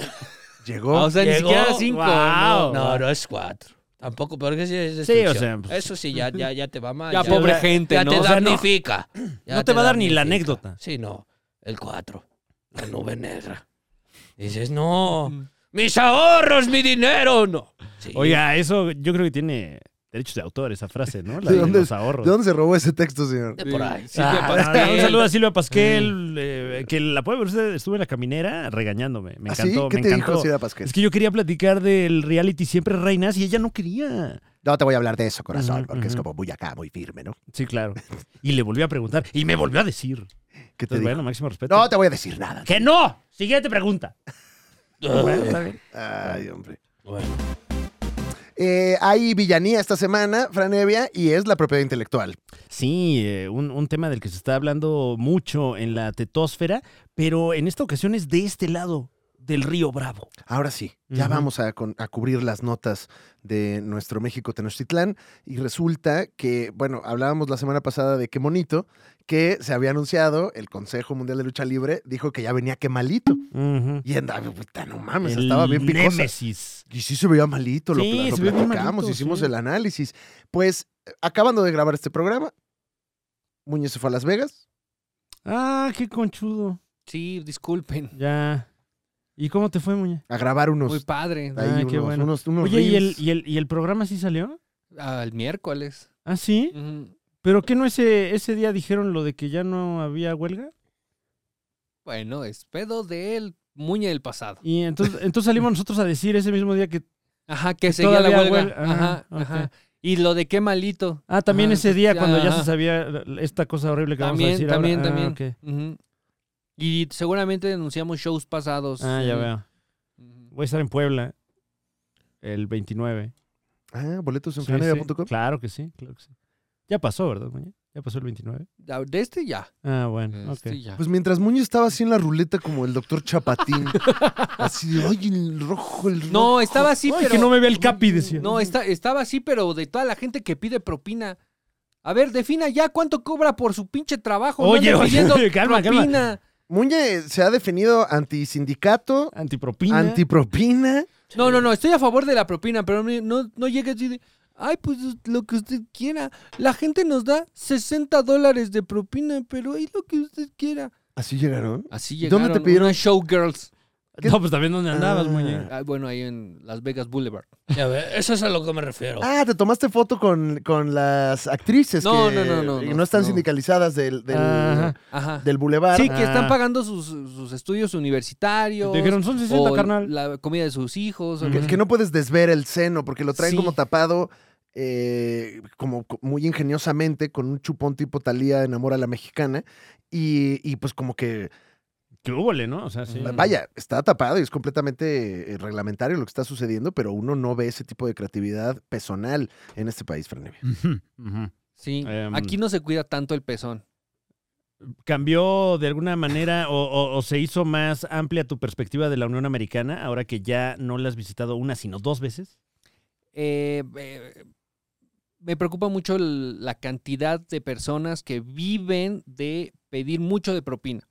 [SPEAKER 1] Llegó.
[SPEAKER 3] Ah, o sea, ni
[SPEAKER 2] Llegó.
[SPEAKER 3] siquiera cinco.
[SPEAKER 5] Guau.
[SPEAKER 3] ¿no?
[SPEAKER 2] No, no es 4. Tampoco, pero que sí es
[SPEAKER 5] Sí, o
[SPEAKER 2] destrucción.
[SPEAKER 5] sea, pues-
[SPEAKER 2] Eso sí, ya, ya, ya te va mal.
[SPEAKER 3] Ya, pobre gente,
[SPEAKER 2] ya
[SPEAKER 3] ¿no?
[SPEAKER 2] te
[SPEAKER 3] O sea, no-
[SPEAKER 2] damnifica. Ya
[SPEAKER 5] No te va a dar ni la
[SPEAKER 2] damnifica.
[SPEAKER 5] anécdota.
[SPEAKER 2] Sí, no. El 4. La nube negra. Dices, no. Mis ahorros, mi dinero, no. Sí.
[SPEAKER 5] Oiga, eso yo creo que tiene derechos de autor esa frase, ¿no? La
[SPEAKER 1] ¿De
[SPEAKER 5] de,
[SPEAKER 1] dónde
[SPEAKER 5] los
[SPEAKER 1] es?
[SPEAKER 5] ahorros.
[SPEAKER 1] ¿De dónde se robó ese texto, señor?
[SPEAKER 2] De por ahí.
[SPEAKER 3] Sí, que
[SPEAKER 5] Ah,
[SPEAKER 3] aparte-
[SPEAKER 5] un saludo a Silvia Pasquel, eh, que la puede ver usted, estuve en la caminera regañándome. Me
[SPEAKER 1] ¿Ah, sí?
[SPEAKER 5] encantó,
[SPEAKER 1] ¿Qué
[SPEAKER 5] me
[SPEAKER 1] te dijo
[SPEAKER 5] encantó.
[SPEAKER 1] Silvia Pasquel?
[SPEAKER 5] Es que yo quería platicar del reality Siempre Reinas y ella no quería.
[SPEAKER 1] No te voy a hablar de eso, corazón,
[SPEAKER 5] Ujú,
[SPEAKER 1] porque es
[SPEAKER 5] ujú.
[SPEAKER 1] como muy acá, muy firme, ¿no?
[SPEAKER 5] Sí, claro. Y le volvió a preguntar y me volvió a decir.
[SPEAKER 1] ¿Qué te
[SPEAKER 5] Entonces,
[SPEAKER 1] dijo?
[SPEAKER 5] bueno, máximo respeto.
[SPEAKER 1] No te voy a decir nada.
[SPEAKER 5] ¡Que no! Siguiente pregunta. Bueno, está bien.
[SPEAKER 1] Ay, hombre.
[SPEAKER 2] Bueno.
[SPEAKER 1] Eh, hay villanía esta semana, Franevia, y es la propiedad intelectual.
[SPEAKER 5] Sí, eh, un, un tema del que se está hablando mucho en la tetósfera, pero en esta ocasión es de este lado del río Bravo.
[SPEAKER 1] Ahora sí, ya
[SPEAKER 5] Ujú.
[SPEAKER 1] vamos a, con- a cubrir las notas de nuestro México Tenochtitlán. Y resulta que, bueno, hablábamos la semana pasada de qué monito, que se había anunciado, el Consejo Mundial de Lucha Libre dijo que ya venía que malito. Y andaba, puta, no mames,
[SPEAKER 3] Pues
[SPEAKER 5] El
[SPEAKER 1] estaba bien picosa.
[SPEAKER 5] Némesis.
[SPEAKER 1] Y sí se veía malito, lo,
[SPEAKER 5] Sí,
[SPEAKER 1] pla- lo
[SPEAKER 5] se ve bien
[SPEAKER 1] platicamos,
[SPEAKER 5] malito,
[SPEAKER 1] hicimos
[SPEAKER 5] sí.
[SPEAKER 1] el análisis. Pues, eh, acabando de grabar este programa, Muñez se fue a Las Vegas.
[SPEAKER 5] Ah, qué conchudo.
[SPEAKER 3] Sí, disculpen.
[SPEAKER 5] Ya. ¿Y cómo te fue, Muña?
[SPEAKER 1] A grabar unos.
[SPEAKER 3] Muy padre.
[SPEAKER 1] ahí
[SPEAKER 5] Ah,
[SPEAKER 1] unos,
[SPEAKER 5] qué bueno.
[SPEAKER 1] unos- unos
[SPEAKER 5] Oye, ¿y el,
[SPEAKER 1] reels.
[SPEAKER 5] y, el, ¿y el programa sí salió?
[SPEAKER 3] Al miércoles.
[SPEAKER 5] Ah, sí.
[SPEAKER 3] Ujú.
[SPEAKER 5] ¿Pero qué no ese, ese día dijeron lo de que ya no había huelga?
[SPEAKER 3] Bueno, es pedo del muñe del pasado.
[SPEAKER 5] Y entonces, entonces salimos nosotros a decir ese mismo día que.
[SPEAKER 3] Ajá, que seguía la
[SPEAKER 5] todavía
[SPEAKER 3] huelga.
[SPEAKER 5] huelga.
[SPEAKER 3] Ajá,
[SPEAKER 5] Ah,
[SPEAKER 3] ajá.
[SPEAKER 5] ok.
[SPEAKER 3] Y lo de qué malito.
[SPEAKER 5] Ah, también
[SPEAKER 3] Ah,
[SPEAKER 5] ese día
[SPEAKER 3] ya,
[SPEAKER 5] cuando ya
[SPEAKER 3] ajá.
[SPEAKER 5] se sabía la- esta cosa horrible que vamos a
[SPEAKER 3] También,
[SPEAKER 5] decir
[SPEAKER 3] también,
[SPEAKER 5] ahora. Ah,
[SPEAKER 3] también.
[SPEAKER 5] ok.
[SPEAKER 3] Ujú. Y seguramente denunciamos shows pasados.
[SPEAKER 5] Ah, ya
[SPEAKER 3] Ujú.
[SPEAKER 5] veo.
[SPEAKER 3] Ujú.
[SPEAKER 5] Voy a estar en Puebla el 29.
[SPEAKER 1] Ah, boletos en
[SPEAKER 5] Sí, sí.
[SPEAKER 1] franevia.com.
[SPEAKER 5] Claro que sí, claro que sí. Ya pasó, ¿verdad, Muñe? Ya pasó el 29.
[SPEAKER 3] Ya, De este ya.
[SPEAKER 5] Ah, bueno, ok.
[SPEAKER 3] Este ya.
[SPEAKER 1] Pues mientras Muñoz estaba así en la ruleta como el doctor Chapatín. así de, ay, el rojo, el rojo.
[SPEAKER 3] no, estaba así,
[SPEAKER 5] Ay,
[SPEAKER 3] pero.
[SPEAKER 5] que no me vea el capi, decía.
[SPEAKER 3] No, está, estaba así, pero de toda la gente que pide propina. A ver, defina ya cuánto cobra por su pinche trabajo. No
[SPEAKER 5] Oye,
[SPEAKER 3] ande
[SPEAKER 5] oye,
[SPEAKER 3] pidiendo
[SPEAKER 5] calma, calma.
[SPEAKER 3] propina.
[SPEAKER 1] Muñe se ha definido antisindicato,
[SPEAKER 5] Antipropina.
[SPEAKER 1] antipropina.
[SPEAKER 3] No, no, no, estoy a favor de la propina, pero no, no, no llegues y de, ay, pues lo que usted quiera. La gente nos da 60 dólares de propina, pero ahí lo que usted quiera.
[SPEAKER 1] Así llegaron.
[SPEAKER 3] Así
[SPEAKER 1] ¿Dónde te
[SPEAKER 3] llegaron.
[SPEAKER 1] pidieron?
[SPEAKER 3] unas showgirls.
[SPEAKER 1] ¿Qué?
[SPEAKER 5] No, pues también dónde andabas,
[SPEAKER 1] Ah.
[SPEAKER 5] muñe.
[SPEAKER 3] Ah, bueno, ahí en Las Vegas Boulevard.
[SPEAKER 2] Ya ve, eso es a lo que me refiero.
[SPEAKER 1] Ah, te tomaste foto con, con las actrices
[SPEAKER 3] No,
[SPEAKER 1] que
[SPEAKER 3] no, no, no,
[SPEAKER 1] que
[SPEAKER 3] no,
[SPEAKER 1] no están
[SPEAKER 3] no.
[SPEAKER 1] sindicalizadas del, del,
[SPEAKER 5] Ajá.
[SPEAKER 3] Ajá.
[SPEAKER 1] del bulevar.
[SPEAKER 3] Sí, que
[SPEAKER 5] Ah.
[SPEAKER 3] están pagando sus, sus estudios universitarios.
[SPEAKER 5] Te dijeron, son 60,
[SPEAKER 3] o
[SPEAKER 5] carnal.
[SPEAKER 3] La comida de sus hijos. o algo
[SPEAKER 1] Que,
[SPEAKER 3] así.
[SPEAKER 1] que no puedes desver el seno porque lo traen
[SPEAKER 3] Sí.
[SPEAKER 1] como tapado, eh, como co- muy ingeniosamente, con un chupón tipo Talía enamora a la mexicana. Y, y pues como que,
[SPEAKER 5] Qué húbole, ¿no? O sea, sí.
[SPEAKER 3] Mm.
[SPEAKER 1] vaya, está tapado y es completamente eh, reglamentario lo que está sucediendo, pero uno no ve ese tipo de creatividad personal en este país, Fran Evia.
[SPEAKER 5] Ujú, ujú.
[SPEAKER 3] Sí.
[SPEAKER 5] Em.
[SPEAKER 3] Aquí no se cuida tanto el pezón.
[SPEAKER 5] ¿Cambió de alguna manera o, o- o se hizo más amplia tu perspectiva de la Unión Americana ahora que ya no la has visitado una, sino dos veces?
[SPEAKER 3] Eh, eh, me preocupa mucho el- la cantidad de personas que viven de pedir mucho de propina.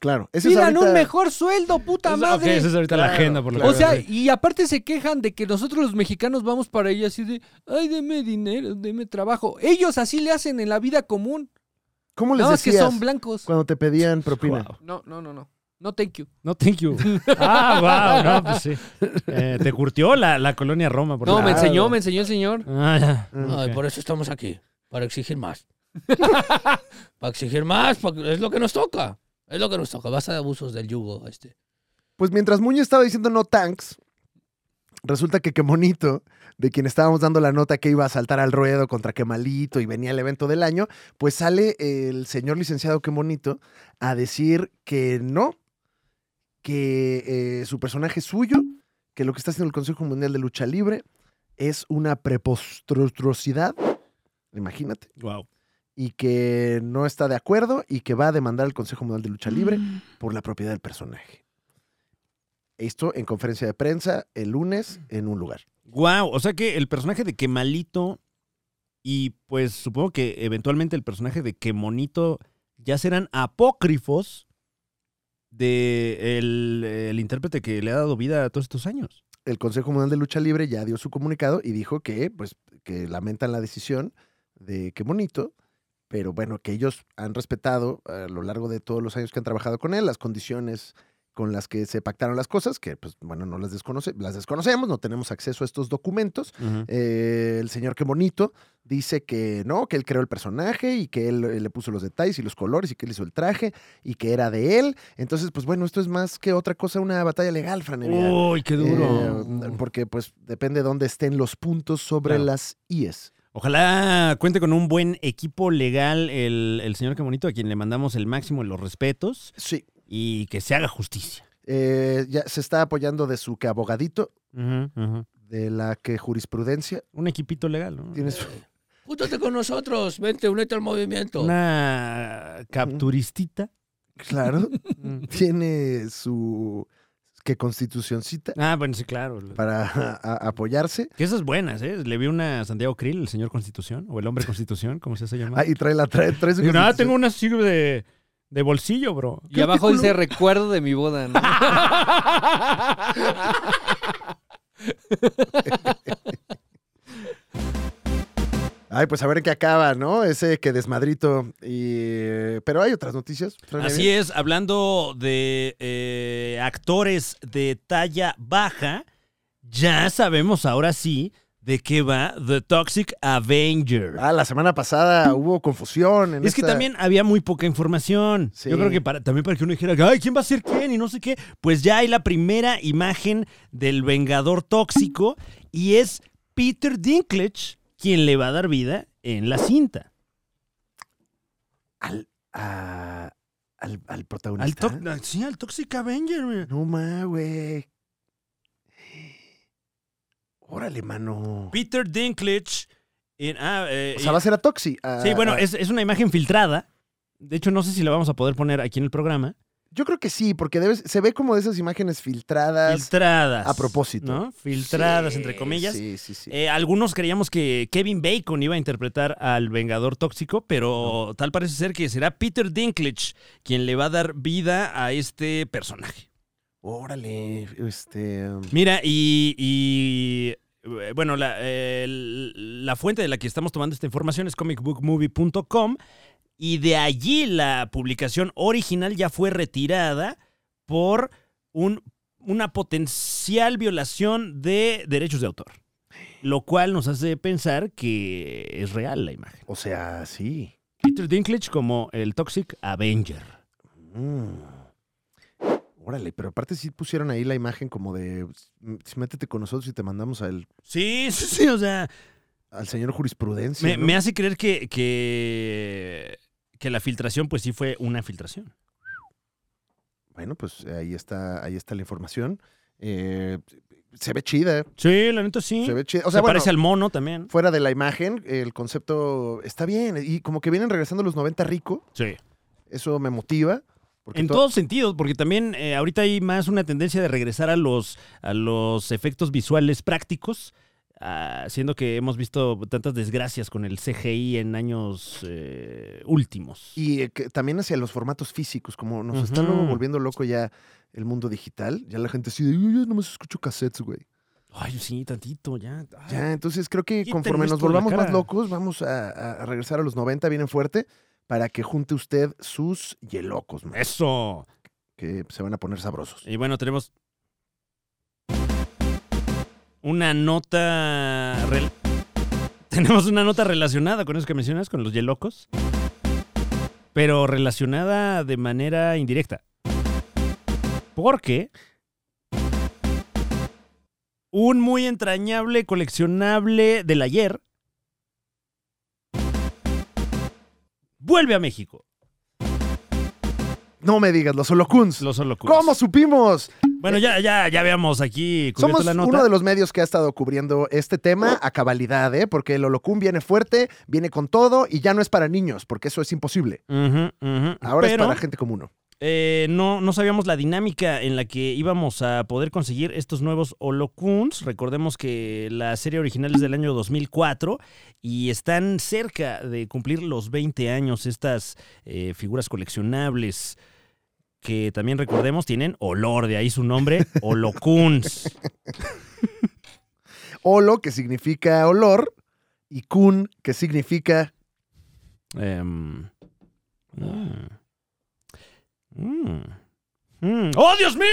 [SPEAKER 1] Claro. ese es
[SPEAKER 3] ¡Pidan
[SPEAKER 1] ahorita-
[SPEAKER 3] un mejor sueldo, puta
[SPEAKER 5] Eso- ok,
[SPEAKER 3] madre!
[SPEAKER 5] esa es ahorita la
[SPEAKER 1] Claro,
[SPEAKER 5] agenda, por lo
[SPEAKER 1] claro.
[SPEAKER 3] O
[SPEAKER 5] que
[SPEAKER 3] sea,
[SPEAKER 5] veo, sí.
[SPEAKER 3] y aparte se quejan de que nosotros los mexicanos vamos para ellos así de, ay, deme dinero, deme trabajo. Ellos así le hacen en la vida común.
[SPEAKER 1] ¿Cómo les
[SPEAKER 3] Nada más que
[SPEAKER 1] decías
[SPEAKER 3] son blancos.
[SPEAKER 1] cuando te pedían propina?
[SPEAKER 5] Guau.
[SPEAKER 3] No, no, no, no. No, thank you.
[SPEAKER 5] No, thank you. Ah, wow, no, pues sí. Eh, te curtió la, la colonia Roma, por
[SPEAKER 3] No, me
[SPEAKER 5] la-
[SPEAKER 3] enseñó, me enseñó el señor.
[SPEAKER 5] Ah, ya.
[SPEAKER 1] Mm.
[SPEAKER 2] Ay,
[SPEAKER 5] ok.
[SPEAKER 2] Por eso estamos aquí, para exigir más. para exigir más, pa- es lo que nos toca. Es lo que nos toca. Basta de abusos del yugo. Este.
[SPEAKER 1] Pues mientras Muñoz estaba diciendo no tanks, resulta que qué bonito, de quien estábamos dando la nota que iba a saltar al ruedo contra qué malito y venía el evento del año, pues sale el señor licenciado qué bonito a decir que no, que eh, su personaje es suyo, que lo que está haciendo el Consejo Mundial de Lucha Libre es una prepostruosidad, imagínate,
[SPEAKER 5] Guau.
[SPEAKER 1] y que no está de acuerdo y que va a demandar al Consejo Mundial de Lucha Libre por la propiedad del personaje. Esto en conferencia de prensa el lunes en un lugar.
[SPEAKER 5] Guau, o sea que el personaje de Quemalito y pues supongo que eventualmente el personaje de Quemonito ya serán apócrifos de el, el intérprete que le ha dado vida a todos estos años.
[SPEAKER 1] El Consejo Mundial de Lucha Libre ya dio su comunicado y dijo que, pues, que lamentan la decisión de qué bonito, pero bueno, que ellos han respetado a lo largo de todos los años que han trabajado con él las condiciones con las que se pactaron las cosas, que pues bueno, no las desconoce, las desconocemos, no tenemos acceso a estos documentos, Eh, el señor Qué Bonito dice que no, que él creó el personaje y que él eh, le puso los detalles y los colores y que él hizo el traje y que era de él. Entonces, pues bueno, esto es más que otra cosa, una batalla legal, Fran. Evia.
[SPEAKER 5] Uy, qué duro.
[SPEAKER 1] Eh, porque pues depende de dónde estén los puntos sobre
[SPEAKER 5] Claro.
[SPEAKER 1] las IES.
[SPEAKER 5] Ojalá cuente con un buen equipo legal el, el señor Quemonito, a quien le mandamos el máximo de los respetos
[SPEAKER 1] Sí.
[SPEAKER 5] y que se haga justicia.
[SPEAKER 1] Eh, ya se está apoyando de su que abogadito,
[SPEAKER 5] Ujú, ujú.
[SPEAKER 1] de la que jurisprudencia.
[SPEAKER 5] Un equipito legal, ¿no?
[SPEAKER 1] Tiene su-
[SPEAKER 2] Júntate con nosotros, vente, únete al movimiento.
[SPEAKER 5] Una capturistita.
[SPEAKER 1] claro,
[SPEAKER 5] Mm.
[SPEAKER 1] tiene su que constitucioncita
[SPEAKER 5] Ah, bueno, sí, claro.
[SPEAKER 1] para a- a- apoyarse.
[SPEAKER 5] Que esas buenas, ¿eh? Le vi una a Santiago Krill, el señor Constitución, o el hombre Constitución, como se hace llamar.
[SPEAKER 1] Ah, y trae la trae, trae su
[SPEAKER 5] Digo, nada,
[SPEAKER 1] constitución.
[SPEAKER 5] tengo una así de, de bolsillo, bro.
[SPEAKER 3] Y abajo dice recuerdo de mi boda, ¿no?
[SPEAKER 1] Ay, pues a ver en qué acaba, ¿no? Ese que desmadrito. Y... Pero hay otras noticias.
[SPEAKER 5] Así es, hablando de eh, actores de talla baja, ya sabemos ahora sí de qué va The Toxic Avenger.
[SPEAKER 1] Ah, la semana pasada hubo confusión. En
[SPEAKER 5] Es que
[SPEAKER 1] esta-
[SPEAKER 5] también había muy poca información.
[SPEAKER 1] Sí.
[SPEAKER 5] Yo creo que para, también para que uno dijera, ay, ¿quién va a ser quién? Y no sé qué. Pues ya hay la primera imagen del Vengador Tóxico y es Peter Dinklage quien le va a dar vida en la cinta.
[SPEAKER 1] Al, a- Ah, al, al
[SPEAKER 5] Al
[SPEAKER 1] protagonista.
[SPEAKER 5] to- sí, al Toxic Avenger. güey.
[SPEAKER 1] No ma, güey. Órale, mano.
[SPEAKER 5] Peter Dinklage. en- ah, eh,
[SPEAKER 1] O sea, va a ser a Toxi. Ah, a-
[SPEAKER 5] sí, bueno, eh
[SPEAKER 1] a-
[SPEAKER 5] es, es una imagen filtrada. De hecho, no sé si la vamos a poder poner aquí en el programa.
[SPEAKER 1] Yo creo que sí, porque debes- se ve como de esas imágenes filtradas.
[SPEAKER 5] Filtradas.
[SPEAKER 1] a propósito.
[SPEAKER 5] ¿No? Filtradas,
[SPEAKER 1] Sí,
[SPEAKER 5] entre comillas.
[SPEAKER 1] Sí, sí, sí.
[SPEAKER 5] Eh, algunos creíamos que Kevin Bacon iba a interpretar al Vengador Tóxico, pero tal parece ser que será Peter Dinklage quien le va a dar vida a este personaje.
[SPEAKER 1] Órale. Este. um,
[SPEAKER 5] Mira, y, y, eh, bueno, la, eh, la fuente de la que estamos tomando esta información es comicbookmovie.com y de allí la publicación original ya fue retirada por un, una potencial violación de derechos de autor. Lo cual nos hace pensar que es real la imagen.
[SPEAKER 1] O sea, sí.
[SPEAKER 5] Peter Dinklage como el Toxic Avenger.
[SPEAKER 1] Mm. Órale, pero aparte sí pusieron ahí la imagen como de "Mm, sí, métete con nosotros y te mandamos al,
[SPEAKER 5] Sí, sí, sí, o sea,
[SPEAKER 1] al señor jurisprudencia.
[SPEAKER 5] me,
[SPEAKER 1] ¿no?
[SPEAKER 5] me hace creer que, que, que la filtración pues sí fue una filtración.
[SPEAKER 1] Bueno, pues ahí está, ahí está la información. Eh, se ve chida.
[SPEAKER 5] Sí, la neta sí.
[SPEAKER 1] Se ve chida. O
[SPEAKER 5] O
[SPEAKER 1] sea,
[SPEAKER 5] sea,
[SPEAKER 1] bueno,
[SPEAKER 5] parece al mono también.
[SPEAKER 1] fuera de la imagen, el concepto está bien. Y como que vienen regresando los 90 rico,
[SPEAKER 5] Sí.
[SPEAKER 1] eso me motiva. porque
[SPEAKER 5] En
[SPEAKER 1] to-
[SPEAKER 5] todos sentidos, porque también eh, ahorita hay más una tendencia de regresar a los, a los efectos visuales prácticos, ah, siendo que hemos visto tantas desgracias con el CGI en años eh, últimos.
[SPEAKER 1] Y eh, que también hacia los formatos físicos, como nos está
[SPEAKER 5] Ujú.
[SPEAKER 1] luego volviendo loco ya el mundo digital, ya la gente así de, "Yo- yo nomás escucho cassettes, güey.
[SPEAKER 5] Ay, sí, tantito, ya. Ay,
[SPEAKER 1] Ya, entonces creo que
[SPEAKER 5] Quítenme
[SPEAKER 1] conforme nos
[SPEAKER 5] esto de la
[SPEAKER 1] volvamos más
[SPEAKER 5] cara.
[SPEAKER 1] locos, vamos a, a- a regresar a los 90 bien en fuerte para que junte usted sus hielocos, man,
[SPEAKER 5] Eso.
[SPEAKER 1] que se van a poner sabrosos.
[SPEAKER 5] Y bueno, tenemos una nota... rel- Tenemos una nota relacionada con eso que mencionas, con los yelocos, pero relacionada de manera indirecta. Porque un muy entrañable coleccionable del ayer vuelve a México.
[SPEAKER 1] No me digas, los holocuns.
[SPEAKER 5] Los holocuns.
[SPEAKER 1] ¿Cómo supimos?
[SPEAKER 5] Bueno, ya, ya, ya veamos aquí cubierto
[SPEAKER 1] Somos
[SPEAKER 5] la nota.
[SPEAKER 1] uno de los medios que ha estado cubriendo este tema a cabalidad, ¿eh? Porque el holocún viene fuerte, viene con todo y ya no es para niños, porque eso es imposible.
[SPEAKER 5] Ujú, ujú.
[SPEAKER 1] Ahora
[SPEAKER 5] Pero,
[SPEAKER 1] es para gente común.
[SPEAKER 5] eh, no, no sabíamos la dinámica en la que íbamos a poder conseguir estos nuevos Holocuns. Recordemos que la serie original es del año 2004 y están cerca de cumplir los 20 años estas eh, figuras coleccionables que también recordemos tienen olor, de ahí su nombre, Holocuns.
[SPEAKER 1] Olo, que significa olor, y kun, que significa
[SPEAKER 5] Em, mm. Mm. Mm. ¡Oh, Dios mío,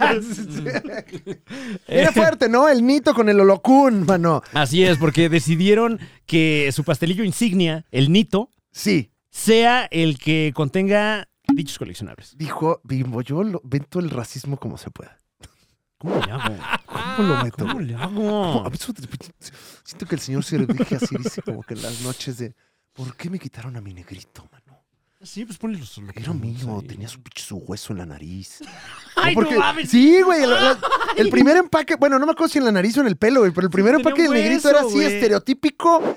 [SPEAKER 5] no! Eh.
[SPEAKER 1] Viene fuerte, ¿no? El nito con el holocún, mano.
[SPEAKER 5] Así es, porque decidieron que su pastelillo insignia, el Nito,
[SPEAKER 1] Sí,
[SPEAKER 5] sea el que contenga dichos coleccionables.
[SPEAKER 1] dijo Bimbo, yo lo, vento el racismo como se pueda.
[SPEAKER 5] ¿Cómo le hago?
[SPEAKER 1] ¿Cómo lo meto?
[SPEAKER 5] ¿Cómo
[SPEAKER 1] güey?
[SPEAKER 5] le
[SPEAKER 1] ¿Cómo?
[SPEAKER 5] hago?
[SPEAKER 1] A veces Siento que el señor se dirige así, dice como que en las noches de, ¿por qué me quitaron a mi negrito, mano?
[SPEAKER 5] Sí, pues ponle los
[SPEAKER 1] Era mío, tenía su pinche su hueso en la nariz.
[SPEAKER 5] ¡Ay,
[SPEAKER 1] Porque-
[SPEAKER 5] no mames!
[SPEAKER 1] Sí, güey. la- la- El primer empaque, bueno, no me acuerdo si en la nariz o en el pelo, güey, pero el primer
[SPEAKER 5] tenía
[SPEAKER 1] empaque del
[SPEAKER 5] un
[SPEAKER 1] negrito era así,
[SPEAKER 5] hueso, güey.
[SPEAKER 1] estereotípico.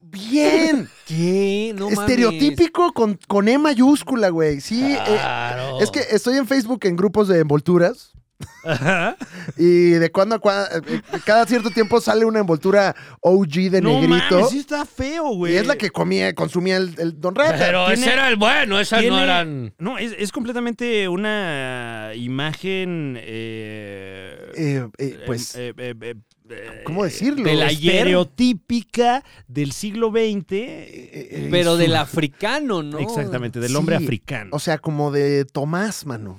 [SPEAKER 1] Bien.
[SPEAKER 3] ¿Qué? No mames.
[SPEAKER 1] estereotípico con, con E mayúscula, güey. Sí. eh,
[SPEAKER 2] Claro.
[SPEAKER 1] es que estoy en Facebook en grupos de envolturas. Y de cuando a cuando, cada cierto tiempo sale una envoltura OG de
[SPEAKER 5] No
[SPEAKER 1] negrito.
[SPEAKER 5] mames, sí está feo, güey.
[SPEAKER 1] y es la que comía, consumía el, el Don Rata.
[SPEAKER 2] Pero ese
[SPEAKER 5] tiene-
[SPEAKER 2] era el bueno, esas no
[SPEAKER 5] tiene-
[SPEAKER 2] eran.
[SPEAKER 5] No, es, es completamente una imagen... eh,
[SPEAKER 1] Eh, eh, pues,
[SPEAKER 5] eh, eh, eh, eh,
[SPEAKER 1] ¿cómo decirlo?
[SPEAKER 5] de la
[SPEAKER 3] Ayer.
[SPEAKER 5] estereotípica del siglo XX.
[SPEAKER 1] eh, eh,
[SPEAKER 3] Pero
[SPEAKER 1] su-
[SPEAKER 3] del africano, ¿no?
[SPEAKER 5] Exactamente, del hombre
[SPEAKER 1] Sí,
[SPEAKER 5] africano.
[SPEAKER 1] O sea, como de Tomás, mano.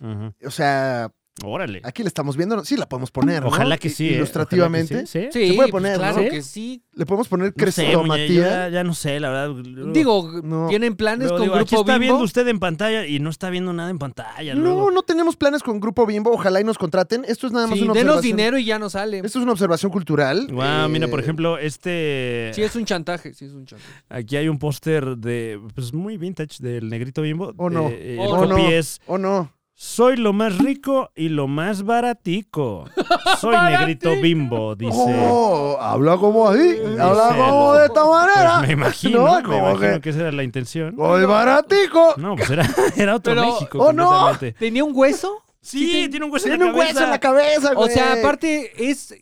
[SPEAKER 5] Ujú, ujú.
[SPEAKER 1] O sea,
[SPEAKER 5] Órale.
[SPEAKER 1] aquí le estamos viendo. Sí, la podemos poner. ¿no?
[SPEAKER 5] Ojalá que
[SPEAKER 1] I-
[SPEAKER 5] sí. eh.
[SPEAKER 1] Ilustrativamente.
[SPEAKER 5] Ojalá que sí, sí.
[SPEAKER 3] Sí,
[SPEAKER 1] Se puede poner,
[SPEAKER 3] pues, claro
[SPEAKER 1] ¿no?
[SPEAKER 3] que sí.
[SPEAKER 1] Le podemos poner
[SPEAKER 5] No sé, muñe, yo
[SPEAKER 1] crestomatía.
[SPEAKER 5] ya, ya no sé, la verdad. Luego-
[SPEAKER 3] Digo,
[SPEAKER 1] No.
[SPEAKER 3] tienen planes
[SPEAKER 5] luego
[SPEAKER 3] con
[SPEAKER 5] digo, aquí
[SPEAKER 3] Grupo
[SPEAKER 5] está viendo
[SPEAKER 3] Bimbo.
[SPEAKER 5] usted en pantalla y no está viendo nada en pantalla.
[SPEAKER 1] no,
[SPEAKER 5] luego.
[SPEAKER 1] no tenemos planes con Grupo Bimbo. Ojalá y nos contraten. Esto es nada más
[SPEAKER 3] Sí,
[SPEAKER 1] una
[SPEAKER 3] denos
[SPEAKER 1] observación.
[SPEAKER 3] dinero y ya no sale.
[SPEAKER 1] Esto es una observación cultural.
[SPEAKER 5] Guau,
[SPEAKER 1] Eh,
[SPEAKER 5] mira, por ejemplo, este.
[SPEAKER 3] Sí, es un chantaje, sí es un chantaje.
[SPEAKER 5] Aquí hay un póster de. Pues muy vintage del negrito bimbo.
[SPEAKER 1] Oh, no.
[SPEAKER 5] Eh,
[SPEAKER 3] Oh,
[SPEAKER 5] el
[SPEAKER 1] no.
[SPEAKER 5] copy es,
[SPEAKER 1] ¿O no?
[SPEAKER 5] Soy lo más rico y lo más baratico. Soy negrito bimbo, dice.
[SPEAKER 1] ¡Oh! Habla como así. Habla
[SPEAKER 5] Dice
[SPEAKER 1] como
[SPEAKER 5] el-
[SPEAKER 1] de esta manera.
[SPEAKER 5] Pues me imagino,
[SPEAKER 1] No,
[SPEAKER 5] me
[SPEAKER 1] como
[SPEAKER 5] imagino
[SPEAKER 1] que-
[SPEAKER 5] que... esa era la intención.
[SPEAKER 1] ¡Oy, baratico!
[SPEAKER 5] No, pues era, era otro
[SPEAKER 3] Pero-
[SPEAKER 5] México
[SPEAKER 1] ¡Oh, no!
[SPEAKER 5] completamente.
[SPEAKER 3] ¿Tenía un hueso?
[SPEAKER 5] Sí, tiene un hueso en
[SPEAKER 1] Tiene
[SPEAKER 5] la
[SPEAKER 1] un hueso
[SPEAKER 5] cabeza.
[SPEAKER 1] en la cabeza,
[SPEAKER 3] O
[SPEAKER 1] güey.
[SPEAKER 3] sea, aparte es...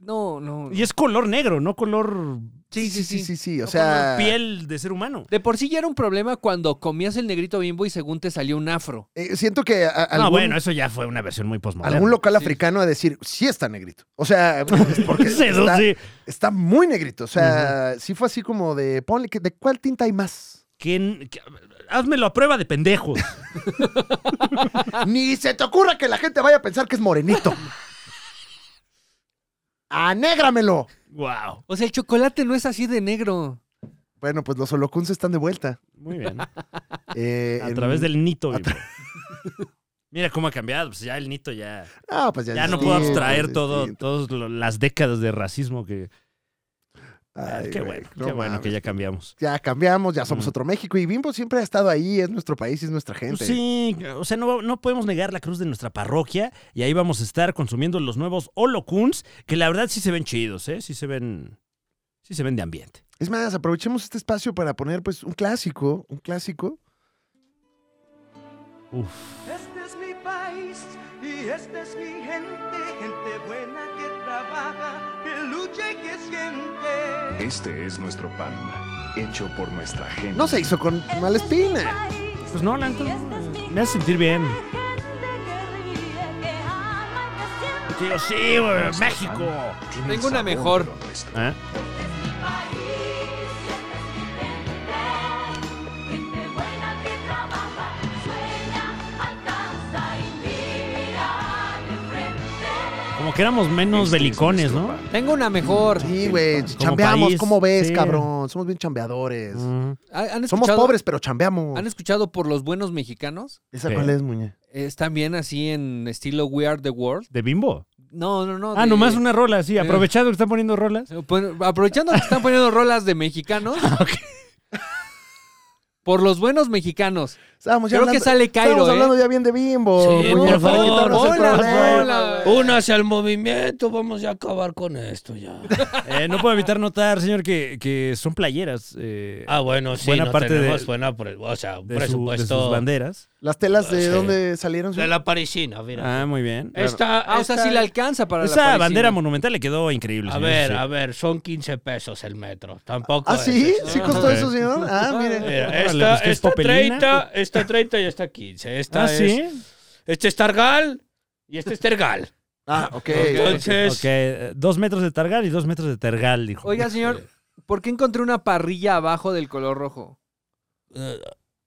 [SPEAKER 3] No, no. no.
[SPEAKER 5] Y es color negro, no color,
[SPEAKER 3] Sí, sí, sí.
[SPEAKER 1] Sí, ah. sí, sí. O
[SPEAKER 5] no
[SPEAKER 1] sea.
[SPEAKER 5] color piel de ser humano.
[SPEAKER 3] De por sí ya era un problema cuando comías el negrito bimbo y según te salió un afro.
[SPEAKER 1] eh, siento que. a- algún,
[SPEAKER 5] No, bueno, eso ya fue una versión muy postmoderna.
[SPEAKER 1] algún local
[SPEAKER 3] Sí.
[SPEAKER 1] africano a decir, sí está negrito. O sea, es porque
[SPEAKER 5] Sí, eso
[SPEAKER 1] está,
[SPEAKER 5] sí.
[SPEAKER 1] está muy negrito. O sea, sí fue así como de, ponle, que- ¿de cuál tinta hay más?
[SPEAKER 5] que, n- que- hazmelo a prueba de pendejos. Ah.
[SPEAKER 1] Ni se te ocurra que la gente vaya a pensar que es morenito. ¡Anégramelo!
[SPEAKER 5] wow.
[SPEAKER 3] O sea, el chocolate no es así de negro.
[SPEAKER 1] Bueno, pues los holocuns están de vuelta.
[SPEAKER 5] Muy bien. A
[SPEAKER 1] Eh, en-
[SPEAKER 5] través del nito.
[SPEAKER 1] a
[SPEAKER 5] vivo. Mira cómo ha cambiado. Pues ya el nito ya.
[SPEAKER 1] Ah, pues ya,
[SPEAKER 5] Ya no
[SPEAKER 1] es
[SPEAKER 5] puedo
[SPEAKER 1] distinto,
[SPEAKER 5] abstraer
[SPEAKER 1] es
[SPEAKER 5] todo,
[SPEAKER 1] distinto.
[SPEAKER 5] todas lo- las décadas de racismo que.
[SPEAKER 1] Ay,
[SPEAKER 5] qué
[SPEAKER 1] güey,
[SPEAKER 5] bueno,
[SPEAKER 1] no
[SPEAKER 5] qué bueno
[SPEAKER 1] mames.
[SPEAKER 5] que ya cambiamos.
[SPEAKER 1] Ya cambiamos, ya somos
[SPEAKER 5] Mm.
[SPEAKER 1] otro México. Y Bimbo siempre ha estado ahí, es nuestro país, es nuestra
[SPEAKER 5] Pues
[SPEAKER 1] gente.
[SPEAKER 5] sí, o sea, no, no podemos negar la cruz de nuestra parroquia y ahí vamos a estar consumiendo los nuevos holocuns, que la verdad sí se ven chidos, ¿eh? Sí se ven, sí se ven de ambiente.
[SPEAKER 1] Es más, aprovechemos este espacio para poner pues un clásico, un clásico.
[SPEAKER 7] Este es mi país y esta es mi gente, gente buena que trabaja, que lucha y que siente.
[SPEAKER 8] Este es nuestro pan, hecho por nuestra gente.
[SPEAKER 1] No se hizo con Malespina.
[SPEAKER 5] Pues no, Lanto, me hace sentir bien. Tío, sí, güey, México.
[SPEAKER 3] Tengo una mejor.
[SPEAKER 5] ¿Eh? Como que éramos menos
[SPEAKER 8] Este es
[SPEAKER 5] belicones,
[SPEAKER 8] nuestro
[SPEAKER 5] ¿no?
[SPEAKER 8] pan.
[SPEAKER 3] Tengo una mejor.
[SPEAKER 1] Sí, güey,
[SPEAKER 5] Como
[SPEAKER 1] chambeamos,
[SPEAKER 5] país,
[SPEAKER 1] ¿cómo ves,
[SPEAKER 5] sí.
[SPEAKER 1] cabrón? Somos bien chambeadores.
[SPEAKER 5] Mm.
[SPEAKER 3] ¿Han- han
[SPEAKER 1] Somos
[SPEAKER 3] escuchado- Ah,
[SPEAKER 1] pobres, pero chambeamos.
[SPEAKER 3] ¿Han escuchado por los buenos mexicanos?
[SPEAKER 1] ¿Esa
[SPEAKER 5] Sí.
[SPEAKER 1] cuál es, muñe?
[SPEAKER 3] Están bien así en estilo We Are the World.
[SPEAKER 5] ¿De bimbo?
[SPEAKER 3] No, no, no.
[SPEAKER 5] Ah,
[SPEAKER 3] de-
[SPEAKER 5] nomás una rola, sí.
[SPEAKER 3] Eh.
[SPEAKER 5] Aprovechado que están poniendo rolas.
[SPEAKER 3] Bueno, Aprovechando que están poniendo rolas de mexicanos.
[SPEAKER 5] Ah,
[SPEAKER 3] Por los buenos mexicanos.
[SPEAKER 1] Estábamos ya
[SPEAKER 3] Creo
[SPEAKER 1] hablando-
[SPEAKER 3] que sale Cairo,
[SPEAKER 1] Estamos
[SPEAKER 3] ¿eh?
[SPEAKER 1] hablando ya bien de Bimbo.
[SPEAKER 2] Sí,
[SPEAKER 1] muñe,
[SPEAKER 2] por
[SPEAKER 1] para
[SPEAKER 2] favor,
[SPEAKER 1] quitarnos el
[SPEAKER 3] hola,
[SPEAKER 1] problema.
[SPEAKER 3] hola, güey.
[SPEAKER 2] Únase al movimiento, vamos ya a acabar con esto ya.
[SPEAKER 5] Eh, no puedo evitar notar, señor, que, que son playeras. eh,
[SPEAKER 2] Ah, bueno, sí,
[SPEAKER 5] Buena
[SPEAKER 2] no
[SPEAKER 5] parte de-
[SPEAKER 2] tenemos buena pre- o sea, un
[SPEAKER 5] de, su- de sus
[SPEAKER 2] presupuesto de,
[SPEAKER 5] banderas.
[SPEAKER 1] Las telas de
[SPEAKER 2] Sí.
[SPEAKER 1] dónde salieron. sí?
[SPEAKER 2] la parisina, mira.
[SPEAKER 5] Ah, muy bien.
[SPEAKER 2] Esta,
[SPEAKER 3] Ah, o sea,
[SPEAKER 2] esta-
[SPEAKER 3] sí le alcanza para la
[SPEAKER 5] Esa
[SPEAKER 3] parisina.
[SPEAKER 5] bandera monumental le quedó increíble.
[SPEAKER 2] A
[SPEAKER 5] señor,
[SPEAKER 2] ver,
[SPEAKER 5] sí.
[SPEAKER 2] a ver, son 15 pesos el metro. Tampoco.
[SPEAKER 1] ¿Ah,
[SPEAKER 2] es
[SPEAKER 1] sí?
[SPEAKER 2] eso.
[SPEAKER 1] ¿Sí costó
[SPEAKER 5] Ah,
[SPEAKER 1] eso,
[SPEAKER 5] ok.
[SPEAKER 1] señor? Ah, miren.
[SPEAKER 4] Eh,
[SPEAKER 2] Mira,
[SPEAKER 5] Órale,
[SPEAKER 2] Eh, esta,
[SPEAKER 5] pues, ¿qué es
[SPEAKER 2] esta
[SPEAKER 5] papelina?
[SPEAKER 2] 30, esta 30 y esta 15. Esta
[SPEAKER 5] Ah,
[SPEAKER 2] es,
[SPEAKER 5] sí.
[SPEAKER 2] Este es Targal y este es Tergal.
[SPEAKER 1] Ah, ok.
[SPEAKER 2] Entonces,
[SPEAKER 5] Ok, eh, dos metros de Targal y dos metros de Tergal, dijo.
[SPEAKER 3] Oiga, señor, ¿por qué encontré una parrilla abajo del color rojo?
[SPEAKER 2] eh,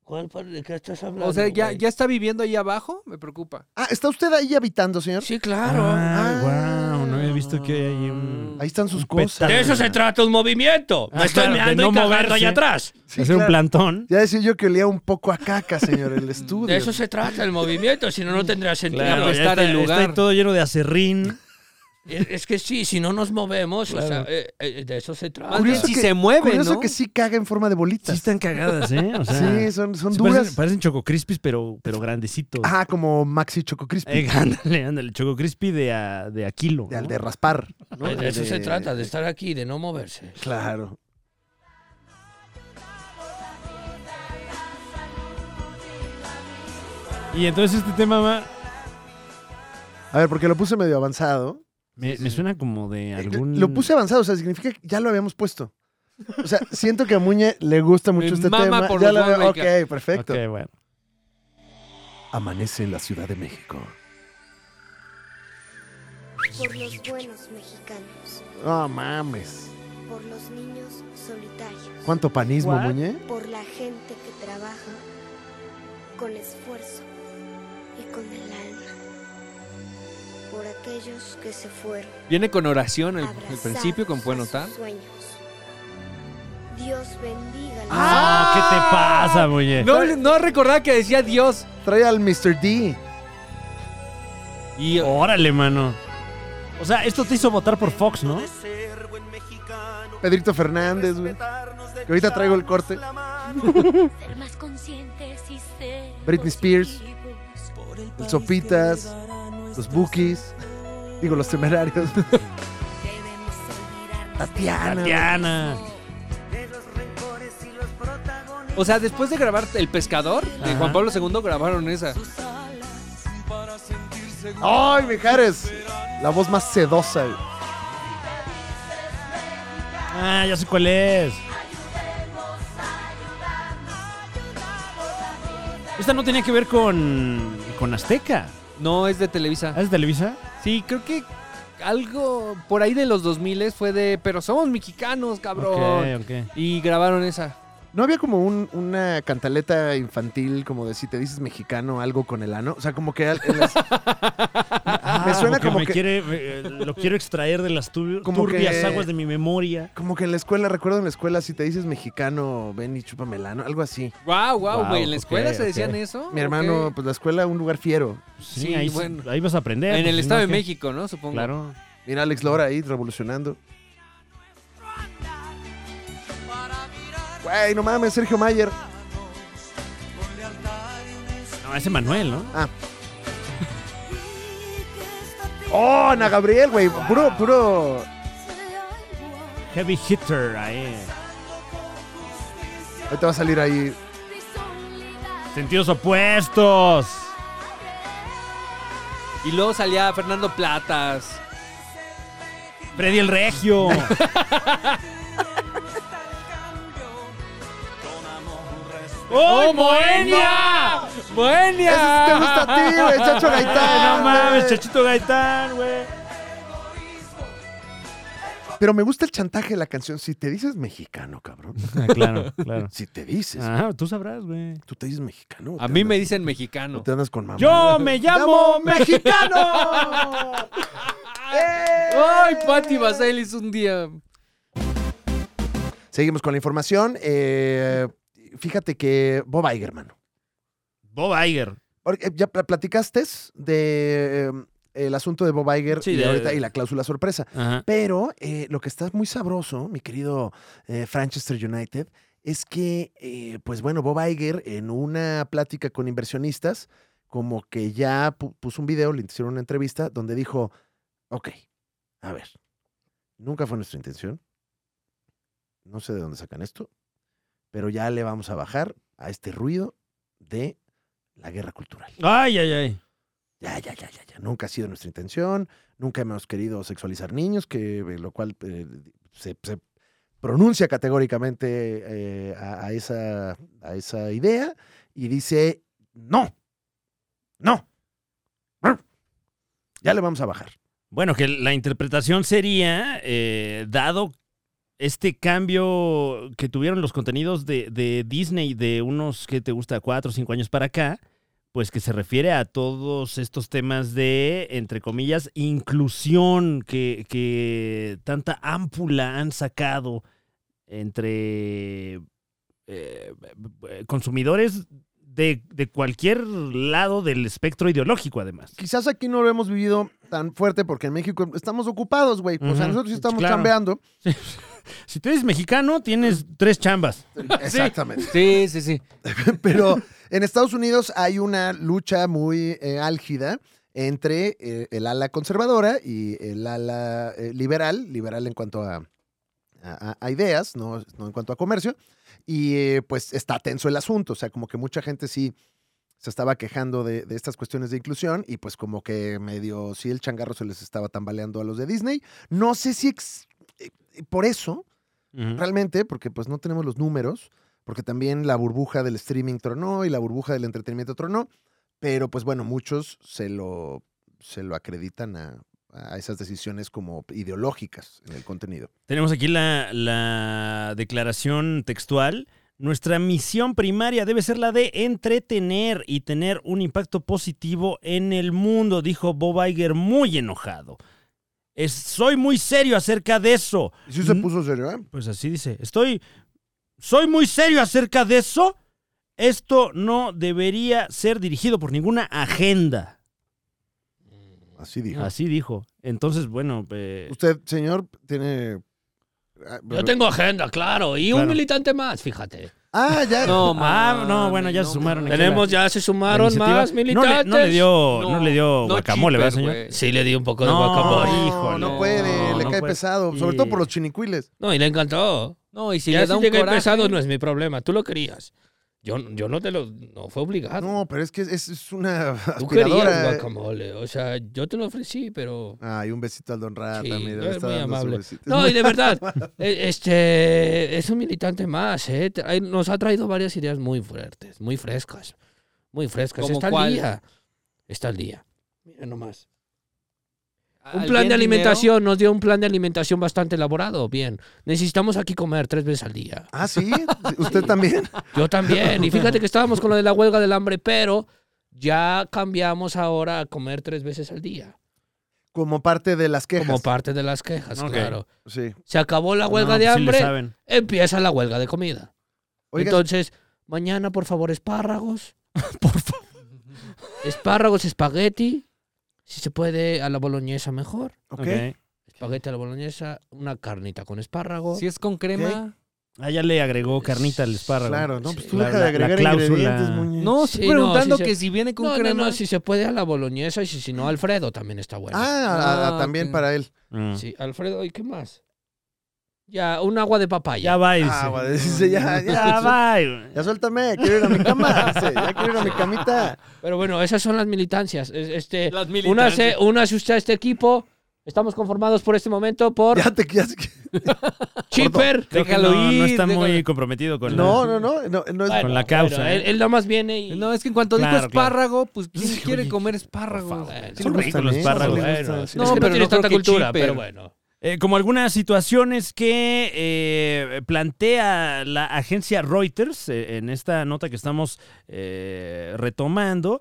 [SPEAKER 2] ¿cuál par- ¿de qué estás hablando?
[SPEAKER 3] O sea, ¿ya,
[SPEAKER 2] güey?
[SPEAKER 3] ya está viviendo ahí abajo? Me preocupa.
[SPEAKER 1] Ah, ¿está usted ahí habitando, señor?
[SPEAKER 2] Sí,
[SPEAKER 5] Ah,
[SPEAKER 2] claro.
[SPEAKER 5] wow, no había visto que hay un...
[SPEAKER 1] Ahí están sus
[SPEAKER 5] Un
[SPEAKER 1] cosas.
[SPEAKER 5] petal.
[SPEAKER 2] De eso se trata un movimiento.
[SPEAKER 5] Ah,
[SPEAKER 2] Me estoy
[SPEAKER 5] claro, de
[SPEAKER 2] meando
[SPEAKER 5] no
[SPEAKER 2] y cagando
[SPEAKER 5] moverse.
[SPEAKER 2] allá atrás.
[SPEAKER 1] Sí,
[SPEAKER 5] hacer un
[SPEAKER 1] claro.
[SPEAKER 5] plantón.
[SPEAKER 1] Ya decía yo que olía un poco a caca, señor, el estudio.
[SPEAKER 2] De eso se trata el movimiento, si no, no tendría sentido.
[SPEAKER 3] Claro,
[SPEAKER 5] ya
[SPEAKER 3] estar
[SPEAKER 5] está,
[SPEAKER 3] el
[SPEAKER 5] está
[SPEAKER 3] lugar.
[SPEAKER 5] ahí todo lleno de acerrín.
[SPEAKER 2] Es es que sí, si no nos movemos, o sea,
[SPEAKER 5] Claro.
[SPEAKER 2] eh, eh, de eso se trata.
[SPEAKER 3] Más bien
[SPEAKER 1] Curioso
[SPEAKER 3] si
[SPEAKER 1] que-
[SPEAKER 3] se mueve,
[SPEAKER 1] Curioso
[SPEAKER 3] ¿no?
[SPEAKER 1] que sí caga en forma de
[SPEAKER 5] Sí
[SPEAKER 1] bolitas.
[SPEAKER 5] están cagadas, ¿eh? O sea,
[SPEAKER 1] Sí, son, son
[SPEAKER 5] sí pues,
[SPEAKER 1] duras.
[SPEAKER 5] Parecen, parecen Choco Crispis, pero, pero grandecitos.
[SPEAKER 1] Ah, como Maxi Choco Crispy.
[SPEAKER 5] Eh, ándale, ándale. Choco Crispy de a, de a kilo.
[SPEAKER 1] de, al
[SPEAKER 5] ¿no?
[SPEAKER 1] de raspar. ¿no?
[SPEAKER 2] Eh, De eso se
[SPEAKER 1] De-
[SPEAKER 2] trata, de estar aquí, de no moverse.
[SPEAKER 1] Claro.
[SPEAKER 5] Y entonces este tema va-
[SPEAKER 1] A ver, porque lo puse medio avanzado.
[SPEAKER 5] Me, me suena como de
[SPEAKER 1] Eh,
[SPEAKER 5] algún...
[SPEAKER 1] Lo puse avanzado, o sea, significa que ya lo habíamos puesto. O sea, siento que a Muñe le gusta mucho
[SPEAKER 3] Me
[SPEAKER 1] este
[SPEAKER 3] mama
[SPEAKER 1] tema.
[SPEAKER 3] por
[SPEAKER 1] Ya
[SPEAKER 3] los
[SPEAKER 1] lo había-
[SPEAKER 3] Bombay
[SPEAKER 1] ok, perfecto.
[SPEAKER 5] Ok, bueno.
[SPEAKER 6] Amanece en la Ciudad de México.
[SPEAKER 9] Por los buenos mexicanos,
[SPEAKER 1] No mames.
[SPEAKER 9] por los niños solitarios,
[SPEAKER 1] ¿Cuánto panismo,
[SPEAKER 5] What?
[SPEAKER 1] Muñe?
[SPEAKER 9] por la gente que trabaja con esfuerzo y con el alma, por aquellos que se fueron.
[SPEAKER 3] Viene con oración al, al
[SPEAKER 9] abrazados
[SPEAKER 3] principio, como puede
[SPEAKER 9] a sus
[SPEAKER 3] notar.
[SPEAKER 9] Sueños. Dios bendiga.
[SPEAKER 5] Ah,
[SPEAKER 3] Ah,
[SPEAKER 5] ¿qué te pasa, muñe?
[SPEAKER 3] No, no recordaba que decía Dios.
[SPEAKER 1] Trae al Mr. D.
[SPEAKER 3] Y
[SPEAKER 5] Órale, mano. O sea, esto te hizo votar por Fox, ¿no?
[SPEAKER 7] De ser buen mexicano,
[SPEAKER 1] Pedrito Fernández, güey.
[SPEAKER 7] respetarnos,
[SPEAKER 1] Que ahorita traigo el corte.
[SPEAKER 7] derecharnos la mano.
[SPEAKER 10] Ser más conscientes y ser
[SPEAKER 1] Britney Spears.
[SPEAKER 10] positivos.
[SPEAKER 1] El Sopitas, los Bookies, digo, los Temerarios.
[SPEAKER 10] Debemos olvidarnos
[SPEAKER 1] Tatiana.
[SPEAKER 5] Tatiana.
[SPEAKER 7] De los rencores y los protagonistas.
[SPEAKER 3] O sea, después de grabar El Pescador de
[SPEAKER 5] Ajá.
[SPEAKER 3] Juan Pablo II, grabaron esa.
[SPEAKER 1] ¡Ay, Mijares! La voz más sedosa. güey.
[SPEAKER 5] Ah, ya sé cuál es. Esta no tenía que ver con, con Azteca.
[SPEAKER 3] No, es de Televisa.
[SPEAKER 5] ¿Ah, ¿Es de Televisa?
[SPEAKER 3] Sí, creo que algo por ahí de los 2000 fue de Pero somos mexicanos, cabrón.
[SPEAKER 5] Ok, ok.
[SPEAKER 3] Y grabaron esa.
[SPEAKER 1] ¿No había como un- una cantaleta infantil como de si te dices mexicano algo con el ano? O sea, como que al- en las- me suena como
[SPEAKER 5] Ah, me
[SPEAKER 1] que-
[SPEAKER 5] quiere, eh, lo quiero extraer de las tu-
[SPEAKER 1] Como
[SPEAKER 5] turbias
[SPEAKER 1] que-
[SPEAKER 5] aguas de mi memoria.
[SPEAKER 1] como que en la escuela, recuerdo en la escuela, si te dices mexicano, ven y chúpame el ano, algo así.
[SPEAKER 3] Wow, wow,
[SPEAKER 5] Guau,
[SPEAKER 3] güey. ¿En la
[SPEAKER 5] ok,
[SPEAKER 3] escuela se
[SPEAKER 5] ok.
[SPEAKER 3] decían eso?
[SPEAKER 1] Mi hermano,
[SPEAKER 3] Ok.
[SPEAKER 1] pues la escuela, un lugar fiero.
[SPEAKER 5] Sí,
[SPEAKER 3] Sí,
[SPEAKER 5] ahí,
[SPEAKER 3] bueno.
[SPEAKER 5] ahí vas a aprender.
[SPEAKER 3] En
[SPEAKER 5] pues,
[SPEAKER 3] el
[SPEAKER 5] si
[SPEAKER 3] Estado
[SPEAKER 5] no,
[SPEAKER 3] de
[SPEAKER 5] ¿qué?
[SPEAKER 3] México, ¿no? Supongo.
[SPEAKER 5] Claro.
[SPEAKER 1] Mira a Alex Lora ahí revolucionando. Güey, no mames, Sergio Mayer.
[SPEAKER 5] No, ese Manuel, ¿no?
[SPEAKER 1] Oh, Ana Gabriel, güey. Puro, puro.
[SPEAKER 5] Heavy hitter ahí.
[SPEAKER 1] Ahí te va a salir ahí.
[SPEAKER 5] Sentidos opuestos.
[SPEAKER 3] Y luego salía Fernando Platas.
[SPEAKER 5] Freddy el Regio. ¡Oh, Moenia!
[SPEAKER 3] ¡Moenia!
[SPEAKER 1] Ese sí te gusta a ti, güey, Chacho Gaitán.
[SPEAKER 5] Ah. No mames,
[SPEAKER 1] güey.
[SPEAKER 5] Chachito Gaitán, güey.
[SPEAKER 1] Pero me gusta el chantaje de la canción. Si te dices mexicano, cabrón.
[SPEAKER 5] Ah, claro, claro.
[SPEAKER 1] Si te dices.
[SPEAKER 5] Ah, tú sabrás, güey.
[SPEAKER 1] ¿Tú te dices mexicano? o
[SPEAKER 3] A
[SPEAKER 1] te
[SPEAKER 3] mí
[SPEAKER 1] andas-
[SPEAKER 3] me dicen
[SPEAKER 1] o
[SPEAKER 3] mexicano.
[SPEAKER 1] te andas con mamá?
[SPEAKER 5] Yo me llamo México.
[SPEAKER 1] mexicano.
[SPEAKER 3] ¡Ay, Patti Vaselis un día!
[SPEAKER 1] Seguimos con la información. Eh, fíjate que Bob Iger, mano.
[SPEAKER 5] Bob Iger.
[SPEAKER 1] Ahora, eh, Ya pla- platicaste de eh, el asunto de Bob Iger
[SPEAKER 5] Sí,
[SPEAKER 1] y,
[SPEAKER 5] de-
[SPEAKER 1] ahorita, y la cláusula sorpresa.
[SPEAKER 5] Ajá.
[SPEAKER 1] Pero eh, lo que está muy sabroso, mi querido eh, Manchester United, es que, eh, pues bueno, Bob Iger en una plática con inversionistas, como que ya pu- puso un video, le hicieron una entrevista donde dijo, ok, a ver, nunca fue nuestra intención, no sé de dónde sacan esto, pero ya le vamos a bajar a este ruido de la guerra cultural.
[SPEAKER 5] Ay, ay, ay.
[SPEAKER 1] Ya, ya, ya, ya, ya. Nunca ha sido nuestra intención. Nunca hemos querido sexualizar niños, que eh, lo cual eh, se, se pronuncia categóricamente eh, a, a esa, a esa idea y dice, no, no. Ya le vamos a bajar.
[SPEAKER 5] Bueno, que la interpretación sería, eh, dado este cambio que tuvieron los contenidos de, de Disney de unos que te gusta cuatro o cinco años para acá, pues que se refiere a todos estos temas de, entre comillas, inclusión que, que tanta ámpula han sacado entre eh, consumidores de, de cualquier lado del espectro ideológico, además.
[SPEAKER 1] Quizás aquí no lo hemos vivido tan fuerte porque en México estamos ocupados, güey. O sea,
[SPEAKER 5] Ujú,
[SPEAKER 1] nosotros sí estamos
[SPEAKER 5] claro.
[SPEAKER 1] chambeando.
[SPEAKER 5] Si tú eres mexicano, tienes tres chambas.
[SPEAKER 1] Exactamente.
[SPEAKER 3] Sí, sí, sí.
[SPEAKER 1] Pero en Estados Unidos hay una lucha muy eh, álgida entre eh, el ala conservadora y el ala eh, liberal, liberal en cuanto a, a- a ideas, no, no en cuanto a comercio, y eh, pues está tenso el asunto, o sea, como que mucha gente sí se estaba quejando de, de estas cuestiones de inclusión y pues como que medio, sí, el changarro se les estaba tambaleando a los de Disney. No sé si ex- eh, por eso Realmente, porque pues no tenemos los números, porque también la burbuja del streaming tronó y la burbuja del entretenimiento tronó, pero pues bueno, muchos se lo, se lo acreditan a, a esas decisiones como ideológicas en el contenido.
[SPEAKER 5] Tenemos aquí la, la declaración textual. Nuestra misión primaria debe ser la de entretener y tener un impacto positivo en el mundo, dijo Bob Iger muy enojado. Es- soy muy serio acerca de eso.
[SPEAKER 1] Y sí se
[SPEAKER 5] Mm.
[SPEAKER 1] puso serio, ¿eh?
[SPEAKER 5] Pues así dice, estoy... Soy muy serio acerca de eso. Esto no debería ser dirigido por ninguna agenda.
[SPEAKER 1] Así dijo.
[SPEAKER 5] Así dijo. Entonces, bueno, eh,
[SPEAKER 1] Usted, señor, tiene... ah,
[SPEAKER 2] Yo tengo agenda, claro. Y un
[SPEAKER 5] Claro.
[SPEAKER 2] militante más, fíjate.
[SPEAKER 1] Ah, ya.
[SPEAKER 3] No,
[SPEAKER 5] Ah,
[SPEAKER 3] mames,
[SPEAKER 5] no, bueno, ya
[SPEAKER 3] no,
[SPEAKER 5] se sumaron
[SPEAKER 3] mames.
[SPEAKER 5] aquí.
[SPEAKER 2] Tenemos, ya se sumaron
[SPEAKER 5] iniciativa-
[SPEAKER 2] más militantes.
[SPEAKER 5] No le, no le dio, no,
[SPEAKER 3] No,
[SPEAKER 5] le dio
[SPEAKER 3] no
[SPEAKER 5] guacamole, ¿verdad,
[SPEAKER 3] chipper,
[SPEAKER 5] señor?
[SPEAKER 3] güey.
[SPEAKER 2] Sí, le di un poco de
[SPEAKER 5] No.
[SPEAKER 2] guacamole.
[SPEAKER 1] No, no
[SPEAKER 3] Híjole.
[SPEAKER 1] puede,
[SPEAKER 5] No,
[SPEAKER 1] le
[SPEAKER 5] no
[SPEAKER 1] cae
[SPEAKER 5] puede.
[SPEAKER 1] pesado, sobre
[SPEAKER 5] Y-
[SPEAKER 1] todo por los chinicuiles.
[SPEAKER 2] No, y le encantó.
[SPEAKER 3] No, y si
[SPEAKER 2] Si ya
[SPEAKER 3] le da
[SPEAKER 2] si
[SPEAKER 3] un
[SPEAKER 2] llega
[SPEAKER 3] coraje.
[SPEAKER 2] pesado no es mi problema. Tú lo querías. Yo, yo no te lo... No fue obligado.
[SPEAKER 1] No, pero es que es, es una
[SPEAKER 2] Tú
[SPEAKER 5] eh.
[SPEAKER 2] querías
[SPEAKER 1] aspiradora. ¿eh?
[SPEAKER 2] guacamole. O sea, yo te lo ofrecí, pero...
[SPEAKER 1] Ay, un besito al Don Rata,
[SPEAKER 2] Sí,
[SPEAKER 1] mira,
[SPEAKER 2] no,
[SPEAKER 1] le
[SPEAKER 2] es
[SPEAKER 1] está
[SPEAKER 2] muy
[SPEAKER 1] dando su
[SPEAKER 2] amable.
[SPEAKER 1] besito.
[SPEAKER 2] No, y de verdad, eh, este es un militante más, ¿eh? Trae- Nos ha traído varias ideas muy fuertes, muy frescas, muy frescas.
[SPEAKER 3] ¿Cómo
[SPEAKER 2] Está al
[SPEAKER 3] cuál?
[SPEAKER 2] día, está al día. Mira nomás. Un
[SPEAKER 3] al
[SPEAKER 2] plan
[SPEAKER 3] bien
[SPEAKER 2] de
[SPEAKER 3] dinero,
[SPEAKER 2] alimentación, nos dio un plan de alimentación bastante elaborado. Bien, necesitamos aquí comer tres veces al día.
[SPEAKER 1] Ah, sí. Usted también.
[SPEAKER 2] Yo también. Y fíjate que estábamos con lo de la huelga del hambre, pero ya cambiamos ahora a comer tres veces al día.
[SPEAKER 1] Como parte de las quejas.
[SPEAKER 2] Como parte de las quejas,
[SPEAKER 5] Ok.
[SPEAKER 2] claro.
[SPEAKER 1] sí.
[SPEAKER 2] Se acabó la huelga
[SPEAKER 5] No,
[SPEAKER 2] de
[SPEAKER 5] pues sí le
[SPEAKER 2] hambre,
[SPEAKER 5] saben.
[SPEAKER 2] empieza la huelga de comida.
[SPEAKER 1] Oiga,
[SPEAKER 2] Entonces, mañana, por favor, espárragos. por favor. Espárragos, espagueti. Si se puede, a la boloñesa mejor.
[SPEAKER 1] ok.
[SPEAKER 5] Ok.
[SPEAKER 2] Espagueti a la boloñesa, una carnita con espárrago.
[SPEAKER 3] Si es con crema.
[SPEAKER 5] Ah, ya le agregó carnita al espárrago.
[SPEAKER 1] Claro, no, pues
[SPEAKER 2] Sí.
[SPEAKER 1] tú
[SPEAKER 5] La-
[SPEAKER 1] deja de
[SPEAKER 5] la- la
[SPEAKER 1] agregar
[SPEAKER 5] cláusula.
[SPEAKER 1] ingredientes, muñe.
[SPEAKER 3] No,
[SPEAKER 2] Sí,
[SPEAKER 3] estoy
[SPEAKER 2] no,
[SPEAKER 3] preguntando
[SPEAKER 2] sí se-
[SPEAKER 3] que si viene con
[SPEAKER 2] No, no, Mm.
[SPEAKER 3] crema.
[SPEAKER 2] no, si se puede a la boloñesa y si, si no, Alfredo también está bueno.
[SPEAKER 1] Ah, a- a-
[SPEAKER 3] Ah,
[SPEAKER 1] también
[SPEAKER 3] ok.
[SPEAKER 1] para él.
[SPEAKER 5] Mm.
[SPEAKER 2] Sí, Alfredo, ¿y qué más? Ya, un agua de
[SPEAKER 5] Ya
[SPEAKER 2] papaya.
[SPEAKER 5] va, dice.
[SPEAKER 1] Ah, bueno, dice, ya,
[SPEAKER 5] Ya
[SPEAKER 1] ya.
[SPEAKER 5] va.
[SPEAKER 1] Ya suéltame, quiero ir a mi cama. dice, ya quiero ir a mi camita.
[SPEAKER 2] Pero bueno, esas son las militancias. Es- Este,
[SPEAKER 3] Las
[SPEAKER 2] únase, únase usted a este equipo. Estamos conformados por este momento por
[SPEAKER 1] Ya te ya te-
[SPEAKER 2] Chipper.
[SPEAKER 5] Creo que
[SPEAKER 3] Déjalo
[SPEAKER 5] no, no
[SPEAKER 3] ir,
[SPEAKER 5] está
[SPEAKER 3] déjalo.
[SPEAKER 5] muy comprometido con
[SPEAKER 1] No, no,
[SPEAKER 5] la-
[SPEAKER 1] no. no, no es-
[SPEAKER 2] Bueno,
[SPEAKER 5] con la causa,
[SPEAKER 2] pero
[SPEAKER 5] ¿eh?
[SPEAKER 2] Él, él nomás viene y...
[SPEAKER 3] No, es que en cuanto dijo
[SPEAKER 5] Claro, claro.
[SPEAKER 3] espárrago, pues ¿quién
[SPEAKER 5] Sí,
[SPEAKER 3] quiere
[SPEAKER 5] oye,
[SPEAKER 3] comer espárrago?
[SPEAKER 2] Bueno,
[SPEAKER 1] sí
[SPEAKER 5] Son
[SPEAKER 1] le gusta,
[SPEAKER 5] ricos los
[SPEAKER 1] ¿eh?
[SPEAKER 5] espárragos.
[SPEAKER 1] Sí le gusta, pues,
[SPEAKER 2] bueno,
[SPEAKER 1] sí
[SPEAKER 2] no,
[SPEAKER 1] le gusta.
[SPEAKER 2] es que no
[SPEAKER 3] pero
[SPEAKER 2] tienes
[SPEAKER 3] no creo
[SPEAKER 2] tanta
[SPEAKER 3] que
[SPEAKER 2] cultura,
[SPEAKER 3] Chipper.
[SPEAKER 2] pero bueno.
[SPEAKER 5] Eh, como algunas situaciones que eh, plantea la agencia Reuters eh, en esta nota que estamos eh, retomando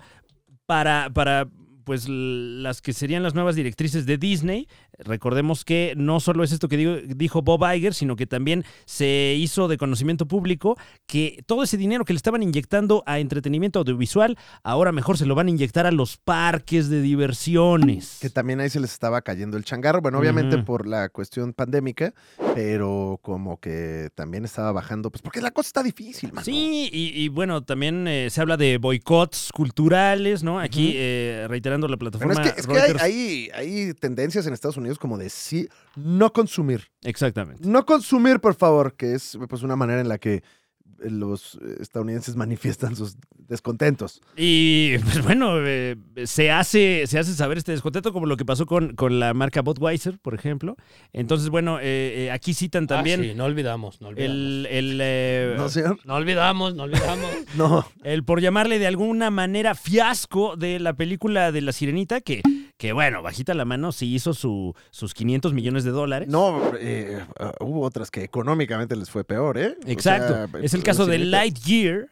[SPEAKER 5] para, para pues l- las que serían las nuevas directrices de Disney. Recordemos que no solo es esto que digo- dijo Bob Iger, sino que también se hizo de conocimiento público que todo ese dinero que le estaban inyectando a entretenimiento audiovisual, ahora mejor se lo van a inyectar a los parques de diversiones.
[SPEAKER 1] Que también ahí se les estaba cayendo el changarro. Bueno, obviamente
[SPEAKER 5] Ujú.
[SPEAKER 1] por la cuestión pandémica, pero como que también estaba bajando, pues porque la cosa está difícil, mano.
[SPEAKER 5] Sí, y, y bueno, también eh, se habla de boicots culturales, ¿no? Aquí eh, reiterando la
[SPEAKER 1] Bueno,
[SPEAKER 5] plataforma.
[SPEAKER 1] es que, es que hay,
[SPEAKER 5] Reuters.
[SPEAKER 1] hay, hay tendencias en Estados Unidos como de sí, no consumir.
[SPEAKER 5] Exactamente.
[SPEAKER 1] No consumir, por favor, que es pues una manera en la que los eh, estadounidenses manifiestan sus descontentos.
[SPEAKER 5] Y pues bueno, eh, se, hace, se hace saber este descontento, como lo que pasó con, con la marca Budweiser, por ejemplo. Entonces, bueno, eh, eh, aquí citan también
[SPEAKER 2] Ah, sí, no olvidamos, no olvidamos.
[SPEAKER 5] el, el, eh,
[SPEAKER 1] No, señor.
[SPEAKER 2] No olvidamos, no olvidamos.
[SPEAKER 1] No.
[SPEAKER 5] el, por llamarle de alguna manera, fiasco de la película de La Sirenita, que, que bueno, bajita la mano, sí hizo su, sus 500 millones de dólares.
[SPEAKER 1] No, eh, ah, hubo otras que económicamente les fue peor, ¿eh? O
[SPEAKER 5] Exacto.
[SPEAKER 1] sea, pues,
[SPEAKER 5] es el
[SPEAKER 1] la
[SPEAKER 5] caso de
[SPEAKER 1] sirenita.
[SPEAKER 5] Lightyear,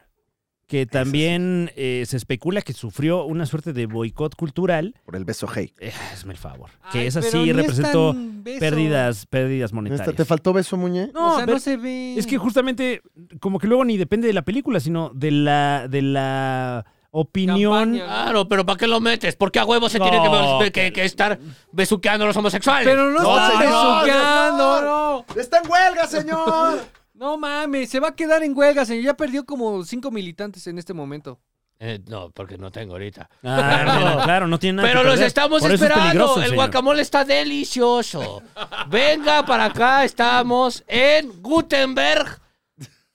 [SPEAKER 5] que también eh, se especula que sufrió una suerte de boicot cultural.
[SPEAKER 1] Por el beso hey.
[SPEAKER 5] Eh, hazme el favor.
[SPEAKER 3] Ay,
[SPEAKER 5] que esa
[SPEAKER 3] pero
[SPEAKER 5] sí
[SPEAKER 3] ni es
[SPEAKER 5] representó
[SPEAKER 3] tan beso.
[SPEAKER 5] pérdidas, pérdidas monetarias.
[SPEAKER 1] ¿Te faltó beso, Muñe?
[SPEAKER 5] No,
[SPEAKER 3] o sea,
[SPEAKER 5] pero
[SPEAKER 3] no se ve.
[SPEAKER 5] es que justamente, como que luego ni depende de la película, sino de la, de la opinión. Oh,
[SPEAKER 3] Campaña.
[SPEAKER 2] Claro, pero ¿para qué lo metes? ¿Por qué a huevo se tiene
[SPEAKER 5] No.
[SPEAKER 2] que, que- que estar besuqueando a los homosexuales?
[SPEAKER 3] Pero no, está
[SPEAKER 1] señor,
[SPEAKER 3] besuqueando,
[SPEAKER 1] señor.
[SPEAKER 3] no.
[SPEAKER 1] ¡Está en huelga, señor!
[SPEAKER 3] No mames, se va a quedar en huelga, señor. Ya perdió como cinco militantes en este momento.
[SPEAKER 2] Eh, no, porque no tengo ahorita.
[SPEAKER 5] Ah,
[SPEAKER 2] Claro.
[SPEAKER 5] mira, claro, no tiene nada
[SPEAKER 2] Pero
[SPEAKER 5] que
[SPEAKER 2] los
[SPEAKER 5] perder.
[SPEAKER 2] estamos
[SPEAKER 5] Por eso es
[SPEAKER 2] esperando.
[SPEAKER 5] peligroso,
[SPEAKER 2] el
[SPEAKER 5] señor.
[SPEAKER 2] guacamole está delicioso. Venga para acá, estamos en Gutenberg.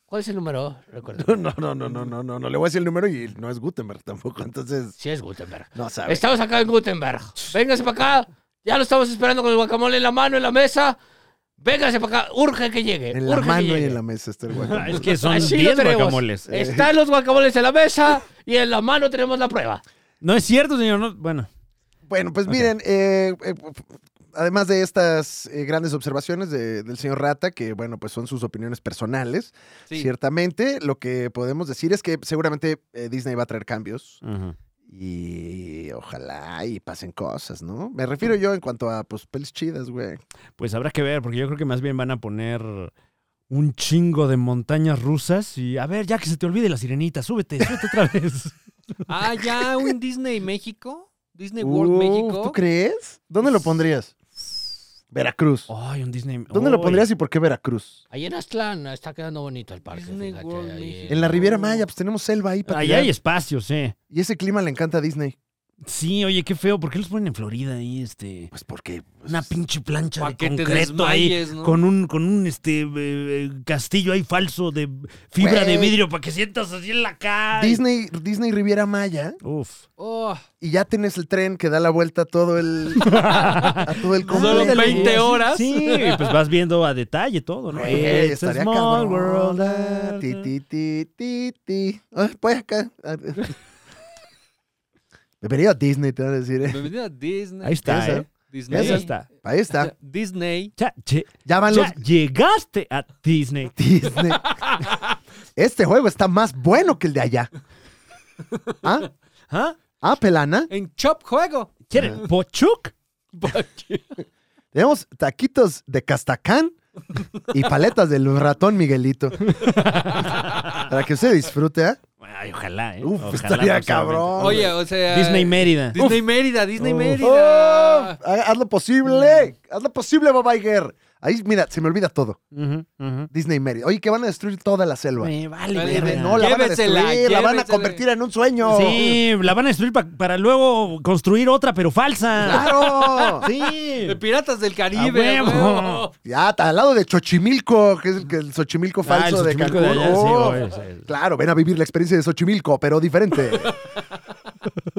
[SPEAKER 2] ¿Cuál es el número? Recuerda.
[SPEAKER 1] No, no, no, no, no, no, no. Le voy a decir el número y no es Gutenberg tampoco, entonces
[SPEAKER 2] Sí es Gutenberg.
[SPEAKER 1] no sabe.
[SPEAKER 2] Estamos acá en Gutenberg. Véngase para acá. Ya lo estamos esperando con el guacamole en la mano, en la mesa. Véngase para acá. Urge que llegue.
[SPEAKER 1] En la
[SPEAKER 2] urge que
[SPEAKER 1] mano y
[SPEAKER 2] llegue.
[SPEAKER 1] en la mesa está el guacamole.
[SPEAKER 5] Es que son
[SPEAKER 2] Así lo
[SPEAKER 5] 10
[SPEAKER 2] tenemos.
[SPEAKER 5] guacamoles.
[SPEAKER 2] Están los guacamoles en la mesa y en la mano tenemos la prueba.
[SPEAKER 5] No es cierto, señor. no- bueno,
[SPEAKER 1] Bueno, pues miren, eh, eh, además de estas eh, grandes observaciones de- del señor Rata, que bueno, pues son sus opiniones personales,
[SPEAKER 3] Sí.
[SPEAKER 1] ciertamente lo que podemos decir es que seguramente eh, Disney va a traer cambios
[SPEAKER 5] Ujú.
[SPEAKER 1] y ojalá y pasen cosas, ¿no? Me refiero yo en cuanto a pues pelis chidas, güey.
[SPEAKER 5] Pues habrá que ver, porque yo creo que más bien van a poner un chingo de montañas rusas y a ver, ya que se te olvide la sirenita, súbete, súbete otra vez.
[SPEAKER 3] Ah, ya un Disney México. Disney World
[SPEAKER 1] Uh,
[SPEAKER 3] México.
[SPEAKER 1] ¿Tú crees? ¿Dónde lo pondrías? Veracruz.
[SPEAKER 3] Oh,
[SPEAKER 5] Ay, un Disney.
[SPEAKER 1] ¿Dónde
[SPEAKER 5] Ay.
[SPEAKER 1] lo
[SPEAKER 3] eh.
[SPEAKER 1] pondrías y por qué Veracruz?
[SPEAKER 2] Ahí en Aztlán ah, está quedando bonito el parque.
[SPEAKER 3] Disney
[SPEAKER 2] fíjate,
[SPEAKER 3] World
[SPEAKER 2] ahí.
[SPEAKER 3] México.
[SPEAKER 1] En la Riviera Maya, pues tenemos selva ahí para
[SPEAKER 5] Ahí
[SPEAKER 1] tirar.
[SPEAKER 5] hay espacios, eh.
[SPEAKER 1] Y ese clima le encanta a Disney.
[SPEAKER 5] Sí, oye, qué feo. ¿Por qué los ponen en Florida ahí, este?
[SPEAKER 1] Pues porque pues,
[SPEAKER 5] Una pinche plancha
[SPEAKER 3] Pa'
[SPEAKER 5] de
[SPEAKER 3] que te
[SPEAKER 5] concreto ahí.
[SPEAKER 3] desmayes, ¿no?
[SPEAKER 5] Con un, con un este eh, eh, castillo ahí falso de fibra de
[SPEAKER 1] Güey.
[SPEAKER 5] vidrio para que sientas así en la calle.
[SPEAKER 1] Disney, Disney Riviera Maya
[SPEAKER 5] Uf.
[SPEAKER 3] Oh,
[SPEAKER 1] y ya tienes el tren que da la vuelta a todo el a todo el complejo.
[SPEAKER 3] Solo 20 horas.
[SPEAKER 5] Sí, pues vas viendo a detalle todo, ¿no?
[SPEAKER 1] Güey,
[SPEAKER 5] It's a
[SPEAKER 1] estaría
[SPEAKER 5] small
[SPEAKER 1] cabrón.
[SPEAKER 5] world.
[SPEAKER 1] Ah, ti, ti, ti, ti, ti. Ay, pues acá. Ah, Bienvenido a Disney, te van a decir. ¿eh?
[SPEAKER 3] bienvenido a Disney.
[SPEAKER 5] Ahí está,
[SPEAKER 1] Esa.
[SPEAKER 5] ¿eh?
[SPEAKER 3] Disney.
[SPEAKER 1] Esa
[SPEAKER 5] está.
[SPEAKER 1] Ahí está.
[SPEAKER 3] Disney.
[SPEAKER 5] Ya, lle-
[SPEAKER 1] Ya van los
[SPEAKER 5] ya llegaste a Disney.
[SPEAKER 1] Disney. Este juego está más bueno que el de allá. ¿Ah?
[SPEAKER 5] ¿Ah?
[SPEAKER 1] ¿Ah, pelana?
[SPEAKER 3] En Chop Juego.
[SPEAKER 1] Ah.
[SPEAKER 5] ¿Quieren Pochuk?
[SPEAKER 1] Tenemos taquitos de Castacán y paletas del ratón Miguelito. Para que usted disfrute, ¿eh?
[SPEAKER 5] Ay, ojalá, ¿eh?
[SPEAKER 1] Uf,
[SPEAKER 5] Ojalá,
[SPEAKER 1] estaría
[SPEAKER 5] forzadamente.
[SPEAKER 1] cabrón.
[SPEAKER 3] Oye, o sea.
[SPEAKER 5] Disney Mérida.
[SPEAKER 3] Disney Mérida, Disney
[SPEAKER 1] Uf.
[SPEAKER 3] Mérida.
[SPEAKER 1] Oh, haz lo posible. Haz lo posible, Bob Iger. Ahí, mira, se me olvida todo.
[SPEAKER 5] Ujú, ujú.
[SPEAKER 1] Disney Mérida. Oye, que van a destruir toda la selva.
[SPEAKER 5] Me vale,
[SPEAKER 3] Vale,
[SPEAKER 5] verga.
[SPEAKER 1] No, la van a
[SPEAKER 3] Llévensela,
[SPEAKER 1] destruir. La van a
[SPEAKER 3] llévensela.
[SPEAKER 1] convertir en un sueño.
[SPEAKER 5] Sí, la van a destruir pa- para luego construir otra, pero falsa.
[SPEAKER 1] ¡Claro!
[SPEAKER 5] Sí.
[SPEAKER 3] De Piratas del Caribe.
[SPEAKER 5] ¡A Ah, huevo!
[SPEAKER 3] huevo.
[SPEAKER 1] Ya, ta- al lado de Xochimilco, que es el, que- el Xochimilco falso
[SPEAKER 5] Ah, el
[SPEAKER 1] de
[SPEAKER 5] Xochimilco de
[SPEAKER 1] Cancún.
[SPEAKER 5] allá, sí,
[SPEAKER 1] Oh,
[SPEAKER 5] obvio, sí.
[SPEAKER 1] Claro, ven a vivir la experiencia de Xochimilco, pero diferente.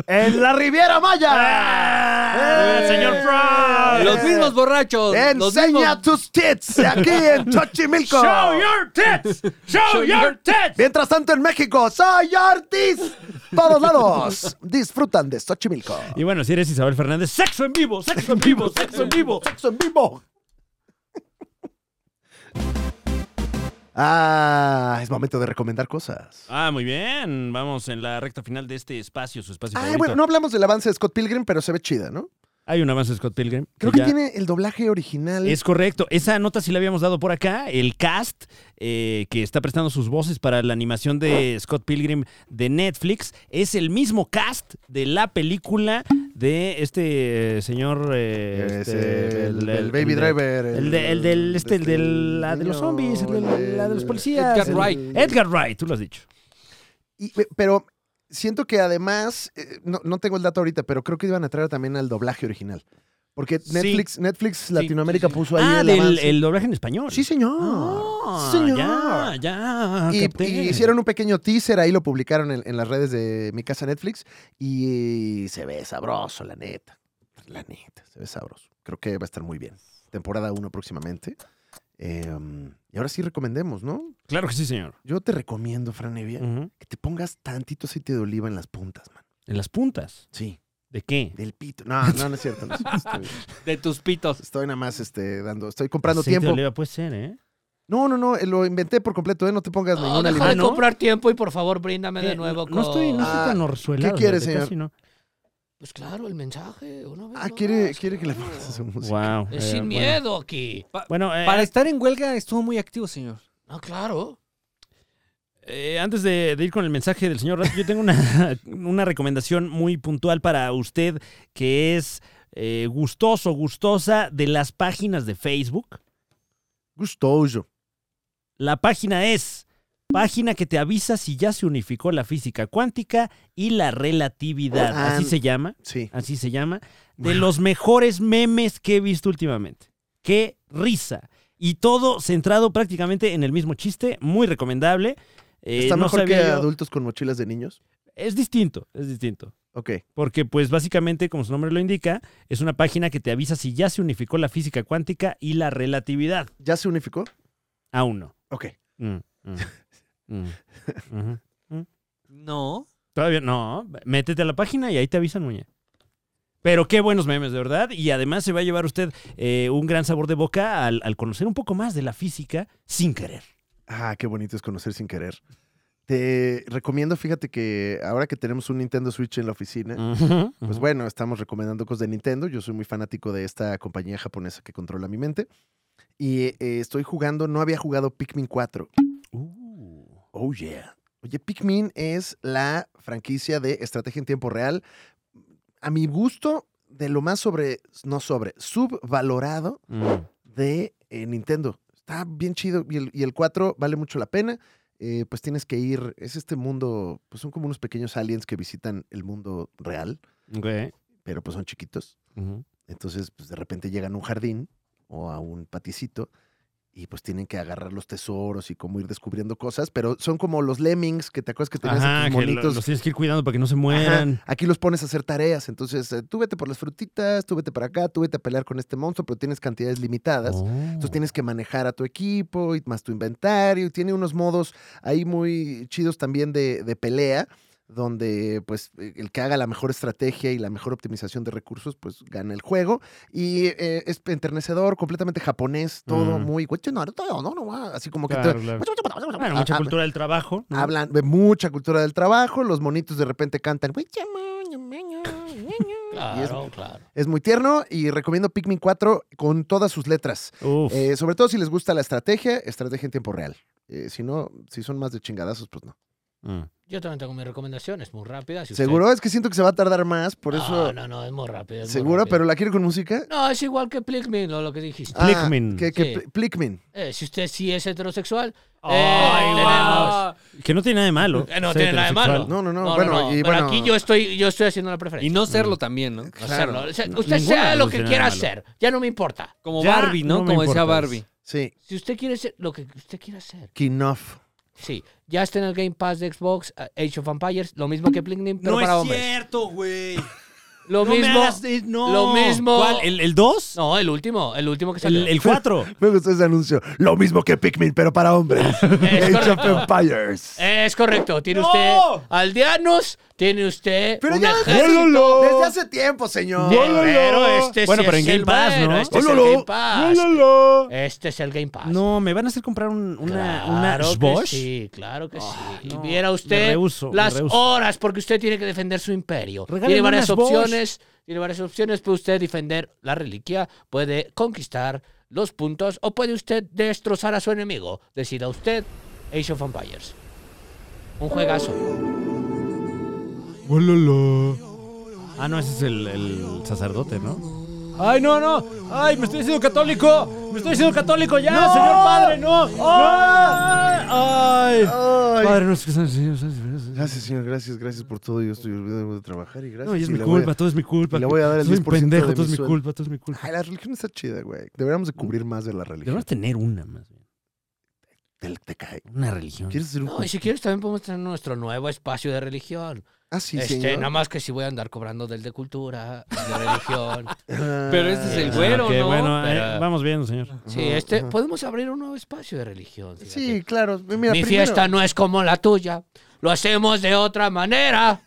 [SPEAKER 1] ¡En la Riviera Maya!
[SPEAKER 5] ¡Ah, señor Frost!
[SPEAKER 3] Los mismos borrachos. los
[SPEAKER 1] ¡Enseña
[SPEAKER 3] mismos-
[SPEAKER 1] tus tits aquí en Xochimilco!
[SPEAKER 5] Show your tits! Show your tits!
[SPEAKER 1] Mientras tanto en México, soy Ortiz. Todos lados disfrutan de Xochimilco.
[SPEAKER 5] Y bueno, si eres Isabel Fernández, sexo en vivo, sexo en vivo, sexo en vivo.
[SPEAKER 1] Sexo en vivo. Ah, es momento de recomendar cosas.
[SPEAKER 5] Ah, muy bien. Vamos en la recta final de este espacio, su espacio
[SPEAKER 1] Ah,
[SPEAKER 5] favorito.
[SPEAKER 1] bueno, no hablamos del avance de Scott Pilgrim, pero se ve chida, ¿no?
[SPEAKER 5] Hay un avance de Scott Pilgrim.
[SPEAKER 1] Creo que
[SPEAKER 5] ya-
[SPEAKER 1] tiene el doblaje original.
[SPEAKER 5] Es correcto. Esa nota sí la habíamos dado por acá. El cast eh, que está prestando sus voces para la animación de Scott Pilgrim de Netflix es el mismo cast de la película de este eh, señor. eh,
[SPEAKER 1] Es
[SPEAKER 5] este,
[SPEAKER 1] el, del
[SPEAKER 5] de-
[SPEAKER 1] Baby Driver.
[SPEAKER 5] El, de- el del. Este, el de la de los
[SPEAKER 1] niño,
[SPEAKER 5] zombies, el de
[SPEAKER 1] el
[SPEAKER 5] la de los policías.
[SPEAKER 3] Edgar
[SPEAKER 5] el-
[SPEAKER 3] Wright.
[SPEAKER 5] Edgar Wright, tú lo has dicho.
[SPEAKER 1] Y- pero siento que además, eh, no, no tengo el dato ahorita, pero creo que iban a traer también al doblaje original. Porque
[SPEAKER 5] Sí.
[SPEAKER 1] Netflix, Netflix Latinoamérica
[SPEAKER 3] sí, sí.
[SPEAKER 1] puso ahí
[SPEAKER 5] Ah,
[SPEAKER 1] el
[SPEAKER 5] del
[SPEAKER 1] avance.
[SPEAKER 5] el doblaje en español.
[SPEAKER 1] Sí, señor.
[SPEAKER 5] Ah,
[SPEAKER 1] Sí, señor.
[SPEAKER 5] Ya, ya.
[SPEAKER 1] Y,
[SPEAKER 5] capté.
[SPEAKER 1] y hicieron un pequeño teaser, ahí lo publicaron en, en las redes de mi casa Netflix y se ve sabroso, la neta. La neta, se ve sabroso. Creo que va a estar muy bien. Temporada 1 próximamente. Eh, um, y ahora sí recomendemos, ¿no?
[SPEAKER 5] Claro que sí, señor.
[SPEAKER 1] Yo te recomiendo, Fran Evia,
[SPEAKER 5] Ujú.
[SPEAKER 1] que te pongas tantito aceite de oliva en las puntas, man.
[SPEAKER 5] En las puntas.
[SPEAKER 1] Sí.
[SPEAKER 5] ¿De qué?
[SPEAKER 1] Del pito. No, no, no es cierto. no es cierto. Estoy,
[SPEAKER 3] De tus pitos.
[SPEAKER 1] estoy nada más este, dando, estoy comprando
[SPEAKER 5] Aceite de
[SPEAKER 1] tiempo.
[SPEAKER 5] oliva puede ser, ¿eh?
[SPEAKER 1] No, no, no, eh, lo inventé por completo, ¿eh? No te pongas
[SPEAKER 2] No,
[SPEAKER 1] ningún
[SPEAKER 2] deja
[SPEAKER 1] alimento.
[SPEAKER 2] de comprar tiempo y por favor bríndame
[SPEAKER 5] Eh,
[SPEAKER 2] de nuevo con...
[SPEAKER 5] No estoy, no estoy
[SPEAKER 1] Ah,
[SPEAKER 5] tan orzuelado.
[SPEAKER 1] ¿qué quiere,
[SPEAKER 5] de verdad, sí, no.
[SPEAKER 2] Pues claro, el mensaje, una vez
[SPEAKER 1] Ah,
[SPEAKER 2] más,
[SPEAKER 1] quiere, quiere que le
[SPEAKER 2] claro.
[SPEAKER 1] pongas su música.
[SPEAKER 5] Wow.
[SPEAKER 2] Es
[SPEAKER 5] eh,
[SPEAKER 2] sin
[SPEAKER 5] bueno.
[SPEAKER 2] miedo aquí.
[SPEAKER 5] Bueno, eh,
[SPEAKER 3] Para estar en huelga estuvo muy activo, señor.
[SPEAKER 2] No, claro.
[SPEAKER 5] eh, antes de, de ir con el mensaje del señor Rat, yo tengo una, una recomendación muy puntual para usted que es eh, gustoso, gustosa de las páginas de Facebook.
[SPEAKER 1] Gustoso.
[SPEAKER 5] La página es página que te avisa si ya se unificó la física cuántica y la relatividad.
[SPEAKER 1] Ah,
[SPEAKER 5] así se llama,
[SPEAKER 1] Sí.
[SPEAKER 5] así se llama. De los mejores memes que he visto últimamente. Qué risa. Y todo centrado prácticamente en el mismo chiste, muy recomendable. Eh,
[SPEAKER 1] ¿Está
[SPEAKER 5] no
[SPEAKER 1] mejor que
[SPEAKER 5] sabía yo-
[SPEAKER 1] adultos con mochilas de niños?
[SPEAKER 5] Es distinto, es distinto.
[SPEAKER 1] Ok.
[SPEAKER 5] Porque pues básicamente, como su nombre lo indica, es una página que te avisa si ya se unificó la física cuántica y la relatividad.
[SPEAKER 1] ¿Ya se unificó?
[SPEAKER 5] Aún no.
[SPEAKER 1] Ok.
[SPEAKER 5] Mm, mm, mm, ujú. mm.
[SPEAKER 3] No.
[SPEAKER 5] Todavía no. Métete a la página y ahí te avisan, muñe. Pero qué buenos memes, de verdad. Y además se va a llevar usted eh, un gran sabor de boca al, al conocer pues, un poco más de la física sin querer.
[SPEAKER 1] Ah, qué bonito es conocer sin querer. Te recomiendo, fíjate que ahora que tenemos un Nintendo Switch en la oficina,
[SPEAKER 5] Ujú,
[SPEAKER 1] pues
[SPEAKER 5] ujú.
[SPEAKER 1] bueno, estamos recomendando cosas de Nintendo. Yo soy muy fanático de esta compañía japonesa que controla mi mente. Y eh, estoy jugando, no había jugado Pikmin 4.
[SPEAKER 5] Uh,
[SPEAKER 1] Oh, yeah. Oye, Pikmin es la franquicia de estrategia en tiempo real. A mi gusto, de lo más sobre, no sobre, subvalorado
[SPEAKER 5] mm.
[SPEAKER 1] de eh, Nintendo. Está bien chido y el, y el 4 vale mucho la pena. Eh, pues tienes que ir, es este mundo, pues son como unos pequeños aliens que visitan el mundo real,
[SPEAKER 5] Ok.
[SPEAKER 1] pero pues son chiquitos.
[SPEAKER 5] Ujú.
[SPEAKER 1] Entonces, pues de repente llegan a un jardín o a un paticito y pues tienen que agarrar los tesoros y cómo ir descubriendo cosas, pero son como los lemmings que te acuerdas que tenías
[SPEAKER 5] Ajá,
[SPEAKER 1] estos
[SPEAKER 5] que lo-
[SPEAKER 1] monitos.
[SPEAKER 5] los tienes que ir cuidando para que no se
[SPEAKER 1] Ajá,
[SPEAKER 5] mueran.
[SPEAKER 1] Aquí los pones a hacer tareas, entonces eh, tú vete por las frutitas, tú vete para acá, tú vete a pelear con este monstruo, pero tienes cantidades limitadas.
[SPEAKER 5] Oh.
[SPEAKER 1] Entonces tienes que manejar a tu equipo y más tu inventario. y Tiene unos modos ahí muy chidos también de, de pelea. donde pues eh, el que haga la mejor estrategia y la mejor optimización de recursos pues gana el juego y eh, es enternecedor completamente japonés todo
[SPEAKER 5] Mm.
[SPEAKER 1] muy ah, así como que
[SPEAKER 5] Claro,
[SPEAKER 1] te-
[SPEAKER 5] claro. Bueno, mucha
[SPEAKER 1] Ah, ah,
[SPEAKER 5] cultura del trabajo. ¿no?
[SPEAKER 1] hablan de mucha cultura del trabajo los monitos de repente cantan
[SPEAKER 2] Claro, claro.
[SPEAKER 1] es muy tierno y recomiendo Pikmin 4 con todas sus letras
[SPEAKER 5] Uf.
[SPEAKER 1] Eh, sobre todo si les gusta la estrategia estrategia en tiempo real Eh, si no si son más de chingadazos pues no
[SPEAKER 5] Mm.
[SPEAKER 2] Yo también tengo mis recomendaciones, muy rápidas. si usted-
[SPEAKER 1] ¿Seguro? Es que siento que se va a tardar más, por eso.
[SPEAKER 2] No, no, no, es muy rápido. es muy
[SPEAKER 1] ¿Seguro?
[SPEAKER 2] rápido.
[SPEAKER 1] ¿Pero la quiero con música?
[SPEAKER 2] No, es igual que Plikmin, lo, lo que dijiste.
[SPEAKER 1] Ah,
[SPEAKER 5] Plikmin.
[SPEAKER 1] que, que
[SPEAKER 2] Sí.
[SPEAKER 1] Pl- Plikmin.
[SPEAKER 2] Eh, si usted sí es heterosexual, eh,
[SPEAKER 5] Ay,
[SPEAKER 2] tenemos-
[SPEAKER 5] Que no tiene nada de malo.
[SPEAKER 2] Eh, no
[SPEAKER 5] ser
[SPEAKER 2] tiene nada de malo.
[SPEAKER 5] heterosexual.
[SPEAKER 1] No, no, no.
[SPEAKER 2] No, no,
[SPEAKER 1] bueno,
[SPEAKER 2] no,
[SPEAKER 1] y
[SPEAKER 2] pero
[SPEAKER 1] bueno.
[SPEAKER 2] aquí yo estoy, yo estoy haciendo la preferencia.
[SPEAKER 3] Y no serlo también, ¿no?
[SPEAKER 2] hacerlo. O sea,
[SPEAKER 5] No, ninguna
[SPEAKER 2] usted sea lo
[SPEAKER 5] luz
[SPEAKER 2] que
[SPEAKER 5] tiene
[SPEAKER 2] quiera
[SPEAKER 5] nada de
[SPEAKER 2] hacer, ya no me importa.
[SPEAKER 3] Como
[SPEAKER 5] Ya
[SPEAKER 3] Barbie, ¿no?
[SPEAKER 5] no me
[SPEAKER 3] Como decía
[SPEAKER 5] importas.
[SPEAKER 3] Barbie.
[SPEAKER 1] Sí,
[SPEAKER 2] Si usted quiere ser lo que usted quiera hacer,
[SPEAKER 1] Kinoff.
[SPEAKER 2] sí. Ya está en el Game Pass de Xbox, eh, Age of Empires, lo mismo que Plikmin, pero
[SPEAKER 5] No
[SPEAKER 2] para
[SPEAKER 5] es
[SPEAKER 2] hombres.
[SPEAKER 5] cierto, güey.
[SPEAKER 2] Lo
[SPEAKER 5] No me
[SPEAKER 2] mismo.
[SPEAKER 5] hagas de- no.
[SPEAKER 2] Lo mismo.
[SPEAKER 5] ¿Cuál? ¿El, el 2?
[SPEAKER 2] No, el último, el último que salió.
[SPEAKER 5] El, el 4.
[SPEAKER 1] Me gustó ese anuncio. Lo mismo que Pikmin, pero para hombres. Age of
[SPEAKER 2] correcto.
[SPEAKER 1] Empires.
[SPEAKER 2] Es correcto. Tiene
[SPEAKER 5] ¡No!
[SPEAKER 2] usted aldeanos, tiene usted.
[SPEAKER 1] Pero
[SPEAKER 2] un
[SPEAKER 1] ya desde,
[SPEAKER 2] ejército.
[SPEAKER 1] desde hace tiempo, señor.
[SPEAKER 2] Sí, Pero este sí
[SPEAKER 5] Bueno, pero
[SPEAKER 2] es
[SPEAKER 5] en Game
[SPEAKER 2] el
[SPEAKER 5] Pass,
[SPEAKER 2] bueno,
[SPEAKER 5] ¿no?
[SPEAKER 2] Este es el
[SPEAKER 1] ¡Ololo!
[SPEAKER 2] Game Pass.
[SPEAKER 1] ¡Ololo!
[SPEAKER 2] Este es el Game Pass.
[SPEAKER 5] No, me van a hacer comprar un- una, una
[SPEAKER 2] Claro que
[SPEAKER 5] Bosch. Ah,
[SPEAKER 2] Sí, claro que sí.
[SPEAKER 5] no,
[SPEAKER 2] y viera
[SPEAKER 5] me
[SPEAKER 2] usted
[SPEAKER 5] rehúso, me
[SPEAKER 2] las
[SPEAKER 5] rehúso.
[SPEAKER 2] horas, porque usted tiene que defender su imperio.
[SPEAKER 5] Regálenme
[SPEAKER 2] tiene varias
[SPEAKER 5] unas Bosch.
[SPEAKER 2] opciones. Tiene varias opciones. Puede usted defender la reliquia, puede conquistar los puntos o puede usted destrozar a su enemigo. Decida usted, Age of Empires. Un juegazo.
[SPEAKER 5] Ah, no, ese es el, el sacerdote, ¿no?
[SPEAKER 3] ¡Ay, no, no! ¡Ay, me estoy haciendo católico! ¡Me estoy haciendo católico ya, señor padre! ¡No!
[SPEAKER 5] ¡Ay!
[SPEAKER 1] Ay.
[SPEAKER 5] Padre, no es que son- son- son- son-
[SPEAKER 1] Gracias, señor. Gracias, gracias por todo. Yo estoy olvidando de trabajar y gracias.
[SPEAKER 5] No, y es
[SPEAKER 1] Y
[SPEAKER 5] mi
[SPEAKER 1] le voy a-
[SPEAKER 5] culpa, todo es mi culpa.
[SPEAKER 1] y le voy a dar el
[SPEAKER 5] Soy un
[SPEAKER 1] 10%
[SPEAKER 5] pendejo,
[SPEAKER 1] de
[SPEAKER 5] todo
[SPEAKER 1] mi
[SPEAKER 5] es mi
[SPEAKER 1] sueldo.
[SPEAKER 5] culpa, todo es mi culpa. Mm.
[SPEAKER 1] Ay, la religión está chida, güey. Deberíamos de cubrir más de la religión.
[SPEAKER 5] Debemos tener una más bien.
[SPEAKER 1] Te, te cae.
[SPEAKER 5] Una religión.
[SPEAKER 1] ¿Quieres hacer un
[SPEAKER 2] No, y si quieres también podemos tener nuestro nuevo espacio de religión.
[SPEAKER 1] Ah, sí,
[SPEAKER 2] este,
[SPEAKER 1] señor.
[SPEAKER 2] nada más que si voy a andar cobrando del de cultura, el de religión.
[SPEAKER 3] Pero este es el
[SPEAKER 2] Ah,
[SPEAKER 3] güero,
[SPEAKER 5] Ok,
[SPEAKER 3] ¿no?
[SPEAKER 5] Bueno, eh,
[SPEAKER 2] Pero-
[SPEAKER 5] vamos viendo, señor.
[SPEAKER 2] Sí, este, podemos abrir un nuevo espacio de religión. fíjate.
[SPEAKER 1] Sí, claro. Mira,
[SPEAKER 2] Mi
[SPEAKER 1] primero-
[SPEAKER 2] fiesta no es como la tuya. Lo hacemos de otra manera.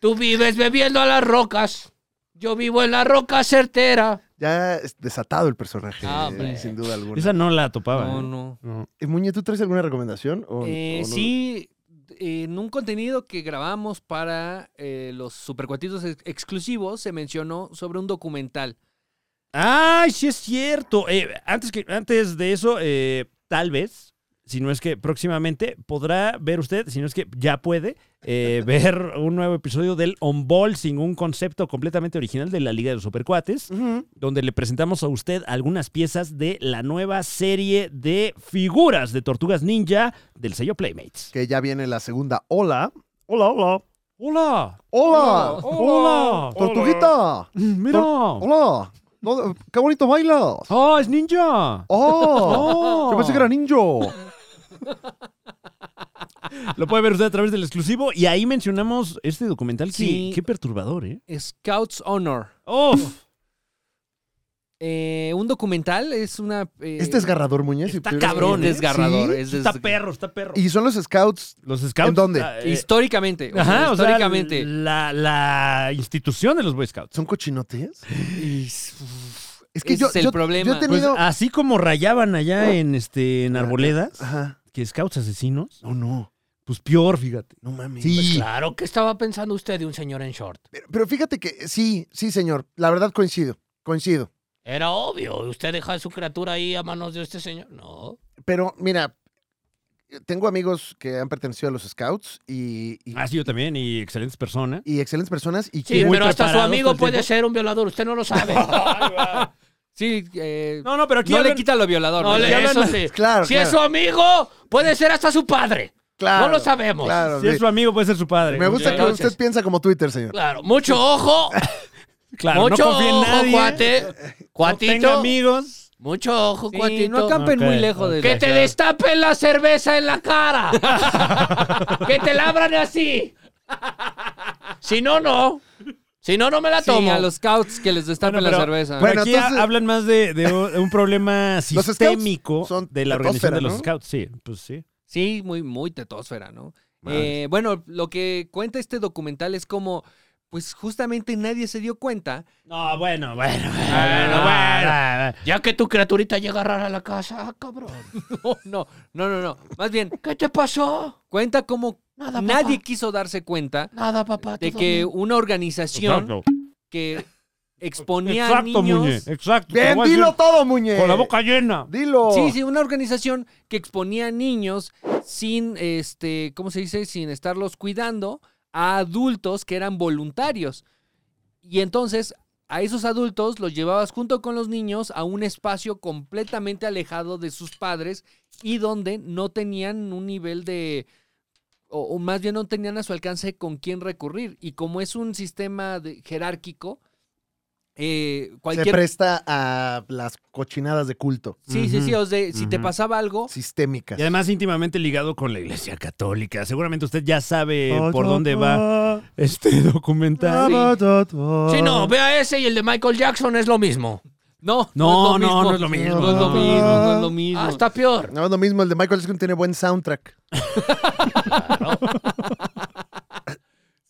[SPEAKER 2] Tú vives bebiendo a las rocas. Yo vivo en la roca certera.
[SPEAKER 1] Ya es desatado el personaje,
[SPEAKER 2] Ah,
[SPEAKER 1] eh,
[SPEAKER 2] hombre.
[SPEAKER 1] sin duda alguna.
[SPEAKER 5] Esa no la topaba.
[SPEAKER 3] Ah. No,
[SPEAKER 5] ¿eh?
[SPEAKER 3] no.
[SPEAKER 1] Eh, Muñe, ¿tú traes alguna recomendación? o-
[SPEAKER 3] Eh,
[SPEAKER 1] o no?
[SPEAKER 3] sí, eh, en un contenido que grabamos para eh, los supercuatitos ex- exclusivos se mencionó sobre un documental.
[SPEAKER 5] Ay, sí es cierto. Eh, antes, que, antes de eso, eh, tal vez, si no es que próximamente, podrá ver usted, si no es que ya puede, eh, ver un nuevo episodio del Unbolsing, un concepto completamente original de la Liga de los Supercuates,
[SPEAKER 1] Ujú.
[SPEAKER 5] donde le presentamos a usted algunas piezas de la nueva serie de figuras de tortugas ninja del sello Playmates.
[SPEAKER 1] Que ya viene la segunda ola.
[SPEAKER 5] Hola, hola. Hola.
[SPEAKER 1] ¡Hola!
[SPEAKER 5] Hola.
[SPEAKER 1] ¡Tortuguita!
[SPEAKER 5] Mira.
[SPEAKER 1] ¡Hola! No, ¡Qué bonito bailas!
[SPEAKER 5] ¡Oh, es ninja!
[SPEAKER 1] ¡Oh!
[SPEAKER 5] ¡Oh!
[SPEAKER 1] Yo pensé que era ninjo.
[SPEAKER 5] Lo puede ver usted a través del exclusivo. Y ahí mencionamos este documental. que-
[SPEAKER 3] Sí.
[SPEAKER 5] Qué perturbador, ¿eh?
[SPEAKER 3] Scouts Honor.
[SPEAKER 5] ¡Uf!
[SPEAKER 3] Eh, un documental es una... eh,
[SPEAKER 1] Este Es desgarrador, Muñe. si
[SPEAKER 5] Está
[SPEAKER 1] tuvieras-
[SPEAKER 5] cabrón,
[SPEAKER 1] Sí.
[SPEAKER 5] ¿eh?
[SPEAKER 3] Es desgarrador. es
[SPEAKER 5] Está
[SPEAKER 3] desg-
[SPEAKER 5] perro, está perro.
[SPEAKER 1] Y son los scouts.
[SPEAKER 5] los scouts.
[SPEAKER 1] ¿En dónde?
[SPEAKER 5] ah, eh,
[SPEAKER 3] Históricamente. o sea,
[SPEAKER 5] Ajá, o sea,
[SPEAKER 3] históricamente.
[SPEAKER 5] la, la institución de los Boy Scouts.
[SPEAKER 1] ¿Son cochinotes? Es
[SPEAKER 3] Ese es el problema.
[SPEAKER 1] Yo he
[SPEAKER 5] Pues,
[SPEAKER 1] tenido.
[SPEAKER 5] así como rayaban allá en, este, en Arboledas,
[SPEAKER 1] Ajá.
[SPEAKER 5] que scouts asesinos,
[SPEAKER 1] No, no.
[SPEAKER 5] pues peor, fíjate.
[SPEAKER 1] No mames.
[SPEAKER 5] Sí.
[SPEAKER 2] Claro, ¿qué estaba pensando usted de un señor en short?
[SPEAKER 1] Pero, pero fíjate que sí, sí, señor. La verdad coincido. Coincido.
[SPEAKER 2] Era obvio. ¿Usted deja a su criatura ahí a manos de este señor? No.
[SPEAKER 1] Pero mira, tengo amigos que han pertenecido a los scouts y, y,
[SPEAKER 5] Ah, sí, yo también, y excelentes personas.
[SPEAKER 1] y excelentes personas y
[SPEAKER 2] Sí,
[SPEAKER 1] quieren-
[SPEAKER 5] muy
[SPEAKER 2] pero hasta su
[SPEAKER 5] preparados todo
[SPEAKER 2] amigo
[SPEAKER 5] el
[SPEAKER 2] puede
[SPEAKER 5] tiempo.
[SPEAKER 2] ser un violador. Usted no lo sabe.
[SPEAKER 3] Sí, eh, no,
[SPEAKER 5] No, no, pero aquí
[SPEAKER 3] le
[SPEAKER 5] hablan-
[SPEAKER 3] quita lo violador.
[SPEAKER 2] No,
[SPEAKER 3] ¿no?
[SPEAKER 2] le-
[SPEAKER 3] Ya hablan-
[SPEAKER 2] eso sí.
[SPEAKER 1] Claro,
[SPEAKER 2] si
[SPEAKER 1] claro.
[SPEAKER 2] es su amigo, puede ser hasta su padre.
[SPEAKER 1] Claro,
[SPEAKER 2] no lo sabemos.
[SPEAKER 1] Claro,
[SPEAKER 5] Si
[SPEAKER 1] sí.
[SPEAKER 5] es su amigo, puede ser su padre.
[SPEAKER 1] Me gusta que
[SPEAKER 2] Entonces-
[SPEAKER 1] usted piensa como Twitter, señor.
[SPEAKER 2] Claro, mucho ojo.
[SPEAKER 5] Claro,
[SPEAKER 2] mucho
[SPEAKER 5] no confía en
[SPEAKER 2] ojo,
[SPEAKER 5] nadie.
[SPEAKER 2] cuate.
[SPEAKER 5] No
[SPEAKER 2] Cuatito.
[SPEAKER 5] tenga amigos.
[SPEAKER 2] mucho ojo,
[SPEAKER 3] Sí,
[SPEAKER 2] cuatito.
[SPEAKER 3] no acampen muy
[SPEAKER 5] Ok,
[SPEAKER 3] lejos de...
[SPEAKER 2] que te destapen la cerveza en la cara. que te la abran así. Si no, no. Si no, no me la
[SPEAKER 3] Sí,
[SPEAKER 2] tomo.
[SPEAKER 3] a los scouts que les destapen
[SPEAKER 5] Bueno, pero-
[SPEAKER 3] la cerveza.
[SPEAKER 1] Bueno,
[SPEAKER 5] Bueno, aquí
[SPEAKER 1] entonces-
[SPEAKER 5] ha- hablan más de, de un de un problema
[SPEAKER 1] scouts
[SPEAKER 5] sistémico
[SPEAKER 1] son
[SPEAKER 5] de la
[SPEAKER 1] tetósfera,
[SPEAKER 5] organización de los
[SPEAKER 1] ¿no?
[SPEAKER 5] scouts. Sí, pues sí.
[SPEAKER 3] Sí, muy, muy tetósfera, ¿no?
[SPEAKER 1] Madre.
[SPEAKER 3] Eh, bueno, lo que cuenta este documental es como, pues justamente nadie se dio cuenta.
[SPEAKER 5] No, bueno, bueno, bueno,
[SPEAKER 2] Bueno, bueno.
[SPEAKER 5] ah, ah,
[SPEAKER 2] Ya que tu criaturita llega rara a la casa, ah, cabrón.
[SPEAKER 3] No, no, no, no, no. Más bien,
[SPEAKER 2] ¿Qué te pasó?
[SPEAKER 3] cuenta como
[SPEAKER 2] Nada,
[SPEAKER 3] nadie
[SPEAKER 2] papá.
[SPEAKER 3] quiso darse cuenta
[SPEAKER 2] Nada, papá.
[SPEAKER 3] de
[SPEAKER 2] todo
[SPEAKER 3] que
[SPEAKER 2] bien.
[SPEAKER 3] una
[SPEAKER 5] ah.
[SPEAKER 3] organización
[SPEAKER 5] Exacto,
[SPEAKER 3] que exponía a
[SPEAKER 5] exacto,
[SPEAKER 3] niños...
[SPEAKER 5] Muñe, exacto. te
[SPEAKER 1] Bien,
[SPEAKER 5] voy a decir,
[SPEAKER 1] dilo todo, Muñe.
[SPEAKER 5] Con la boca llena.
[SPEAKER 1] Dilo.
[SPEAKER 5] Oh.
[SPEAKER 3] Sí, sí, una organización que exponía a niños sin, este, ¿cómo se dice? Sin estarlos cuidando a adultos que eran voluntarios. Y entonces a esos adultos los llevabas junto con los niños a un espacio completamente alejado de sus padres y donde no tenían un nivel de... O, o más bien no tenían a su alcance con quién recurrir. Y como es un sistema de- jerárquico, eh,
[SPEAKER 1] Se
[SPEAKER 3] cualquier...
[SPEAKER 1] presta a las cochinadas de culto
[SPEAKER 3] Sí, sí, sí, o sea, si te
[SPEAKER 5] ujú.
[SPEAKER 3] pasaba algo,
[SPEAKER 1] sistémicas.
[SPEAKER 5] Y además íntimamente ligado con la iglesia católica. Seguramente usted ya sabe
[SPEAKER 1] Oh,
[SPEAKER 5] Eh, por
[SPEAKER 1] yo-
[SPEAKER 5] dónde va este documental.
[SPEAKER 2] Sí, no, vea ese y el de Michael Jackson es lo mismo.
[SPEAKER 3] No,
[SPEAKER 5] No, no, no
[SPEAKER 3] no
[SPEAKER 5] es lo mismo.
[SPEAKER 3] No es lo mismo, no es lo mismo.
[SPEAKER 2] Ah, está peor.
[SPEAKER 1] No, lo mismo, el de Michael Jackson tiene buen soundtrack.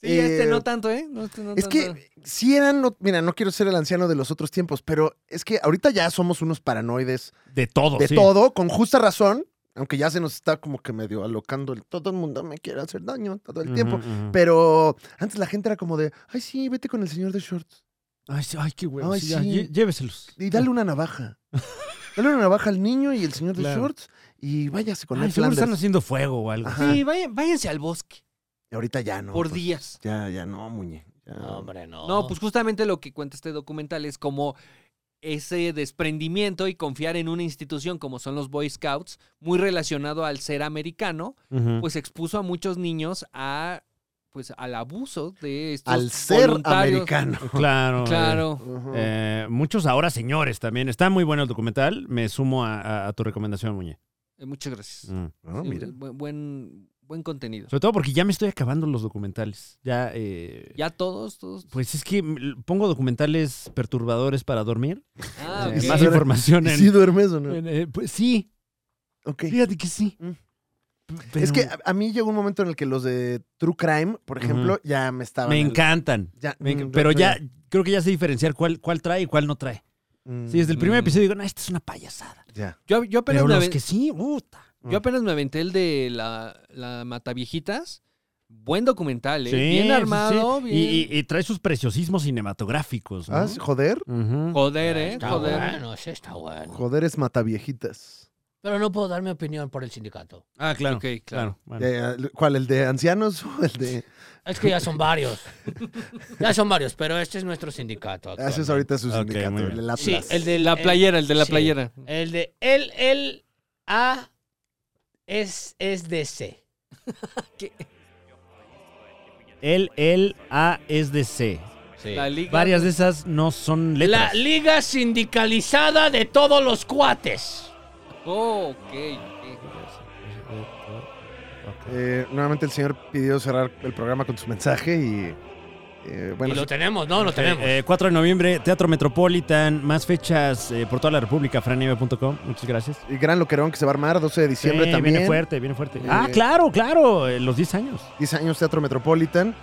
[SPEAKER 3] sí, este
[SPEAKER 1] eh,
[SPEAKER 3] no tanto, ¿eh? No, este no
[SPEAKER 1] Es
[SPEAKER 3] tanto.
[SPEAKER 1] que si eran, no- mira, no quiero ser el anciano de los otros tiempos, pero es que ahorita ya somos unos paranoides
[SPEAKER 5] De todo,
[SPEAKER 1] de
[SPEAKER 5] Oh, sí.
[SPEAKER 1] todo, con justa razón, aunque ya se nos está como que medio alocando el todo el mundo me quiere hacer daño todo el
[SPEAKER 5] Ujú,
[SPEAKER 1] tiempo.
[SPEAKER 5] ujú.
[SPEAKER 1] Pero antes la gente era como de, ay sí, vete con el señor de shorts
[SPEAKER 5] Ay, sí, ay, qué huevo.
[SPEAKER 1] Ay,
[SPEAKER 5] sí, ya,
[SPEAKER 1] sí.
[SPEAKER 5] lle- lléveselos.
[SPEAKER 1] y dale una navaja. Dale una navaja al niño y el señor de
[SPEAKER 5] Claro.
[SPEAKER 1] shorts y váyase con
[SPEAKER 5] Ay,
[SPEAKER 1] el
[SPEAKER 5] seguro
[SPEAKER 1] Flanders.
[SPEAKER 5] están haciendo fuego o algo.
[SPEAKER 1] Ajá.
[SPEAKER 3] Sí, vayan- váyanse al bosque
[SPEAKER 1] Y ahorita ya no.
[SPEAKER 3] por
[SPEAKER 1] pues,
[SPEAKER 3] días.
[SPEAKER 1] Ya, ya no, muñe. Ya.
[SPEAKER 2] No, hombre, no.
[SPEAKER 3] No, pues justamente lo que cuenta este documental es como ese desprendimiento y confiar en una institución como son los Boy Scouts, muy relacionado al ser americano,
[SPEAKER 5] Ujú.
[SPEAKER 3] pues expuso a muchos niños a pues al abuso de estos
[SPEAKER 1] Al ser
[SPEAKER 3] voluntarios.
[SPEAKER 1] americano.
[SPEAKER 5] Eh, Claro.
[SPEAKER 3] Claro.
[SPEAKER 1] Ujú.
[SPEAKER 5] eh, eh, muchos ahora señores también. Está muy bueno el documental. Me sumo a, a- a tu recomendación, Muñe.
[SPEAKER 3] Eh, Muchas gracias.
[SPEAKER 5] Mm.
[SPEAKER 1] No,
[SPEAKER 3] Sí,
[SPEAKER 1] Ah, mira.
[SPEAKER 3] buen, buen, buen contenido.
[SPEAKER 5] Sobre todo porque ya me estoy acabando los documentales. Ya, eh,
[SPEAKER 3] Ya todos, todos.
[SPEAKER 5] Pues es que m- l- pongo documentales perturbadores para dormir.
[SPEAKER 3] Ah,
[SPEAKER 5] Eh,
[SPEAKER 3] ok.
[SPEAKER 5] Más
[SPEAKER 1] Sí.
[SPEAKER 5] información en...
[SPEAKER 1] ¿Sí duermes o no?
[SPEAKER 5] en, eh, pues sí,
[SPEAKER 1] Ok.
[SPEAKER 5] fíjate que sí.
[SPEAKER 1] Mm.
[SPEAKER 5] Pero
[SPEAKER 1] Es que a, a mí llegó un momento en el que los de True Crime, por ejemplo, ya me estaban.
[SPEAKER 5] me
[SPEAKER 1] al-
[SPEAKER 5] encantan.
[SPEAKER 1] ya,
[SPEAKER 5] Me enc-
[SPEAKER 1] mm,
[SPEAKER 5] pero
[SPEAKER 1] yo-
[SPEAKER 5] ya, creo que ya sé diferenciar cuál, cuál trae y cuál no trae.
[SPEAKER 1] mm,
[SPEAKER 5] Sí, desde el primer
[SPEAKER 3] Mm.
[SPEAKER 5] episodio digo, no, esta es una payasada.
[SPEAKER 1] Ya.
[SPEAKER 3] Yo, yo apenas
[SPEAKER 5] Pero
[SPEAKER 3] me
[SPEAKER 5] los
[SPEAKER 3] aven-
[SPEAKER 5] que ah. sí, puta.
[SPEAKER 1] Mm.
[SPEAKER 3] Yo apenas me aventé el de la, la Mataviejitas. Buen documental, ¿eh?
[SPEAKER 5] Sí, sí,
[SPEAKER 3] bien
[SPEAKER 5] sí.
[SPEAKER 3] armado,
[SPEAKER 5] Y-
[SPEAKER 3] bien.
[SPEAKER 5] Y, y trae sus preciosismos cinematográficos. ¿no?
[SPEAKER 1] Ah, sí, joder.
[SPEAKER 5] Ujú.
[SPEAKER 3] Joder, ¿eh?
[SPEAKER 2] Está
[SPEAKER 3] Joder.
[SPEAKER 2] bueno, sí está bueno.
[SPEAKER 1] Joder es mataviejitas.
[SPEAKER 2] Pero no puedo dar mi opinión por el sindicato.
[SPEAKER 5] Ah, claro.
[SPEAKER 3] Ok, claro.
[SPEAKER 5] claro. bueno.
[SPEAKER 1] Eh, ¿Cuál? ¿El de ancianos o el de.?
[SPEAKER 2] Es que ya son varios. ya son varios, pero este es nuestro sindicato. actual.
[SPEAKER 1] Haces Ah, ahorita su
[SPEAKER 5] Ok,
[SPEAKER 1] sindicato,
[SPEAKER 5] muy bien.
[SPEAKER 1] el Atlas.
[SPEAKER 2] Sí, eh. el de
[SPEAKER 3] La
[SPEAKER 5] Eh,
[SPEAKER 2] el-
[SPEAKER 3] playera, el de la
[SPEAKER 2] sí.
[SPEAKER 3] playera.
[SPEAKER 2] El de el el A es, es de C.
[SPEAKER 5] El, el, A es de C.
[SPEAKER 3] La liga.
[SPEAKER 5] Varias de esas no son letras.
[SPEAKER 2] La liga sindicalizada de todos los cuates.
[SPEAKER 3] Oh, ok, ok.
[SPEAKER 1] Eh, nuevamente el señor pidió cerrar el programa con su mensaje y. eh, bueno,
[SPEAKER 2] y lo
[SPEAKER 1] sí,
[SPEAKER 2] tenemos, no, lo tenemos.
[SPEAKER 5] Eh, eh, 4 de noviembre, Teatro Metropolitan, más fechas eh, por toda la República, franieve.com. Muchas gracias.
[SPEAKER 1] el gran loquerón que se va a armar, 12 de diciembre
[SPEAKER 5] Sí,
[SPEAKER 1] también.
[SPEAKER 5] Viene fuerte, viene fuerte.
[SPEAKER 1] Eh,
[SPEAKER 5] ah, claro, claro, eh, los 10 años.
[SPEAKER 1] 10 años Teatro Metropolitan.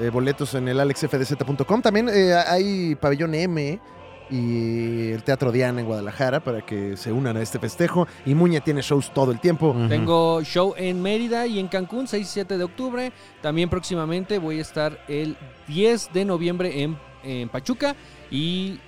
[SPEAKER 1] eh, boletos en el alexfdz.com. También eh, hay Pabellón M y el Teatro Diana en Guadalajara para que se unan a este festejo. Y Muña tiene shows todo el tiempo.
[SPEAKER 3] Tengo show en Mérida y en Cancún, 6 y 7 de octubre. También próximamente voy a estar el 10 de noviembre en, en Pachuca y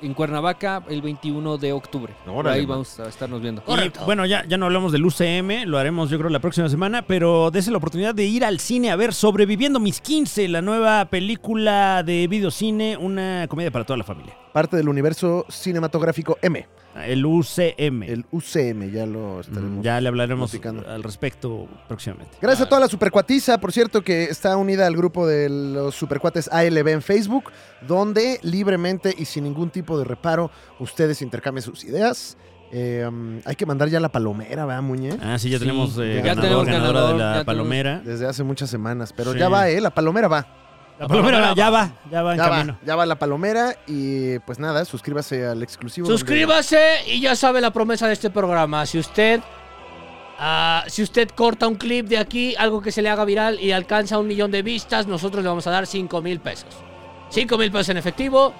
[SPEAKER 3] en Cuernavaca el 21 de octubre. Por
[SPEAKER 1] Órale,
[SPEAKER 3] ahí
[SPEAKER 1] man.
[SPEAKER 3] vamos a estarnos viendo.
[SPEAKER 5] Y, bueno, ya, ya no hablamos del UCM, lo haremos yo creo la próxima semana, pero dese la oportunidad de ir al cine a ver Sobreviviendo mis 15, la nueva película de videocine, una comedia para toda la familia.
[SPEAKER 1] Parte del universo cinematográfico M,
[SPEAKER 5] El UCM.
[SPEAKER 1] el UCM, ya lo
[SPEAKER 5] Mm,
[SPEAKER 1] estaremos.
[SPEAKER 5] ya le hablaremos
[SPEAKER 1] platicando.
[SPEAKER 5] al respecto próximamente.
[SPEAKER 1] Gracias a toda la supercuatiza, por cierto, que está unida al grupo de los supercuates ALB en Facebook, donde libremente y sin ningún tipo de reparo ustedes intercambian sus ideas. Eh, um, hay que mandar ya la palomera, ¿verdad, Muñe?
[SPEAKER 5] Ah, sí, ya
[SPEAKER 3] Sí,
[SPEAKER 5] tenemos eh,
[SPEAKER 1] ya
[SPEAKER 5] ganador,
[SPEAKER 3] tenemos
[SPEAKER 5] ganadora
[SPEAKER 3] ganador,
[SPEAKER 5] de
[SPEAKER 3] ya
[SPEAKER 5] la
[SPEAKER 3] tenemos-
[SPEAKER 5] palomera.
[SPEAKER 1] Desde hace muchas semanas, pero
[SPEAKER 5] Sí.
[SPEAKER 1] ya va, ¿eh? La palomera va.
[SPEAKER 5] La palomera va, ya va, ya va en
[SPEAKER 1] Ya
[SPEAKER 5] camino.
[SPEAKER 1] va, ya va la palomera y pues nada, suscríbase al exclusivo. donde-
[SPEAKER 2] Suscríbase y ya sabe la promesa de este programa. Si usted Ah, si usted corta un clip de aquí, algo que se le haga viral y alcanza un millón de vistas, nosotros le vamos a dar 5 mil pesos. 5 mil pesos en efectivo.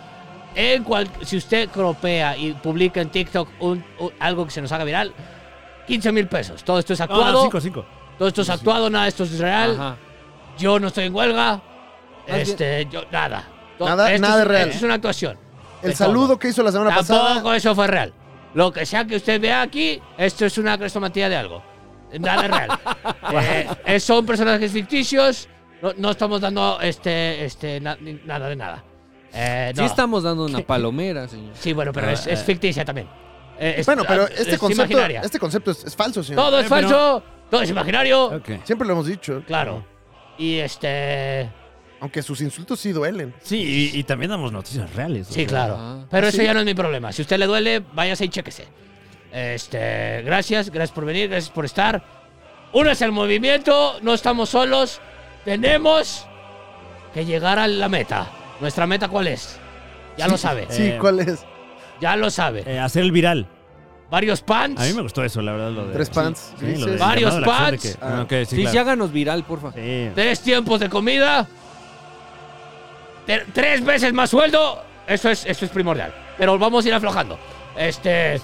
[SPEAKER 2] En cual, si usted cropea y publica en TikTok un- un- algo que se nos haga viral, 15 mil pesos. Todo esto es
[SPEAKER 5] No, no,
[SPEAKER 2] actuado.
[SPEAKER 5] cinco, cinco.
[SPEAKER 2] Todo esto es actuado, nada, esto es real.
[SPEAKER 3] Ajá.
[SPEAKER 2] Yo no estoy en huelga.
[SPEAKER 3] Más
[SPEAKER 2] Este, yo, nada. To-
[SPEAKER 1] Nada-
[SPEAKER 2] esto
[SPEAKER 1] nada
[SPEAKER 2] es,
[SPEAKER 1] es real.
[SPEAKER 2] esto es una actuación.
[SPEAKER 1] El
[SPEAKER 2] De todo.
[SPEAKER 1] saludo que hizo la semana
[SPEAKER 2] Tampoco
[SPEAKER 1] pasada.
[SPEAKER 2] eso fue real. Lo que sea que usted vea aquí, esto es una crestomatía de algo. Nada es real. Eh, eh, son personajes ficticios. No, no estamos dando este, este, na- ni- nada de nada. Eh,
[SPEAKER 3] Sí
[SPEAKER 2] no.
[SPEAKER 3] estamos dando una palomera, señor.
[SPEAKER 2] Sí, bueno, pero es, es ficticia también. Eh, es-
[SPEAKER 1] Bueno, pero
[SPEAKER 2] ah,
[SPEAKER 1] este
[SPEAKER 2] es
[SPEAKER 1] concepto,
[SPEAKER 2] imaginaria.
[SPEAKER 1] este concepto es, es falso, señor.
[SPEAKER 2] Todo es falso, todo es imaginario.
[SPEAKER 1] Siempre lo hemos dicho.
[SPEAKER 2] Claro. Y este.
[SPEAKER 1] Aunque sus insultos sí duelen.
[SPEAKER 5] Sí, y, y también damos noticias reales. o
[SPEAKER 2] Sí,
[SPEAKER 5] sea.
[SPEAKER 2] claro.
[SPEAKER 3] Ah.
[SPEAKER 2] Pero eso
[SPEAKER 1] Sí.
[SPEAKER 2] ya no es mi problema. Si a usted le duele, váyase y chéquese. Este, gracias, gracias por venir, gracias por estar. Únase al movimiento, no estamos solos. Tenemos que llegar a la meta. ¿Nuestra meta cuál es? Ya lo sabe.
[SPEAKER 1] Sí,
[SPEAKER 5] Eh,
[SPEAKER 1] ¿cuál es?
[SPEAKER 2] Ya lo sabe.
[SPEAKER 5] Eh, hacer el viral.
[SPEAKER 2] Varios pants.
[SPEAKER 5] A mí me gustó eso, la verdad. Lo de,
[SPEAKER 1] Tres pants
[SPEAKER 5] Sí, lo de-
[SPEAKER 1] grises.
[SPEAKER 2] Varios
[SPEAKER 5] llamado a la acción
[SPEAKER 2] pants.
[SPEAKER 5] de que- ah, ok, sí,
[SPEAKER 3] Sí, sí,
[SPEAKER 5] claro.
[SPEAKER 3] háganos viral, porfa.
[SPEAKER 5] Sí.
[SPEAKER 2] Tres tiempos de comida. Te- tres veces más sueldo. Eso es, eso es primordial. Pero vamos a ir aflojando. Este.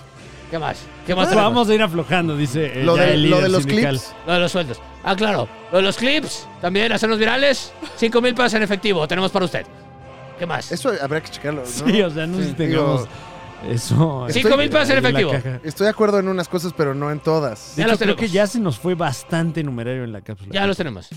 [SPEAKER 2] ¿Qué más? ¿Qué más tenemos?
[SPEAKER 5] Vamos a ir aflojando, dice. eh,
[SPEAKER 1] Lo
[SPEAKER 5] ya
[SPEAKER 1] de,
[SPEAKER 5] el
[SPEAKER 1] lo
[SPEAKER 5] líder
[SPEAKER 1] de los
[SPEAKER 5] sindical.
[SPEAKER 1] clips.
[SPEAKER 2] Lo de los sueldos. Ah, claro. Lo de los clips, también hacernos virales. 5 mil pesos en efectivo, tenemos para usted. ¿Qué más?
[SPEAKER 1] Eso habría que checarlo. ¿no?
[SPEAKER 5] Sí, o sea, no sé si
[SPEAKER 1] digo-
[SPEAKER 5] tengamos eso.
[SPEAKER 1] Sí,
[SPEAKER 5] eh,
[SPEAKER 2] Cinco mil pesos en
[SPEAKER 5] la
[SPEAKER 2] efectivo.
[SPEAKER 5] caja.
[SPEAKER 1] Estoy de acuerdo en unas cosas, pero no en todas.
[SPEAKER 5] De
[SPEAKER 2] Ya
[SPEAKER 5] hecho, creo
[SPEAKER 2] los tenemos.
[SPEAKER 5] que ya se nos fue bastante numerario en la cápsula.
[SPEAKER 2] Ya los tenemos.